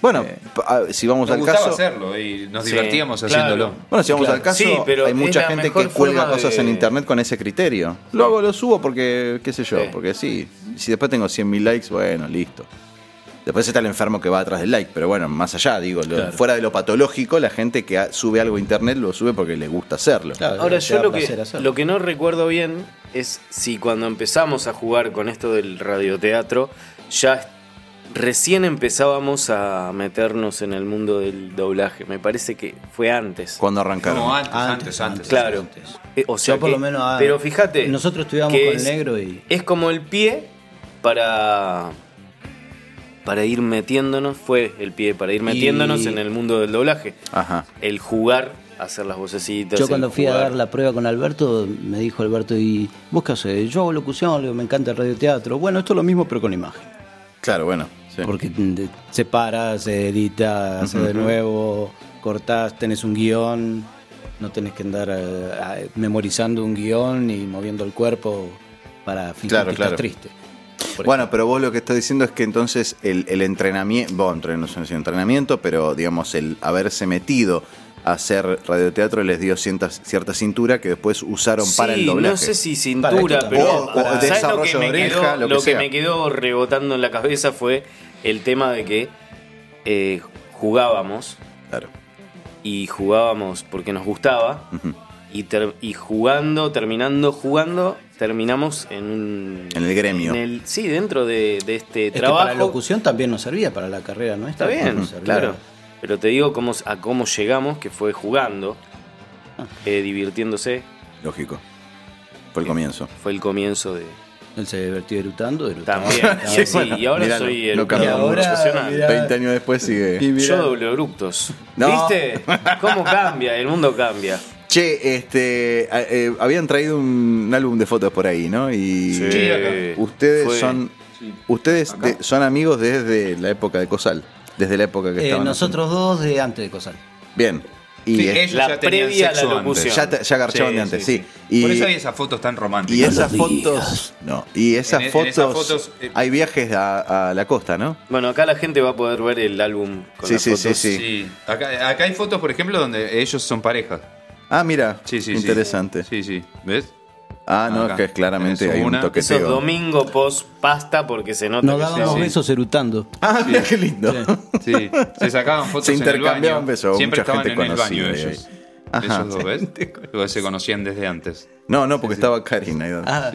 [SPEAKER 2] Bueno, pa- ah, si vamos
[SPEAKER 4] Nos
[SPEAKER 2] al
[SPEAKER 4] gustaba
[SPEAKER 2] caso.
[SPEAKER 4] hacerlo y nos
[SPEAKER 2] Sí,
[SPEAKER 4] divertíamos
[SPEAKER 2] claro.
[SPEAKER 4] haciéndolo.
[SPEAKER 2] Bueno, si vamos
[SPEAKER 4] Claro.
[SPEAKER 2] al caso,
[SPEAKER 4] Sí, pero
[SPEAKER 2] hay mucha
[SPEAKER 4] es la
[SPEAKER 2] gente
[SPEAKER 4] mejor
[SPEAKER 2] que cuelga
[SPEAKER 4] forma
[SPEAKER 2] cosas
[SPEAKER 4] de-
[SPEAKER 2] en internet con ese criterio. Lo hago, lo subo porque, qué sé yo, porque sí. Si después tengo 100.000 likes, bueno, listo. Después está el enfermo que va atrás del like, pero bueno, más allá, digo, lo-
[SPEAKER 3] Claro.
[SPEAKER 2] fuera de lo patológico, la gente que ha- sube algo a internet lo sube porque le gusta hacerlo.
[SPEAKER 3] Ahora, yo lo que, lo que no recuerdo bien es si cuando empezamos a jugar con esto del radioteatro, ya recién empezábamos a meternos en el mundo del doblaje. Me parece que fue antes.
[SPEAKER 2] Cuando arrancaron.
[SPEAKER 4] No, antes, antes, antes.
[SPEAKER 3] Claro. Eh, O sea
[SPEAKER 1] Ah, Yo por
[SPEAKER 3] que-
[SPEAKER 1] lo menos, ah,
[SPEAKER 3] pero fíjate.
[SPEAKER 1] nosotros estudiamos
[SPEAKER 3] que
[SPEAKER 1] con el
[SPEAKER 3] es-
[SPEAKER 1] negro y-
[SPEAKER 3] Es como el pie para. Para ir metiéndonos, fue el pie para ir metiéndonos en el mundo del doblaje.
[SPEAKER 2] Ajá.
[SPEAKER 3] El jugar, hacer las vocecitas.
[SPEAKER 1] Yo
[SPEAKER 3] el
[SPEAKER 1] cuando fui a
[SPEAKER 3] jugar.
[SPEAKER 1] dar la prueba con Alberto, me dijo Alberto, ¿y vos qué haces? Yo hago locución, le digo, me encanta el radioteatro. Bueno, esto es lo mismo pero con imagen.
[SPEAKER 2] Claro, bueno.
[SPEAKER 1] Porque mm, de- se para, se edita, hace de
[SPEAKER 2] Ujú.
[SPEAKER 1] nuevo, cortás, tenés un guión, no tenés que andar eh, a- memorizando un guión y moviendo el cuerpo para fingir
[SPEAKER 2] Claro,
[SPEAKER 1] que
[SPEAKER 2] claro.
[SPEAKER 1] estás triste.
[SPEAKER 2] Bueno, pero vos lo que estás diciendo es que entonces el, el entrenamiento, bueno, entren- no sé si entrenamiento, pero digamos el haberse metido a hacer radioteatro les dio cierta, cierta cintura que después usaron para
[SPEAKER 3] Sí,
[SPEAKER 2] el doblaje.
[SPEAKER 3] No sé si
[SPEAKER 2] Para
[SPEAKER 3] cintura,
[SPEAKER 2] esto
[SPEAKER 3] pero
[SPEAKER 2] también. O- o
[SPEAKER 3] ¿sabes
[SPEAKER 2] desarrollo
[SPEAKER 3] lo que, me
[SPEAKER 2] de
[SPEAKER 3] quedó,
[SPEAKER 2] oreja, lo que
[SPEAKER 3] lo que
[SPEAKER 2] sea.
[SPEAKER 3] me quedó rebotando en la cabeza fue el tema de que eh, jugábamos. Y jugábamos porque nos gustaba. y, ter- y jugando, terminando, jugando, terminamos en un.
[SPEAKER 2] En el gremio.
[SPEAKER 3] en el- sí, dentro de, de este
[SPEAKER 1] Es que
[SPEAKER 3] trabajo.
[SPEAKER 1] para la locución también nos servía, para la carrera
[SPEAKER 3] Está
[SPEAKER 1] nuestra.
[SPEAKER 3] bien,
[SPEAKER 1] nos servía.
[SPEAKER 3] claro. Pero te digo cómo, a cómo llegamos, que fue jugando,
[SPEAKER 1] Ah.
[SPEAKER 3] eh, divirtiéndose.
[SPEAKER 2] Lógico. Fue el comienzo.
[SPEAKER 3] Fue el comienzo de.
[SPEAKER 1] Él se divertió erutando, erutando.
[SPEAKER 3] También. sí, sí, y ahora
[SPEAKER 2] Mirá,
[SPEAKER 3] soy el
[SPEAKER 2] no cambió
[SPEAKER 3] locutor
[SPEAKER 2] mucho.
[SPEAKER 3] profesional.
[SPEAKER 2] 20 años Este después
[SPEAKER 1] Eh,
[SPEAKER 2] sigue.
[SPEAKER 3] Yo doble eructos.
[SPEAKER 2] No.
[SPEAKER 3] ¿Viste? ¿Cómo cambia? El mundo cambia.
[SPEAKER 2] Che, este, a- eh, habían traído un, un álbum de fotos por ahí, ¿no? Y
[SPEAKER 3] Sí, Sí, acá.
[SPEAKER 2] ustedes
[SPEAKER 3] Fue.
[SPEAKER 2] son, ustedes de- son amigos desde la época de Cosal, desde la época que
[SPEAKER 1] Eh,
[SPEAKER 2] estaban.
[SPEAKER 1] nosotros dos de antes de Cosal.
[SPEAKER 2] Bien. Y
[SPEAKER 1] Sí,
[SPEAKER 2] eh,
[SPEAKER 1] ellos La ya tenían previa a la sexo antes. locución.
[SPEAKER 2] Ya, te- ya garchaban
[SPEAKER 1] Sí,
[SPEAKER 2] de
[SPEAKER 1] sí,
[SPEAKER 2] antes, sí.
[SPEAKER 1] sí.
[SPEAKER 2] Y,
[SPEAKER 4] Por eso hay esas fotos tan románticas.
[SPEAKER 2] y esas fotos. No, y esas
[SPEAKER 3] En- en
[SPEAKER 2] fotos.
[SPEAKER 3] esas fotos, eh,
[SPEAKER 2] hay viajes a, a la costa, ¿no?
[SPEAKER 3] Bueno, acá la gente va a poder ver el álbum con
[SPEAKER 2] Sí,
[SPEAKER 3] las
[SPEAKER 2] sí, sí,
[SPEAKER 3] fotos.
[SPEAKER 2] sí.
[SPEAKER 4] Acá, acá hay fotos, por ejemplo, donde ellos son pareja.
[SPEAKER 2] Ah, mira.
[SPEAKER 4] Sí, sí, sí.
[SPEAKER 2] interesante.
[SPEAKER 4] Sí, sí. ¿Ves?
[SPEAKER 2] Ah, no,
[SPEAKER 4] Acá.
[SPEAKER 2] es que claramente
[SPEAKER 4] Tenés
[SPEAKER 2] hay un
[SPEAKER 4] una.
[SPEAKER 2] toqueteo.
[SPEAKER 3] Eso es domingo post pasta porque se nota
[SPEAKER 1] Nos
[SPEAKER 3] que
[SPEAKER 1] dábamos
[SPEAKER 3] se-
[SPEAKER 1] besos erutando.
[SPEAKER 2] Ah, mira qué lindo.
[SPEAKER 4] Sí, se sacaban fotos
[SPEAKER 2] Se
[SPEAKER 4] en el baño.
[SPEAKER 2] intercambiaban besos,
[SPEAKER 4] Siempre
[SPEAKER 2] mucha
[SPEAKER 4] estaban
[SPEAKER 2] gente
[SPEAKER 4] en el baño
[SPEAKER 2] conocida ahí.
[SPEAKER 4] ellos.
[SPEAKER 2] Ajá.
[SPEAKER 4] Ellos dos, ¿ves? Luego se conocían desde antes.
[SPEAKER 2] No, no, porque estaba Karina. ahí.
[SPEAKER 1] Ah,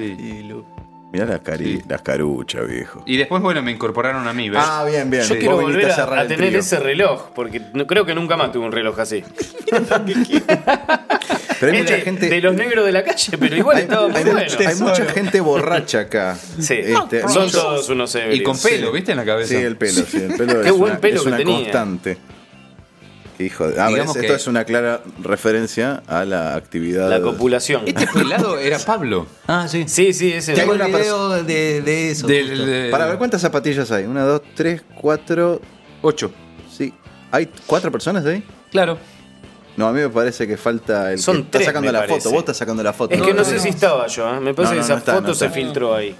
[SPEAKER 2] Mirá las, cari las caruchas, viejo.
[SPEAKER 4] Y después, bueno, me incorporaron a mí, ¿ves?
[SPEAKER 2] Ah, bien, bien.
[SPEAKER 3] Yo
[SPEAKER 2] Sí.
[SPEAKER 3] quiero
[SPEAKER 2] Vos viniste
[SPEAKER 3] volver
[SPEAKER 2] a cerrar
[SPEAKER 3] a, a
[SPEAKER 2] el
[SPEAKER 3] tener
[SPEAKER 2] trío.
[SPEAKER 3] ese reloj, porque no, creo que nunca más tuve un reloj así.
[SPEAKER 2] Pero hay
[SPEAKER 3] Es
[SPEAKER 2] mucha
[SPEAKER 3] de,
[SPEAKER 2] gente-
[SPEAKER 3] de los negros de la calle, pero igual
[SPEAKER 2] Hay-
[SPEAKER 3] estaba muy
[SPEAKER 2] hay,
[SPEAKER 3] bueno.
[SPEAKER 2] mucha- hay mucha gente borracha acá.
[SPEAKER 3] Sí.
[SPEAKER 2] Este,
[SPEAKER 3] Eh, Son
[SPEAKER 2] muchos-
[SPEAKER 3] todos unos ebrios. Y con pelo, ¿viste? En la cabeza.
[SPEAKER 2] Sí, el pelo, sí, el pelo
[SPEAKER 3] Qué
[SPEAKER 2] es
[SPEAKER 3] buen
[SPEAKER 2] una,
[SPEAKER 3] pelo
[SPEAKER 2] es
[SPEAKER 3] que
[SPEAKER 2] una
[SPEAKER 3] tenía.
[SPEAKER 2] constante. Qué hijo de- ah,
[SPEAKER 4] Digamos
[SPEAKER 2] ves, esto
[SPEAKER 4] que-
[SPEAKER 2] es una clara referencia a la actividad.
[SPEAKER 3] La copulación.
[SPEAKER 2] Este
[SPEAKER 4] pelado era Pablo.
[SPEAKER 3] Ah, sí. Sí, sí, ese.
[SPEAKER 2] Tengo
[SPEAKER 3] era. eh,
[SPEAKER 2] una persona-
[SPEAKER 1] de, de eso.
[SPEAKER 2] Del-
[SPEAKER 1] justo.
[SPEAKER 2] del- Para ver cuántas zapatillas hay. Una, dos, tres, cuatro, ocho. Sí. ¿Hay cuatro personas ahí?
[SPEAKER 3] Claro.
[SPEAKER 2] No, a mí me parece que falta el
[SPEAKER 3] Son
[SPEAKER 2] que está
[SPEAKER 3] tres,
[SPEAKER 2] sacando
[SPEAKER 3] me
[SPEAKER 2] la
[SPEAKER 3] parece.
[SPEAKER 2] foto. Vos estás sacando la foto.
[SPEAKER 3] Es que no sé si estaba yo, ¿eh? me parece
[SPEAKER 2] No, no,
[SPEAKER 3] que esa
[SPEAKER 2] no está,
[SPEAKER 3] foto
[SPEAKER 2] no
[SPEAKER 3] se
[SPEAKER 2] está.
[SPEAKER 3] filtró ahí.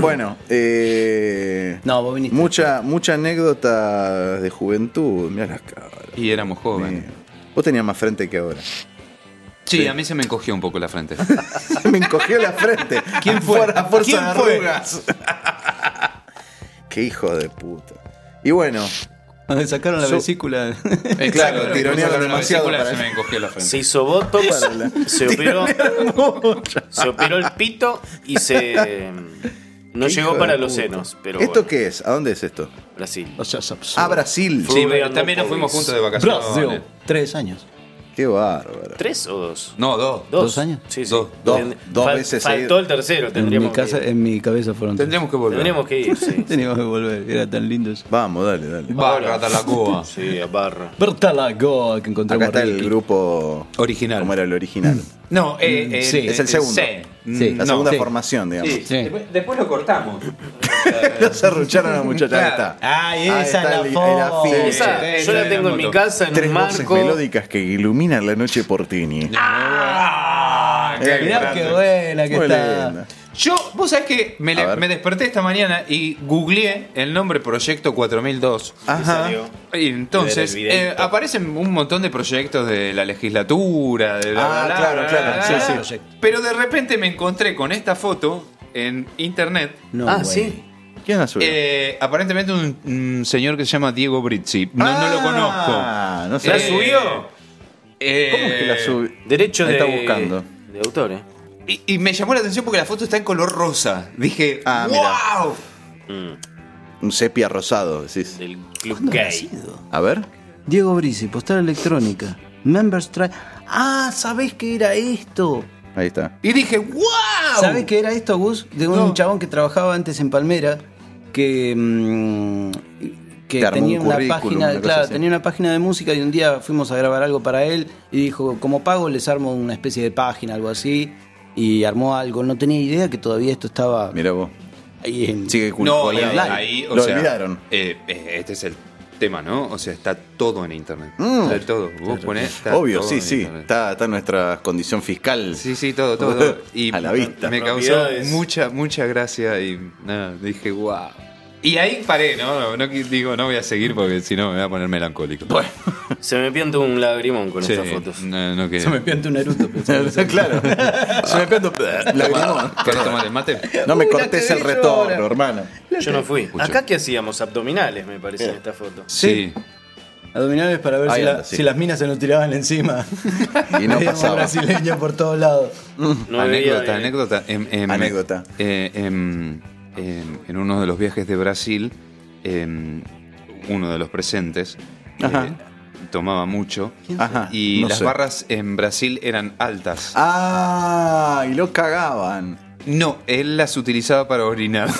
[SPEAKER 2] Bueno, eh, mucha, mucha anécdota de juventud. Mira las caras.
[SPEAKER 4] Y éramos jóvenes.
[SPEAKER 2] Vos tenías más frente que ahora.
[SPEAKER 4] Sí, a mí se me encogió un poco la frente.
[SPEAKER 2] Me encogió la frente. ¿Quién fue? A fuerza
[SPEAKER 4] ¿Quién
[SPEAKER 2] de
[SPEAKER 4] fue?
[SPEAKER 2] arrugas. Qué hijo de puta. Y bueno.
[SPEAKER 6] Cuando sacaron la
[SPEAKER 2] Su-
[SPEAKER 6] vesícula.
[SPEAKER 3] Eh,
[SPEAKER 2] claro, tironearon demasiado. para-
[SPEAKER 3] Se hizo botox,
[SPEAKER 2] Para la-
[SPEAKER 3] se operó, se operó el pito y se. No
[SPEAKER 2] Qué hijo
[SPEAKER 3] llegó
[SPEAKER 2] de
[SPEAKER 3] para los
[SPEAKER 2] puta.
[SPEAKER 3] senos, pero.
[SPEAKER 2] ¿Esto
[SPEAKER 3] bueno.
[SPEAKER 2] qué es? ¿A dónde es esto?
[SPEAKER 3] Brasil.
[SPEAKER 2] Ah, Brasil.
[SPEAKER 3] Sí, pero también nos fuimos juntos de vacaciones. Brasil.
[SPEAKER 1] Tres años.
[SPEAKER 2] Qué bárbaro.
[SPEAKER 3] ¿Tres o dos?
[SPEAKER 4] No, dos.
[SPEAKER 3] ¿Dos,
[SPEAKER 1] ¿Dos años?
[SPEAKER 3] Sí, sí.
[SPEAKER 2] Dos. Dos.
[SPEAKER 3] Ten-
[SPEAKER 2] Dos
[SPEAKER 3] fal-
[SPEAKER 2] veces
[SPEAKER 3] Faltó
[SPEAKER 2] seguido.
[SPEAKER 3] el tercero,
[SPEAKER 6] En mi,
[SPEAKER 3] tendríamos
[SPEAKER 6] casa,
[SPEAKER 3] que ir.
[SPEAKER 6] en mi cabeza fueron. tres.
[SPEAKER 4] Tendríamos que volver.
[SPEAKER 3] Tendríamos que ir, sí.
[SPEAKER 6] Teníamos que volver, era tan lindo eso.
[SPEAKER 2] Vamos, dale, dale.
[SPEAKER 4] Barra Talacoa.
[SPEAKER 3] Sí, a barra.
[SPEAKER 6] Bertalagoa, que encontramos
[SPEAKER 2] Acá está el
[SPEAKER 6] Ricky.
[SPEAKER 2] grupo original. ¿Cómo era el original?
[SPEAKER 4] No, eh,
[SPEAKER 2] Mm,
[SPEAKER 4] eh,
[SPEAKER 2] sí.
[SPEAKER 4] eh,
[SPEAKER 2] es el segundo.
[SPEAKER 4] C. Mm,
[SPEAKER 2] Sí. La
[SPEAKER 4] No.
[SPEAKER 2] segunda
[SPEAKER 4] Sí.
[SPEAKER 2] formación, digamos.
[SPEAKER 4] Sí. Después, después lo cortamos.
[SPEAKER 2] Los arrucharon a la muchacha. Ahí
[SPEAKER 4] Claro.
[SPEAKER 2] está.
[SPEAKER 4] Ay,
[SPEAKER 2] Ahí
[SPEAKER 4] esa
[SPEAKER 2] está
[SPEAKER 4] la
[SPEAKER 2] el- el
[SPEAKER 4] foto.
[SPEAKER 2] afiche.
[SPEAKER 3] Esa, yo la tengo en mi casa, en
[SPEAKER 2] Tres
[SPEAKER 3] un
[SPEAKER 2] voces
[SPEAKER 3] marco.
[SPEAKER 2] melódicas que iluminan la noche por Tini.
[SPEAKER 4] Ah, qué
[SPEAKER 6] Eh, Mirá
[SPEAKER 4] grande.
[SPEAKER 6] qué buena que
[SPEAKER 2] Muy
[SPEAKER 6] está.
[SPEAKER 2] linda.
[SPEAKER 4] Yo, vos sabés que me, le- me desperté esta mañana y googleé el nombre Proyecto 4002.
[SPEAKER 2] Ajá.
[SPEAKER 4] Y entonces
[SPEAKER 2] Y era el
[SPEAKER 4] eh, aparecen un montón de proyectos de la legislatura, de bla,
[SPEAKER 2] Ah,
[SPEAKER 4] bla, bla,
[SPEAKER 2] claro,
[SPEAKER 4] bla,
[SPEAKER 2] claro,
[SPEAKER 4] bla,
[SPEAKER 2] sí,
[SPEAKER 4] bla,
[SPEAKER 2] sí.
[SPEAKER 4] bla. Pero de repente me encontré con esta foto en internet.
[SPEAKER 2] No Ah, way. sí. ¿Quién la subió?
[SPEAKER 4] Eh, aparentemente un, un señor que se llama Diego Brizzi. No, no lo conozco. Eh,
[SPEAKER 2] Ah, no sé.
[SPEAKER 3] ¿La subió?
[SPEAKER 2] ¿Cómo es que Eh, la subió?
[SPEAKER 3] Eh, Derecho
[SPEAKER 2] Ahí
[SPEAKER 3] de.
[SPEAKER 2] está buscando.
[SPEAKER 3] De autor, ¿eh?
[SPEAKER 4] Y, y me llamó la atención porque la foto está en color rosa. Dije,
[SPEAKER 2] Ah, mira.
[SPEAKER 4] ¡Wow!
[SPEAKER 2] Un sepia rosado, decís.
[SPEAKER 3] Del
[SPEAKER 2] club gay. A ver.
[SPEAKER 1] Diego Brisi, postal electrónica. Members Try. Ah, ¿sabés qué era esto?
[SPEAKER 2] Ahí está.
[SPEAKER 4] Y dije, ¡Wow!
[SPEAKER 1] ¿Sabés qué era esto, Gus? De un chabón que trabajaba antes en Palmera, que, mm, que
[SPEAKER 2] Te armó
[SPEAKER 1] tenía
[SPEAKER 2] un
[SPEAKER 1] una
[SPEAKER 2] currículum,
[SPEAKER 1] página,
[SPEAKER 2] una cosa
[SPEAKER 1] claro,
[SPEAKER 2] así.
[SPEAKER 1] tenía una página de música y un día fuimos a grabar algo para él y dijo, como pago les armo una especie de página, algo así, y armó algo. No tenía idea que todavía esto estaba
[SPEAKER 2] Mira vos.
[SPEAKER 1] ahí en...
[SPEAKER 2] Sigue
[SPEAKER 4] No,
[SPEAKER 2] culpable.
[SPEAKER 4] eh, ahí, o
[SPEAKER 2] Lo
[SPEAKER 4] sea,
[SPEAKER 2] olvidaron.
[SPEAKER 4] eh, eh, este es el tema, ¿no? O sea, está todo en internet.
[SPEAKER 2] Mm.
[SPEAKER 4] Está todo. Vos ponés. está
[SPEAKER 2] Obvio,
[SPEAKER 4] todo
[SPEAKER 2] sí,
[SPEAKER 4] en
[SPEAKER 2] sí.
[SPEAKER 4] internet.
[SPEAKER 2] Está, está nuestra condición fiscal.
[SPEAKER 4] Sí, sí, todo, todo. todo. Y
[SPEAKER 2] a la vista.
[SPEAKER 4] Me causó mucha, mucha gracia y nada, dije, wow. Y ahí paré, ¿no? No qui- digo, no voy a seguir porque si no me voy a poner melancólico. Bueno,
[SPEAKER 3] Se me pianta un lagrimón con
[SPEAKER 4] Sí,
[SPEAKER 3] estas fotos.
[SPEAKER 4] No, no quería.
[SPEAKER 3] Se me
[SPEAKER 1] pianta un eruto.
[SPEAKER 2] claro. Se me pianta un lagrimón.
[SPEAKER 4] ¿Querés tomar el mate?
[SPEAKER 2] No me
[SPEAKER 3] Uy, la
[SPEAKER 2] cortes el
[SPEAKER 3] que vi
[SPEAKER 2] retorno,
[SPEAKER 3] llora.
[SPEAKER 2] hermano.
[SPEAKER 3] Yo no fui.
[SPEAKER 2] Escucho.
[SPEAKER 3] Acá que hacíamos abdominales, me parece, en esta foto.
[SPEAKER 4] Sí.
[SPEAKER 1] Abdominales para ver
[SPEAKER 2] Ahí
[SPEAKER 1] si, la-
[SPEAKER 2] anda, sí.
[SPEAKER 1] si las minas se nos tiraban encima.
[SPEAKER 2] Y no
[SPEAKER 1] Veíamos
[SPEAKER 2] pasaba.
[SPEAKER 1] brasileños por todos lados.
[SPEAKER 4] anécdota, anécdota. Em, em, eh, em, em, en uno de los viajes de Brasil, em, uno de los presentes eh,
[SPEAKER 2] Ajá.
[SPEAKER 4] tomaba mucho
[SPEAKER 2] Ajá,
[SPEAKER 4] y
[SPEAKER 2] no
[SPEAKER 4] las
[SPEAKER 2] sé.
[SPEAKER 4] barras en Brasil eran altas.
[SPEAKER 2] Ah, y lo cagaban.
[SPEAKER 4] No, él las utilizaba para orinar.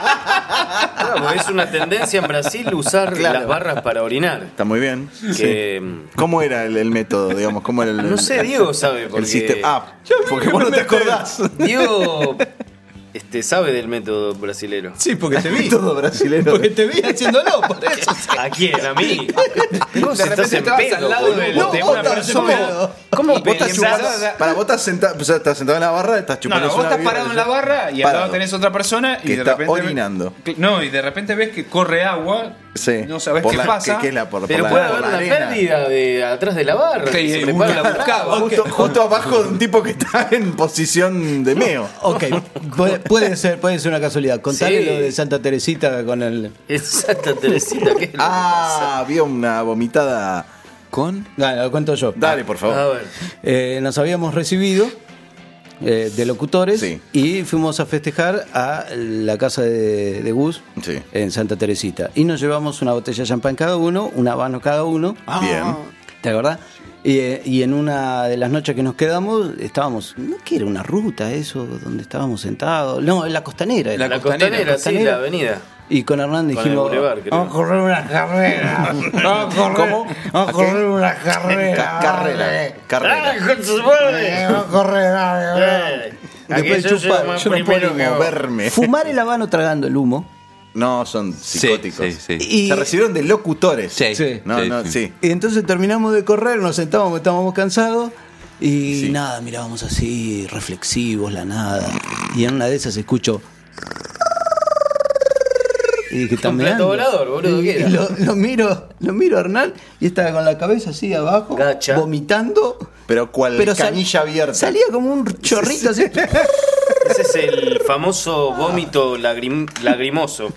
[SPEAKER 3] Claro, es una tendencia en Brasil usar
[SPEAKER 2] Claro.
[SPEAKER 3] las barras para orinar.
[SPEAKER 2] Está muy bien.
[SPEAKER 3] Que-
[SPEAKER 4] mm,
[SPEAKER 2] Sí. ¿Cómo era el, el método, digamos? ¿Cómo era el,
[SPEAKER 3] No sé, Diego sabe,
[SPEAKER 2] el
[SPEAKER 3] porque-
[SPEAKER 2] sistema. Ah, porque vos no te acordás.
[SPEAKER 3] Diego este, sabe del método brasilero.
[SPEAKER 6] Sí, porque te vi.
[SPEAKER 2] Todo brasilero.
[SPEAKER 6] Porque te vi haciéndolo, por eso.
[SPEAKER 3] ¿A quién? ¿A mí? Vos
[SPEAKER 6] De
[SPEAKER 3] estás
[SPEAKER 6] repente
[SPEAKER 3] en
[SPEAKER 6] estabas
[SPEAKER 3] pedo,
[SPEAKER 6] al lado
[SPEAKER 3] boludo,
[SPEAKER 6] de-
[SPEAKER 3] de
[SPEAKER 6] No,
[SPEAKER 3] una
[SPEAKER 6] vos estás en
[SPEAKER 3] persona.
[SPEAKER 6] pedo.
[SPEAKER 3] ¿Cómo
[SPEAKER 2] Vos estás
[SPEAKER 3] pensás?
[SPEAKER 2] chupando- Para vos estás sentado, o sea, estás sentado en la barra, estás
[SPEAKER 4] No,
[SPEAKER 2] chupando.
[SPEAKER 4] no, vos estás parado en la barra y al lado tenés otra persona y
[SPEAKER 2] que
[SPEAKER 4] de
[SPEAKER 2] está
[SPEAKER 4] repente.
[SPEAKER 2] orinando.
[SPEAKER 4] No, y de repente ves que corre agua.
[SPEAKER 2] Sí.
[SPEAKER 4] No sabes
[SPEAKER 2] Por
[SPEAKER 4] qué
[SPEAKER 2] la-
[SPEAKER 4] pasa.
[SPEAKER 2] que- que es la- por-
[SPEAKER 3] Pero
[SPEAKER 2] por
[SPEAKER 3] puede
[SPEAKER 2] la- por
[SPEAKER 3] haber
[SPEAKER 2] la
[SPEAKER 3] una
[SPEAKER 2] arena.
[SPEAKER 3] pérdida de atrás de la barra.
[SPEAKER 2] Sí,
[SPEAKER 3] que se
[SPEAKER 2] un-
[SPEAKER 3] prepara, la buscaba.
[SPEAKER 2] Justo, justo abajo de un tipo que está en posición de meo.
[SPEAKER 1] Ok, puede, puede ser, puede ser una casualidad. Contale
[SPEAKER 2] Sí.
[SPEAKER 1] lo de Santa Teresita con el.
[SPEAKER 3] Santa Teresita, ¿qué
[SPEAKER 2] Ah, había una vomitada.
[SPEAKER 4] ¿Con?
[SPEAKER 1] Dale, lo cuento yo.
[SPEAKER 2] Dale, por favor.
[SPEAKER 3] A ver.
[SPEAKER 1] Eh, nos habíamos recibido eh, de locutores y fuimos a festejar a la casa de, de Gus en Santa
[SPEAKER 4] Ah.
[SPEAKER 1] Teresita. Y nos llevamos una botella de champán cada uno, una habano cada uno.
[SPEAKER 2] Bien.
[SPEAKER 1] ¿Te acordás? Y, eh, y en una de las noches que nos quedamos, estábamos, no que era una ruta eso, donde estábamos sentados. No, en la costanera. era.
[SPEAKER 3] La costanera, sí, la avenida.
[SPEAKER 1] Y con Hernán
[SPEAKER 3] Con el
[SPEAKER 1] dijimos,
[SPEAKER 3] bulevar, creo.
[SPEAKER 1] vamos a correr una carrera. Vamos a correr, Vamos a correr una carrera.
[SPEAKER 2] Carrera. Carrera.
[SPEAKER 1] Ay, con sus madres. Vamos a correr, dale, dale. Después de
[SPEAKER 2] Aquello se
[SPEAKER 1] chupar,
[SPEAKER 2] llama
[SPEAKER 1] yo no puedo
[SPEAKER 2] primero
[SPEAKER 1] ni
[SPEAKER 2] que vos.
[SPEAKER 1] moverme. Fumar el habano tragando el humo.
[SPEAKER 2] No, son psicóticos.
[SPEAKER 1] Y-
[SPEAKER 2] Se recibieron de locutores. Sí. No,
[SPEAKER 1] Sí,
[SPEAKER 2] no,
[SPEAKER 1] sí.
[SPEAKER 2] sí.
[SPEAKER 1] Y entonces terminamos de correr, nos sentábamos, estábamos cansados. Y nada, mirábamos así, reflexivos, la nada. Y en una de esas escucho. Y dije, "Están
[SPEAKER 3] Un plato
[SPEAKER 1] meando".
[SPEAKER 3] volador, boludo,
[SPEAKER 1] Y-
[SPEAKER 3] ¿qué era?
[SPEAKER 1] y lo, lo miro, lo miro a Hernán y estaba con la cabeza así abajo, vomitando.
[SPEAKER 2] Pero cual
[SPEAKER 1] Pero sal-
[SPEAKER 2] canilla abierta.
[SPEAKER 1] Salía como un chorrito así.
[SPEAKER 3] Ese es el famoso vómito lagrim- lagrimoso.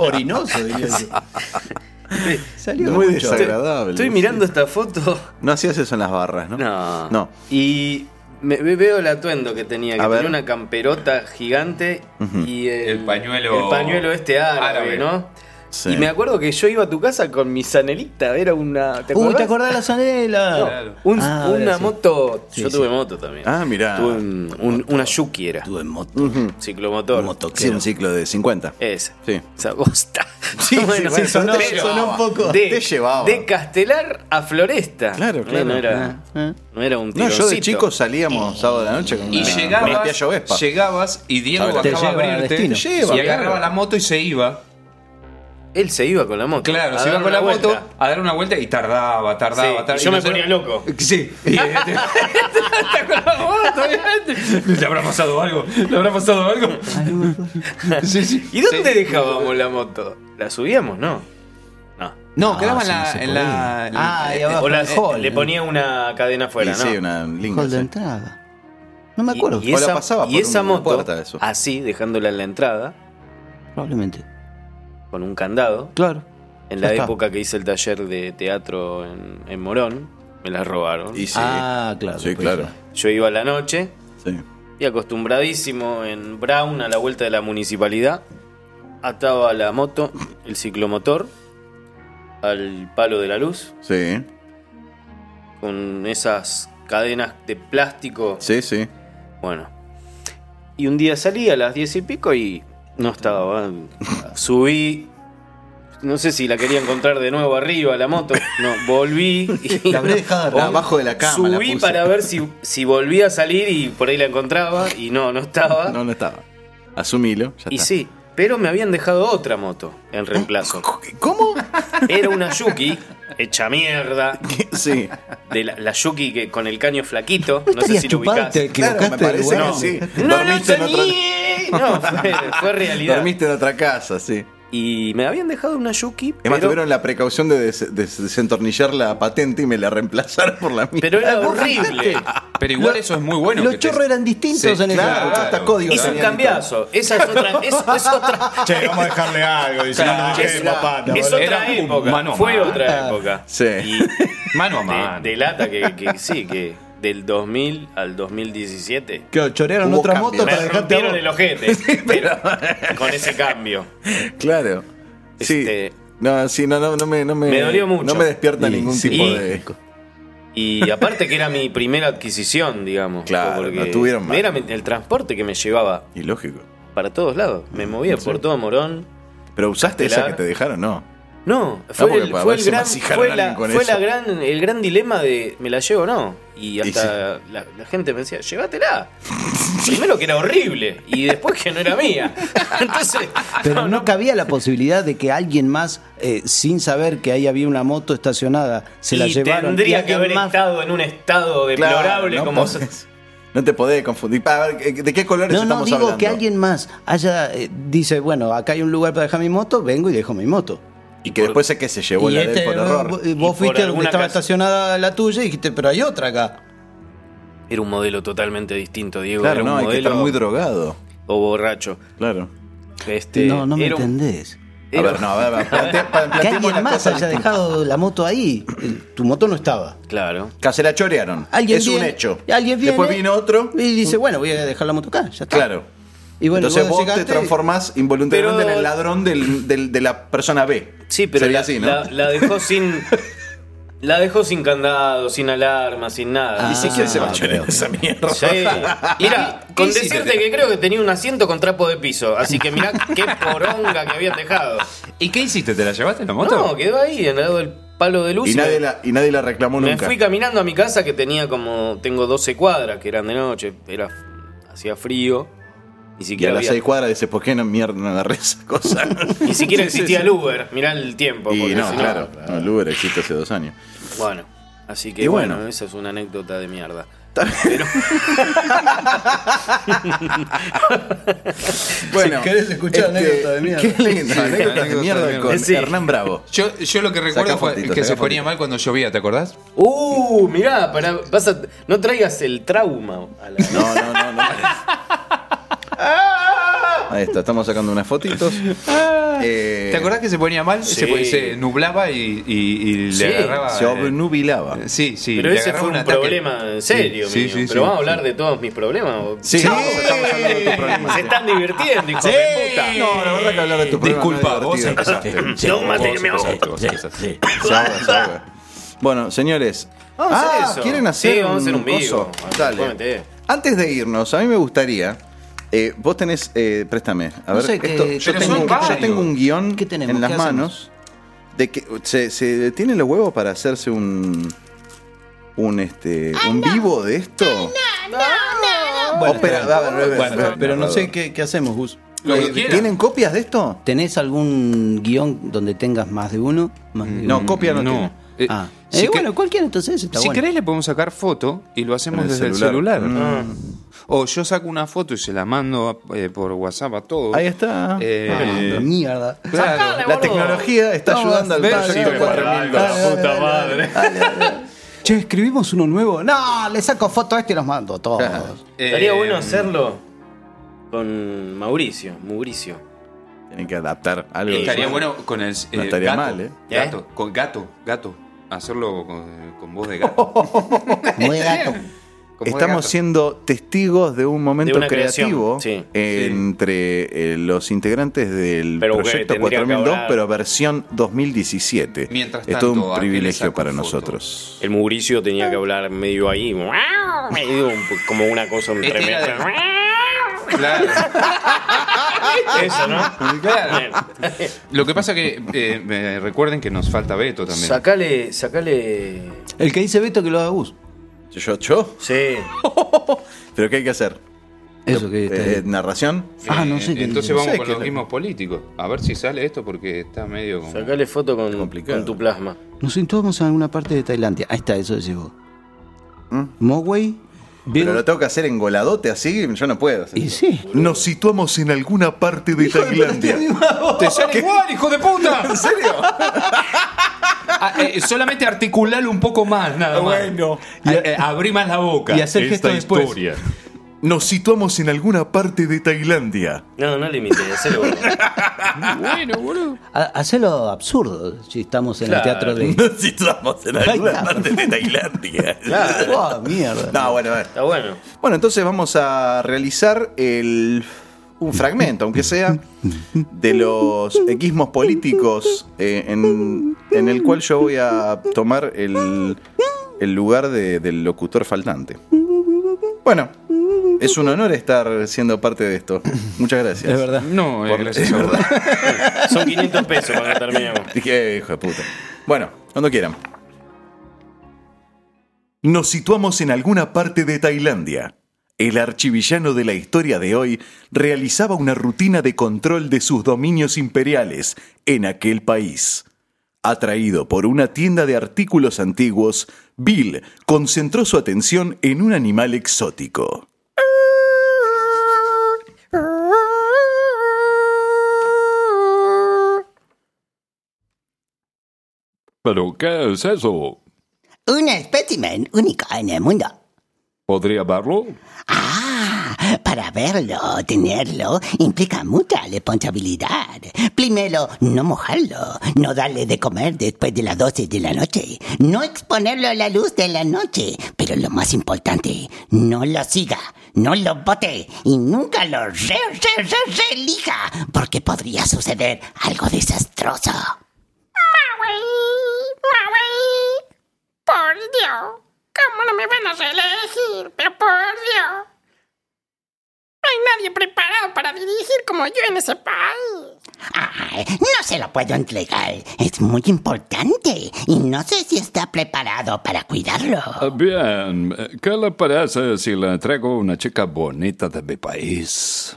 [SPEAKER 1] Orinoso, diría yo. Salió
[SPEAKER 2] Muy
[SPEAKER 1] mucho.
[SPEAKER 2] desagradable.
[SPEAKER 3] Estoy mirando esta foto
[SPEAKER 2] No hacías eso en las barras, ¿no?
[SPEAKER 3] No.
[SPEAKER 2] No.
[SPEAKER 3] y me, me veo el atuendo que tenía, que
[SPEAKER 2] A
[SPEAKER 3] tenía
[SPEAKER 2] ver.
[SPEAKER 3] una camperota gigante y el,
[SPEAKER 4] pañuelo-
[SPEAKER 3] el pañuelo este árabe,
[SPEAKER 4] árabe.
[SPEAKER 3] ¿no? Y me acuerdo que yo iba a tu casa con mi sanelita, era una... ¿Te
[SPEAKER 1] Uy,
[SPEAKER 2] Uh,
[SPEAKER 3] acordás?
[SPEAKER 1] ¿te acordás de la zanela?
[SPEAKER 3] No, un-
[SPEAKER 1] Ah,
[SPEAKER 3] una
[SPEAKER 1] ahora sí.
[SPEAKER 3] moto.
[SPEAKER 1] Sí,
[SPEAKER 3] yo
[SPEAKER 1] sí.
[SPEAKER 3] tuve moto también.
[SPEAKER 2] Ah, mirá.
[SPEAKER 3] Tuve un- un- una Yuki era.
[SPEAKER 1] Tuve moto.
[SPEAKER 3] Ciclomotor.
[SPEAKER 2] Sí, un ciclo de 50.
[SPEAKER 3] Esa.
[SPEAKER 2] Sí.
[SPEAKER 3] Esa bosta.
[SPEAKER 2] Sí,
[SPEAKER 3] Bueno,
[SPEAKER 2] sí, sí,
[SPEAKER 3] bueno,
[SPEAKER 2] sonó,
[SPEAKER 3] pero-
[SPEAKER 2] sonó un poco.
[SPEAKER 3] De,
[SPEAKER 2] te llevaba.
[SPEAKER 3] de Castelar a Floresta.
[SPEAKER 2] Claro,
[SPEAKER 3] Eh,
[SPEAKER 2] claro.
[SPEAKER 3] No era,
[SPEAKER 1] Ah,
[SPEAKER 3] no era un
[SPEAKER 2] No,
[SPEAKER 3] tironcito.
[SPEAKER 2] yo de chico salíamos sábado de la noche con
[SPEAKER 4] Y
[SPEAKER 2] una- con una
[SPEAKER 4] llegabas,
[SPEAKER 2] piallo Vespa.
[SPEAKER 4] llegabas y Diego
[SPEAKER 2] Te
[SPEAKER 4] bajaba a
[SPEAKER 2] lleva al
[SPEAKER 4] abrirte
[SPEAKER 2] destino. Te lleva,
[SPEAKER 4] y agarraba
[SPEAKER 2] claro.
[SPEAKER 4] la moto y se iba.
[SPEAKER 3] Él se iba con la moto.
[SPEAKER 4] Claro,
[SPEAKER 3] A
[SPEAKER 4] se
[SPEAKER 3] dar
[SPEAKER 4] iba con
[SPEAKER 3] una
[SPEAKER 4] la moto
[SPEAKER 3] vuelta.
[SPEAKER 4] a dar una vuelta y tardaba, tardaba,
[SPEAKER 3] Sí, y
[SPEAKER 4] tardaba.
[SPEAKER 3] yo me ponía loco.
[SPEAKER 4] Sí. Y, eh, ¿Le habrá pasado algo? ¿Le habrá pasado algo? Sí, sí.
[SPEAKER 3] ¿Y dónde dejábamos la moto? ¿La subíamos? No. No.
[SPEAKER 4] No, quedaba en la- en la.
[SPEAKER 1] Ah, ahí abajo,
[SPEAKER 3] O la-
[SPEAKER 1] en el hall.
[SPEAKER 3] le ponía una cadena afuera,
[SPEAKER 2] Y
[SPEAKER 3] ¿no?
[SPEAKER 2] sí, una linda.
[SPEAKER 1] Hall de entrada. No me acuerdo.
[SPEAKER 3] Y
[SPEAKER 1] O la
[SPEAKER 3] esa,
[SPEAKER 1] pasaba
[SPEAKER 3] y
[SPEAKER 1] por
[SPEAKER 3] esa
[SPEAKER 1] una
[SPEAKER 3] moto,
[SPEAKER 1] puerta,
[SPEAKER 3] así, dejándola en la entrada,
[SPEAKER 1] Probablemente.
[SPEAKER 3] con un candado.
[SPEAKER 1] Claro.
[SPEAKER 3] En
[SPEAKER 1] Ya
[SPEAKER 3] la
[SPEAKER 1] está.
[SPEAKER 3] época que hice el taller de teatro en, en Morón, me las robaron.
[SPEAKER 2] Y sí.
[SPEAKER 1] Ah, claro.
[SPEAKER 2] Sí,
[SPEAKER 1] pues
[SPEAKER 2] claro.
[SPEAKER 3] Yo iba a la noche
[SPEAKER 2] Sí.
[SPEAKER 3] y acostumbradísimo en Brown, a la vuelta de la municipalidad, ataba la moto, el ciclomotor, al palo de la luz,
[SPEAKER 2] Sí.
[SPEAKER 3] con esas cadenas de plástico.
[SPEAKER 2] Sí, sí.
[SPEAKER 3] Bueno. Y un día salí a las diez y pico y no estaba. Subí. No sé si la quería encontrar de nuevo arriba la moto. No, volví. Y
[SPEAKER 2] La habré dejado abajo de la cama, la
[SPEAKER 3] Subí
[SPEAKER 2] puse.
[SPEAKER 3] para ver si, si volví a salir y por ahí la encontraba. Y no, no estaba.
[SPEAKER 2] No, no estaba. Asumilo. Ya
[SPEAKER 3] y
[SPEAKER 2] está. Ah,
[SPEAKER 3] sí, pero me habían dejado otra moto en reemplazo.
[SPEAKER 2] ¿Cómo?
[SPEAKER 3] Era una Yuki hecha mierda.
[SPEAKER 2] Sí.
[SPEAKER 3] De la, la Yuki que, con el caño flaquito. No, sé
[SPEAKER 1] estarías
[SPEAKER 3] si lo
[SPEAKER 1] chupado,
[SPEAKER 3] ubicás.
[SPEAKER 1] te equivocaste Claro, me de parece lugar. que sí.
[SPEAKER 3] No, no,
[SPEAKER 2] Dormiste en otra-
[SPEAKER 3] soñé. No, fue, fue realidad.
[SPEAKER 2] Dormiste en otra casa, sí.
[SPEAKER 3] Y me habían dejado una Yuki.
[SPEAKER 2] Es más,
[SPEAKER 3] pero-
[SPEAKER 2] tuvieron la precaución de, des- des- desentornillar la patente y me la reemplazaron por la mía.
[SPEAKER 3] Pero era horrible.
[SPEAKER 4] Pero igual eso es muy bueno.
[SPEAKER 1] Los chorros eran distintos
[SPEAKER 2] Sí,
[SPEAKER 1] en esa
[SPEAKER 2] claro,
[SPEAKER 1] época.
[SPEAKER 2] hasta código
[SPEAKER 3] Hice un
[SPEAKER 2] tenían y
[SPEAKER 3] cambiazo. Esa es otra. Es, es otra.
[SPEAKER 5] Che, vamos a dejarle algo. Dice, no, no,
[SPEAKER 3] es,
[SPEAKER 5] dejes la pata.
[SPEAKER 3] es
[SPEAKER 5] boludo.
[SPEAKER 3] otra época.
[SPEAKER 5] mano a
[SPEAKER 3] fue
[SPEAKER 5] mano.
[SPEAKER 3] otra época.
[SPEAKER 2] Sí.
[SPEAKER 4] Mano a
[SPEAKER 3] De,
[SPEAKER 4] mano.
[SPEAKER 3] delata que, que sí, que del 2000 al 2017.
[SPEAKER 6] Claro, chorearon otra moto
[SPEAKER 3] Me
[SPEAKER 6] para dejarte a
[SPEAKER 3] rompieron
[SPEAKER 6] vos.
[SPEAKER 3] el ojete. pero con ese cambio.
[SPEAKER 2] Claro. Sí. No, sí, no, no, no me, no me.
[SPEAKER 3] Este, Me dolió mucho.
[SPEAKER 2] No me despierta
[SPEAKER 3] Y-
[SPEAKER 2] ningún
[SPEAKER 3] sí.
[SPEAKER 2] tipo
[SPEAKER 3] Y-
[SPEAKER 2] de.
[SPEAKER 3] Y aparte que era mi primera adquisición, digamos.
[SPEAKER 2] Claro,
[SPEAKER 3] porque
[SPEAKER 2] no tuvieron más.
[SPEAKER 3] Era mi- el transporte que me llevaba
[SPEAKER 2] Y lógico. Mm,
[SPEAKER 3] para todos lados. Me movía
[SPEAKER 2] Sí.
[SPEAKER 3] por todo Morón.
[SPEAKER 2] Pero usaste esa
[SPEAKER 3] Estelar.
[SPEAKER 2] que te dejaron, no.
[SPEAKER 3] No, fue,
[SPEAKER 2] porque
[SPEAKER 3] el,
[SPEAKER 2] para
[SPEAKER 3] fue
[SPEAKER 2] ver
[SPEAKER 3] el
[SPEAKER 2] si
[SPEAKER 3] gran,
[SPEAKER 2] masijaron a
[SPEAKER 3] fue,
[SPEAKER 2] alguien
[SPEAKER 3] la,
[SPEAKER 2] con
[SPEAKER 3] fue
[SPEAKER 2] eso.
[SPEAKER 3] la gran, el gran dilema de ¿me la llevo o no? Y hasta la, la gente me decía, llévatela. Primero que era horrible y después que no era mía. Entonces,
[SPEAKER 1] Pero no cabía la posibilidad de que alguien más, eh, sin saber que ahí había una moto estacionada, se la
[SPEAKER 3] y
[SPEAKER 1] llevaron. y
[SPEAKER 3] tendría que
[SPEAKER 1] alguien
[SPEAKER 3] haber
[SPEAKER 1] más-
[SPEAKER 3] estado en un estado deplorable
[SPEAKER 2] Claro, no
[SPEAKER 3] como...
[SPEAKER 2] podés. No te podés confundir. Pa, a ver, ¿De qué colores
[SPEAKER 1] No, no,
[SPEAKER 2] estamos
[SPEAKER 1] digo
[SPEAKER 2] hablando?
[SPEAKER 1] que alguien más haya, eh, dice, bueno, acá hay un lugar para dejar mi moto, vengo y dejo mi moto.
[SPEAKER 2] Y que después es que se llevó
[SPEAKER 1] Y
[SPEAKER 2] la de
[SPEAKER 1] este,
[SPEAKER 2] él por
[SPEAKER 1] vos-
[SPEAKER 2] error.
[SPEAKER 1] Vos fuiste a donde
[SPEAKER 3] alguna
[SPEAKER 1] estaba
[SPEAKER 3] casa.
[SPEAKER 1] estacionada la tuya y dijiste, pero hay otra acá.
[SPEAKER 3] Era un modelo totalmente distinto, Diego.
[SPEAKER 2] Claro,
[SPEAKER 3] era un
[SPEAKER 2] no, hay
[SPEAKER 3] modelo
[SPEAKER 2] que estar muy drogado.
[SPEAKER 3] O borracho.
[SPEAKER 2] Claro.
[SPEAKER 3] Este,
[SPEAKER 1] no, no me
[SPEAKER 3] era un-
[SPEAKER 1] entendés.
[SPEAKER 2] A ver, no, a ver, plante- pa-
[SPEAKER 1] Que
[SPEAKER 2] planteemos
[SPEAKER 1] alguien
[SPEAKER 2] las
[SPEAKER 1] más
[SPEAKER 2] cosas.
[SPEAKER 1] haya dejado la moto ahí. El- Tu moto no estaba.
[SPEAKER 3] Claro.
[SPEAKER 2] Que se la chorearon.
[SPEAKER 1] Alguien
[SPEAKER 2] es un
[SPEAKER 1] viene-
[SPEAKER 2] hecho.
[SPEAKER 1] alguien viene-
[SPEAKER 2] Después vino otro.
[SPEAKER 1] Y dice, bueno, voy a dejar la moto acá, ya está.
[SPEAKER 2] Claro.
[SPEAKER 1] Y bueno,
[SPEAKER 2] Entonces vos, te
[SPEAKER 1] llegaste-
[SPEAKER 2] transformás involuntariamente
[SPEAKER 3] Pero-
[SPEAKER 2] en el ladrón del- del- de la persona B.
[SPEAKER 3] Sí, pero
[SPEAKER 2] Sería
[SPEAKER 3] la,
[SPEAKER 2] así, ¿no?
[SPEAKER 3] la- la dejó sin, La dejó sin candado, sin alarma, sin nada.
[SPEAKER 1] Ah.
[SPEAKER 3] Ah.
[SPEAKER 2] Ni siquiera se bañó en esa mierda.
[SPEAKER 3] Sí. Mira,
[SPEAKER 2] ¿Qué
[SPEAKER 3] con
[SPEAKER 2] hiciste?
[SPEAKER 3] decirte que creo que tenía un asiento con trapo de piso. Así que mirá qué poronga que habían dejado.
[SPEAKER 4] ¿Y qué hiciste? ¿Te la llevaste la moto?
[SPEAKER 3] No, quedó ahí, al lado del palo de luz.
[SPEAKER 2] Y nadie, la, y nadie la reclamó
[SPEAKER 3] Me
[SPEAKER 2] nunca.
[SPEAKER 3] fui caminando a mi casa que tenía como. Tengo 12 cuadras, que eran de noche, era, hacía frío. Ni
[SPEAKER 2] y a
[SPEAKER 3] siquiera,
[SPEAKER 2] las
[SPEAKER 3] había-
[SPEAKER 2] seis cuadras dice, ¿por qué no mierda no agarré esa cosa?
[SPEAKER 3] ni siquiera
[SPEAKER 2] Sí, sí,
[SPEAKER 3] existía
[SPEAKER 2] sí.
[SPEAKER 3] el Uber, mirá el tiempo.
[SPEAKER 2] Y
[SPEAKER 3] porque
[SPEAKER 2] no,
[SPEAKER 3] si
[SPEAKER 2] claro, no, el Uber existe hace dos años.
[SPEAKER 3] Bueno, así
[SPEAKER 2] Y
[SPEAKER 3] que
[SPEAKER 2] bueno.
[SPEAKER 3] bueno. esa es una anécdota de mierda.
[SPEAKER 2] Bueno,
[SPEAKER 6] Si querés escuchar
[SPEAKER 2] este,
[SPEAKER 6] anécdota de mierda.
[SPEAKER 2] Qué linda, anécdota de mierda con
[SPEAKER 4] Sí.
[SPEAKER 2] Hernán Bravo.
[SPEAKER 4] Yo, yo lo que recuerdo
[SPEAKER 2] Saca
[SPEAKER 4] fue
[SPEAKER 2] fotito,
[SPEAKER 4] que
[SPEAKER 2] saca
[SPEAKER 4] se ponía mal cuando llovía, ¿te acordás?
[SPEAKER 3] Uh, mirá, pará, vas a- no traigas el trauma a la.
[SPEAKER 2] No, no, no, no. Ahí está, estamos sacando unas fotitos. Eh,
[SPEAKER 4] ¿Te acordás que se ponía mal?
[SPEAKER 2] Sí.
[SPEAKER 4] Se, pon- se nublaba y, y- y le
[SPEAKER 2] Sí.
[SPEAKER 4] agarraba. eh,
[SPEAKER 2] Se obnubilaba.
[SPEAKER 4] Sí, sí.
[SPEAKER 3] Pero
[SPEAKER 4] le
[SPEAKER 3] ese
[SPEAKER 4] agarraba
[SPEAKER 3] fue un,
[SPEAKER 4] ataque.
[SPEAKER 3] problema en serio,
[SPEAKER 4] Sí,
[SPEAKER 3] mío.
[SPEAKER 4] sí, sí.
[SPEAKER 3] Pero vamos a hablar de todos mis problemas. ¿o?
[SPEAKER 2] Sí.
[SPEAKER 3] No, estamos hablando de tus problemas. Se están divirtiendo, hijo de puta.
[SPEAKER 2] No, la verdad que hablar de tu problema
[SPEAKER 4] Disculpa,
[SPEAKER 2] no
[SPEAKER 4] vos
[SPEAKER 2] es divertido.
[SPEAKER 4] empezaste.
[SPEAKER 2] Sí,
[SPEAKER 4] No,
[SPEAKER 2] vos
[SPEAKER 4] mate que me ahogo.
[SPEAKER 2] empezaste, vos empezaste. Se ahoga, se ahoga. Bueno, señores.
[SPEAKER 3] Vamos a hacer
[SPEAKER 2] ah,
[SPEAKER 3] eso.
[SPEAKER 2] ¿quieren hacer
[SPEAKER 3] Sí, vamos a hacer un vivo.
[SPEAKER 2] coso?
[SPEAKER 3] Vamos,
[SPEAKER 2] Dale.
[SPEAKER 3] ponete.
[SPEAKER 2] Antes de irnos, a mí me gustaría. eh, vos tenés. eh, préstame. A
[SPEAKER 6] No
[SPEAKER 2] ver,
[SPEAKER 6] sé qué-
[SPEAKER 2] esto-
[SPEAKER 6] pero
[SPEAKER 2] yo,
[SPEAKER 6] son
[SPEAKER 2] tengo, yo
[SPEAKER 6] varios.
[SPEAKER 2] tengo un guión en las
[SPEAKER 6] ¿Qué hacemos?
[SPEAKER 2] manos. De que se, se tiene los huevos para hacerse un. Un este. un vivo de esto.
[SPEAKER 6] Bueno,
[SPEAKER 2] Opera-
[SPEAKER 6] espera,
[SPEAKER 2] a ver, a ver,
[SPEAKER 6] bueno,
[SPEAKER 2] a ver,
[SPEAKER 6] pero no
[SPEAKER 2] a
[SPEAKER 6] sé
[SPEAKER 2] ver.
[SPEAKER 6] qué, qué hacemos, Gus.
[SPEAKER 2] Eh, ¿Tienen copias de esto?
[SPEAKER 1] ¿Tenés algún guión donde tengas más de uno? Más de
[SPEAKER 2] No,
[SPEAKER 1] uno?
[SPEAKER 2] copia no
[SPEAKER 1] No.
[SPEAKER 2] tiene.
[SPEAKER 4] Eh,
[SPEAKER 1] Ah.
[SPEAKER 4] si
[SPEAKER 1] Eh,
[SPEAKER 4] que-
[SPEAKER 1] bueno, cualquiera entonces está
[SPEAKER 4] Si
[SPEAKER 1] bueno.
[SPEAKER 4] querés le podemos sacar foto y lo hacemos
[SPEAKER 2] En el
[SPEAKER 4] desde
[SPEAKER 2] celular.
[SPEAKER 4] el celular.
[SPEAKER 3] Ah.
[SPEAKER 4] O yo saco una foto y se la mando eh, por WhatsApp a todos.
[SPEAKER 2] Ahí está.
[SPEAKER 4] Eh,
[SPEAKER 2] Ah, mierda.
[SPEAKER 4] Claro.
[SPEAKER 2] la tecnología está
[SPEAKER 6] No,
[SPEAKER 2] ayudando al
[SPEAKER 6] ves,
[SPEAKER 2] proyecto
[SPEAKER 6] sirve para
[SPEAKER 2] 4000.
[SPEAKER 6] algo, la puta
[SPEAKER 2] madre.
[SPEAKER 6] Che, escribimos uno nuevo. No, le saco foto a este y los mando todos.
[SPEAKER 3] Estaría
[SPEAKER 4] Eh,
[SPEAKER 3] bueno hacerlo
[SPEAKER 4] mm.
[SPEAKER 3] con Mauricio. Mauricio.
[SPEAKER 2] Tienen que adaptar algo.
[SPEAKER 4] Eh, Estaría bueno con el.
[SPEAKER 2] No estaría
[SPEAKER 4] gato,
[SPEAKER 2] mal, ¿eh?
[SPEAKER 4] Gato, con gato, gato. Hacerlo con, con voz de gato.
[SPEAKER 6] Muy gato.
[SPEAKER 4] Con voz de
[SPEAKER 2] Estamos
[SPEAKER 4] gato.
[SPEAKER 2] siendo testigos de un momento
[SPEAKER 3] De una creación,
[SPEAKER 2] creativo
[SPEAKER 3] sí.
[SPEAKER 2] entre eh, los integrantes del
[SPEAKER 3] Pero que
[SPEAKER 2] proyecto
[SPEAKER 3] tendría que
[SPEAKER 2] 4002,
[SPEAKER 3] hablar.
[SPEAKER 2] pero versión 2017.
[SPEAKER 3] Mientras
[SPEAKER 2] es todo
[SPEAKER 3] tanto,
[SPEAKER 2] un
[SPEAKER 3] Ángel,
[SPEAKER 2] privilegio
[SPEAKER 3] saco
[SPEAKER 2] para
[SPEAKER 3] foto.
[SPEAKER 2] nosotros.
[SPEAKER 3] El Mauricio tenía que hablar medio ahí. Medio un- como una cosa
[SPEAKER 4] Este era
[SPEAKER 3] tremenda.
[SPEAKER 4] Claro.
[SPEAKER 3] Eso, ¿no?
[SPEAKER 4] Claro. Lo que pasa que eh, me- recuerden que nos falta Beto también.
[SPEAKER 3] Sacale, sacale.
[SPEAKER 6] El que dice Beto que lo haga Gus.
[SPEAKER 2] ¿Yo, yo?
[SPEAKER 3] Sí.
[SPEAKER 2] ¿Pero qué hay que hacer?
[SPEAKER 6] Eso que está
[SPEAKER 2] Eh,
[SPEAKER 6] bien.
[SPEAKER 2] ¿Narración?
[SPEAKER 6] Ah, no sé
[SPEAKER 4] Eh,
[SPEAKER 6] qué-
[SPEAKER 4] Entonces
[SPEAKER 6] no
[SPEAKER 4] vamos
[SPEAKER 6] sé
[SPEAKER 4] con
[SPEAKER 6] qué
[SPEAKER 4] los
[SPEAKER 6] le-
[SPEAKER 4] mismos políticos. A ver si sale esto porque está medio como.
[SPEAKER 3] Sacale foto con, con tu plasma.
[SPEAKER 6] Nos sentamos en alguna parte de Tailandia. Ahí está, eso decís vos.
[SPEAKER 2] ¿Mm?
[SPEAKER 6] Mogwai.
[SPEAKER 2] Pero lo tengo que hacer engoladote así, yo no puedo.
[SPEAKER 6] Y sí.
[SPEAKER 2] Nos situamos en alguna parte de Tailandia.
[SPEAKER 4] ¡Te sale igual, hijo de puta!
[SPEAKER 2] ¿En serio?
[SPEAKER 4] Ah, eh, solamente articularlo un poco más, nada más. Bueno. abrí más la boca.
[SPEAKER 6] y hacer
[SPEAKER 4] Esta
[SPEAKER 6] gesto después.
[SPEAKER 4] historia.
[SPEAKER 2] Nos situamos en alguna parte de Tailandia.
[SPEAKER 3] No, no limite, hacelo vos.
[SPEAKER 4] Bueno, boludo.
[SPEAKER 1] Ha- Hacelo absurdo si estamos en
[SPEAKER 2] Claro.
[SPEAKER 1] el teatro de.
[SPEAKER 2] Nos situamos en alguna parte de Tailandia.
[SPEAKER 1] Claro. mierda.
[SPEAKER 2] No, bueno, a ver.
[SPEAKER 3] Está bueno.
[SPEAKER 2] Bueno, entonces vamos a realizar el, un fragmento, aunque sea, de los equismos políticos eh, en, en el cual yo voy a tomar el, el lugar de- del locutor faltante. Bueno, es un honor estar siendo parte de esto. Muchas gracias.
[SPEAKER 6] Es verdad.
[SPEAKER 4] No,
[SPEAKER 2] Por-
[SPEAKER 4] gracias a
[SPEAKER 2] es
[SPEAKER 4] vos.
[SPEAKER 2] verdad.
[SPEAKER 3] Son 500 pesos para que terminemos.
[SPEAKER 2] Dije, "Eh, hijo de puta. Bueno, cuando quieran. Nos situamos en alguna parte de Tailandia. El archivillano de la historia de hoy realizaba una rutina de control de sus dominios imperiales en aquel país. Atraído por una tienda de artículos antiguos, Bill concentró su atención en un animal exótico.
[SPEAKER 29] ¿Pero qué es eso?
[SPEAKER 10] Un espécimen único en el mundo.
[SPEAKER 29] ¿Podría verlo?
[SPEAKER 10] Para verlo, tenerlo, implica mucha responsabilidad. Primero, no mojarlo, no darle de comer después de las 12 de la noche, no exponerlo a la luz de la noche, pero lo más importante, no lo siga, no lo bote y nunca lo re, re, re, relija, porque podría suceder algo desastroso.
[SPEAKER 8] como yo en ese país.
[SPEAKER 10] Ay, no se lo puedo entregar. Es muy importante y no sé si está preparado para cuidarlo.
[SPEAKER 2] Ah.
[SPEAKER 15] Bien, ¿qué le parece si le entrego una chica bonita de mi país?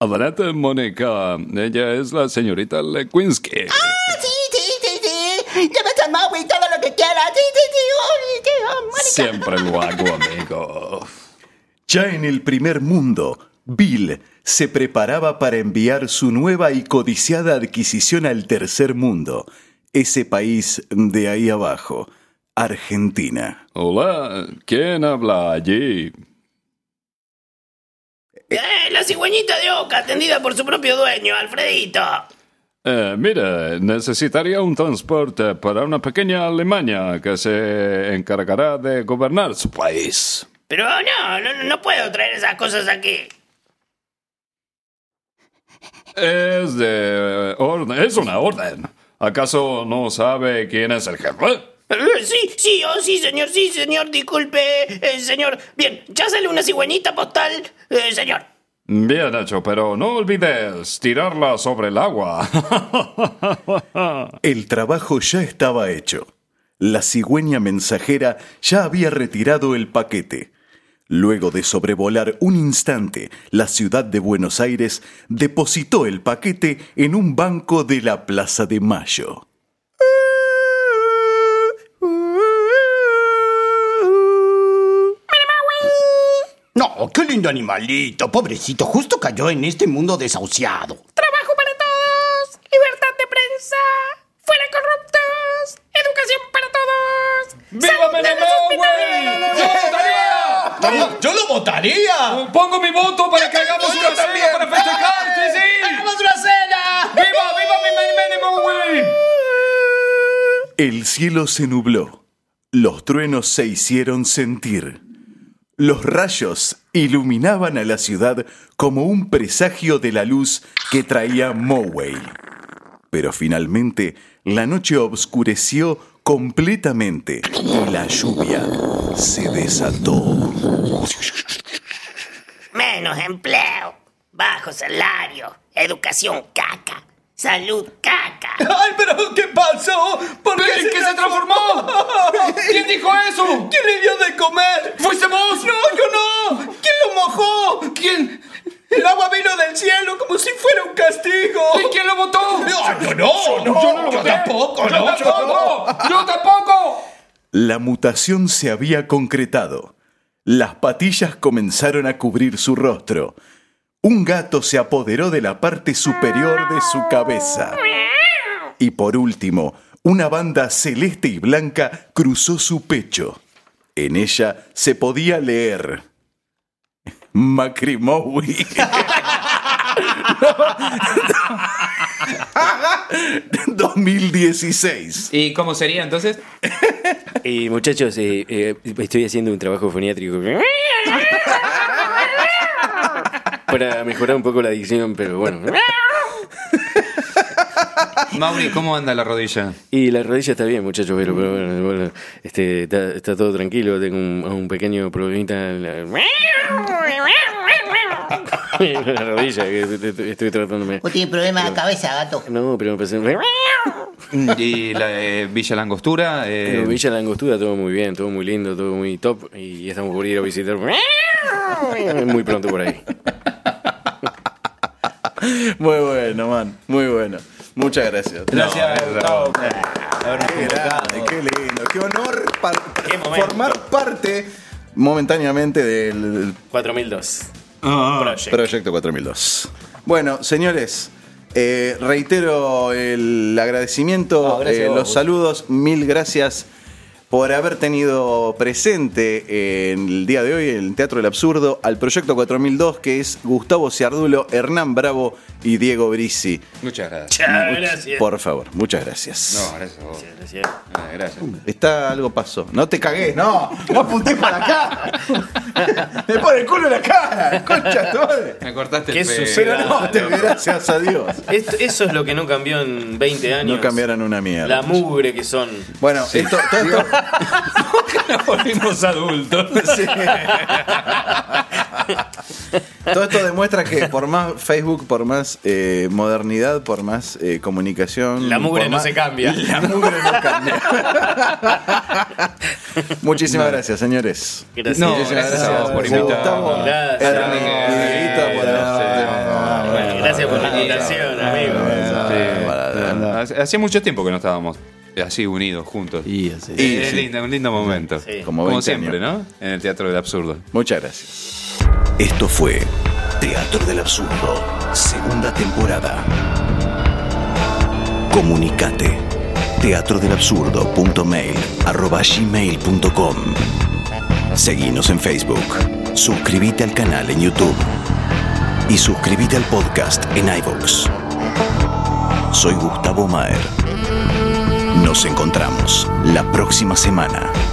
[SPEAKER 15] Adelante, Mónica. Ella es la señorita Lewinsky.
[SPEAKER 10] Ah, sí, sí, sí, sí. Llévate a Maui todo lo que quieras. Sí, sí, sí. Uy, sí, oh, Mónica.
[SPEAKER 15] Siempre lo hago, amigo.
[SPEAKER 18] Ya en el primer mundo, Bill se preparaba para enviar su nueva y codiciada adquisición al tercer mundo, ese país de ahí abajo, Argentina.
[SPEAKER 15] Hola, ¿quién habla allí?
[SPEAKER 8] Eh, la cigüeñita de Oca, atendida por su propio dueño, Alfredito.
[SPEAKER 15] Eh, mira, necesitaría un transporte para una pequeña Alemania que se encargará de gobernar su país.
[SPEAKER 8] Pero no, no, no puedo traer esas cosas aquí.
[SPEAKER 15] Es de orden, es una orden. ¿Acaso no sabe quién es el jefe?
[SPEAKER 8] Eh, Sí, sí, oh, sí, señor, sí, señor, disculpe, eh, señor. Bien, ya sale una cigüeñita postal, eh, señor.
[SPEAKER 15] Bien hecho, pero no olvides tirarla sobre el agua.
[SPEAKER 18] El trabajo ya estaba hecho. La cigüeña mensajera ya había retirado el paquete. Luego de sobrevolar un instante la ciudad de Buenos Aires, depositó el paquete en un banco de la Plaza de Mayo.
[SPEAKER 6] No, qué lindo animalito, pobrecito, justo cayó en este mundo desahuciado.
[SPEAKER 8] Trabajo para todos, libertad de prensa, fuera corruptos, educación para todos. ¡Viva
[SPEAKER 30] ¡Yo lo votaría!
[SPEAKER 13] Pongo mi voto para que hagamos una cena para festejar. Sí, sí.
[SPEAKER 8] ¡Hagamos una cena!
[SPEAKER 13] ¡Viva, viva mi Menem Away!
[SPEAKER 18] El cielo se nubló. Los truenos se hicieron sentir. Los rayos iluminaban a la ciudad como un presagio de la luz que traía Moway. Pero finalmente la noche obscureció completamente y la lluvia se desató.
[SPEAKER 8] Menos empleo, bajo salario, educación caca, salud caca.
[SPEAKER 13] ¡Ay, pero qué pasó! ¿Por qué, ¿En qué se transformó? ¿Quién dijo eso? ¿Quién le dio de comer? ¡Fuiste vos! ¡No, yo no! ¿Quién lo mojó? ¿Quién? El agua vino del cielo como si fuera un castigo. ¿Y quién lo votó?
[SPEAKER 30] No, yo no, no,
[SPEAKER 13] yo no lo
[SPEAKER 30] yo
[SPEAKER 13] voté.
[SPEAKER 30] tampoco,
[SPEAKER 13] yo
[SPEAKER 30] no, yo
[SPEAKER 13] tampoco, yo tampoco.
[SPEAKER 18] La mutación se había concretado. Las patillas comenzaron a cubrir su rostro. Un gato se apoderó de la parte superior de su cabeza. Y por último, una banda celeste y blanca cruzó su pecho. En ella se podía leer Macrimowi. No. 2016.
[SPEAKER 4] ¿Y cómo sería entonces?
[SPEAKER 3] Y muchachos, eh, eh, estoy haciendo un trabajo foniátrico para mejorar un poco la dicción, pero bueno.
[SPEAKER 4] Mauri, ¿cómo anda la rodilla?
[SPEAKER 3] Y la rodilla está bien, muchachos, pero, pero bueno, bueno, este, está, está todo tranquilo. Tengo un, un pequeño problemita en la, en la rodilla que estoy, estoy tratándome.
[SPEAKER 10] ¿Vos tienes problemas de cabeza, gato?
[SPEAKER 3] No, pero me parece.
[SPEAKER 4] ¿Y la, eh, Villa Langostura? eh,
[SPEAKER 3] Pero Villa Langostura, todo muy bien, todo muy lindo, todo muy top. Y estamos por ir a visitar muy pronto por ahí.
[SPEAKER 2] Muy bueno, man. Muy bueno. Muchas gracias.
[SPEAKER 4] Gracias, Gustavo.
[SPEAKER 2] Qué grande, qué lindo. Qué honor par- formar parte momentáneamente del
[SPEAKER 3] 4002. Project.
[SPEAKER 2] Proyecto 4002. Bueno, señores, eh, reitero el agradecimiento,
[SPEAKER 1] No, gracias
[SPEAKER 2] eh,
[SPEAKER 1] a vos,
[SPEAKER 2] los
[SPEAKER 1] Gus.
[SPEAKER 2] saludos, mil gracias por haber tenido presente en el día de hoy en el Teatro del Absurdo al Proyecto 4002 que es Gustavo Ciardulo, Hernán Bravo y Diego Brisi.
[SPEAKER 4] Muchas gracias.
[SPEAKER 3] Muchas gracias.
[SPEAKER 2] Por favor, muchas gracias.
[SPEAKER 4] No, gracias a vos.
[SPEAKER 3] Gracias.
[SPEAKER 4] Ah, Gracias.
[SPEAKER 2] Está algo pasó. No te cagues, no. No apunté para acá. Me pone el culo en la cara. Concha, tu madre.
[SPEAKER 4] Me cortaste
[SPEAKER 3] ¿Qué
[SPEAKER 4] el pelo.
[SPEAKER 3] sucede?
[SPEAKER 2] Pero no, te, gracias a Dios.
[SPEAKER 3] Esto- eso es lo que no cambió en 20 años.
[SPEAKER 2] No cambiaron una mierda.
[SPEAKER 3] La mugre que son.
[SPEAKER 2] Bueno, esto, todo esto-
[SPEAKER 13] Nos volvimos adultos.
[SPEAKER 2] Sí. Todo esto demuestra que por más Facebook, por más eh, modernidad, por más eh, comunicación.
[SPEAKER 13] La mugre
[SPEAKER 2] por
[SPEAKER 13] no
[SPEAKER 2] más-
[SPEAKER 13] se cambia.
[SPEAKER 2] La mugre no cambia. Muchísimas
[SPEAKER 13] No.
[SPEAKER 2] gracias, señores.
[SPEAKER 13] Gracias. No, gracias a vos por invitarme.
[SPEAKER 2] Gustavo,
[SPEAKER 13] Gracias.
[SPEAKER 2] Ernie, Dieguito, por haber-
[SPEAKER 13] Gracias por la invitación, amigo.
[SPEAKER 2] Ah,
[SPEAKER 4] Sí. Hacía mucho tiempo que no estábamos así unidos, juntos.
[SPEAKER 2] Y
[SPEAKER 4] es
[SPEAKER 2] sí.
[SPEAKER 4] lindo, un lindo momento.
[SPEAKER 2] Como
[SPEAKER 4] Como,
[SPEAKER 2] 20
[SPEAKER 4] siempre,
[SPEAKER 2] años.
[SPEAKER 4] ¿no? En el Teatro del Absurdo.
[SPEAKER 2] Muchas gracias.
[SPEAKER 18] Esto fue Teatro del Absurdo, segunda temporada. Comunicate. teatrodelabsurdo.mail@gmail.com. Seguinos en Facebook. Suscríbete al canal en YouTube. Y suscríbete al podcast en iVoox. Soy Gustavo Maher. Nos encontramos la próxima semana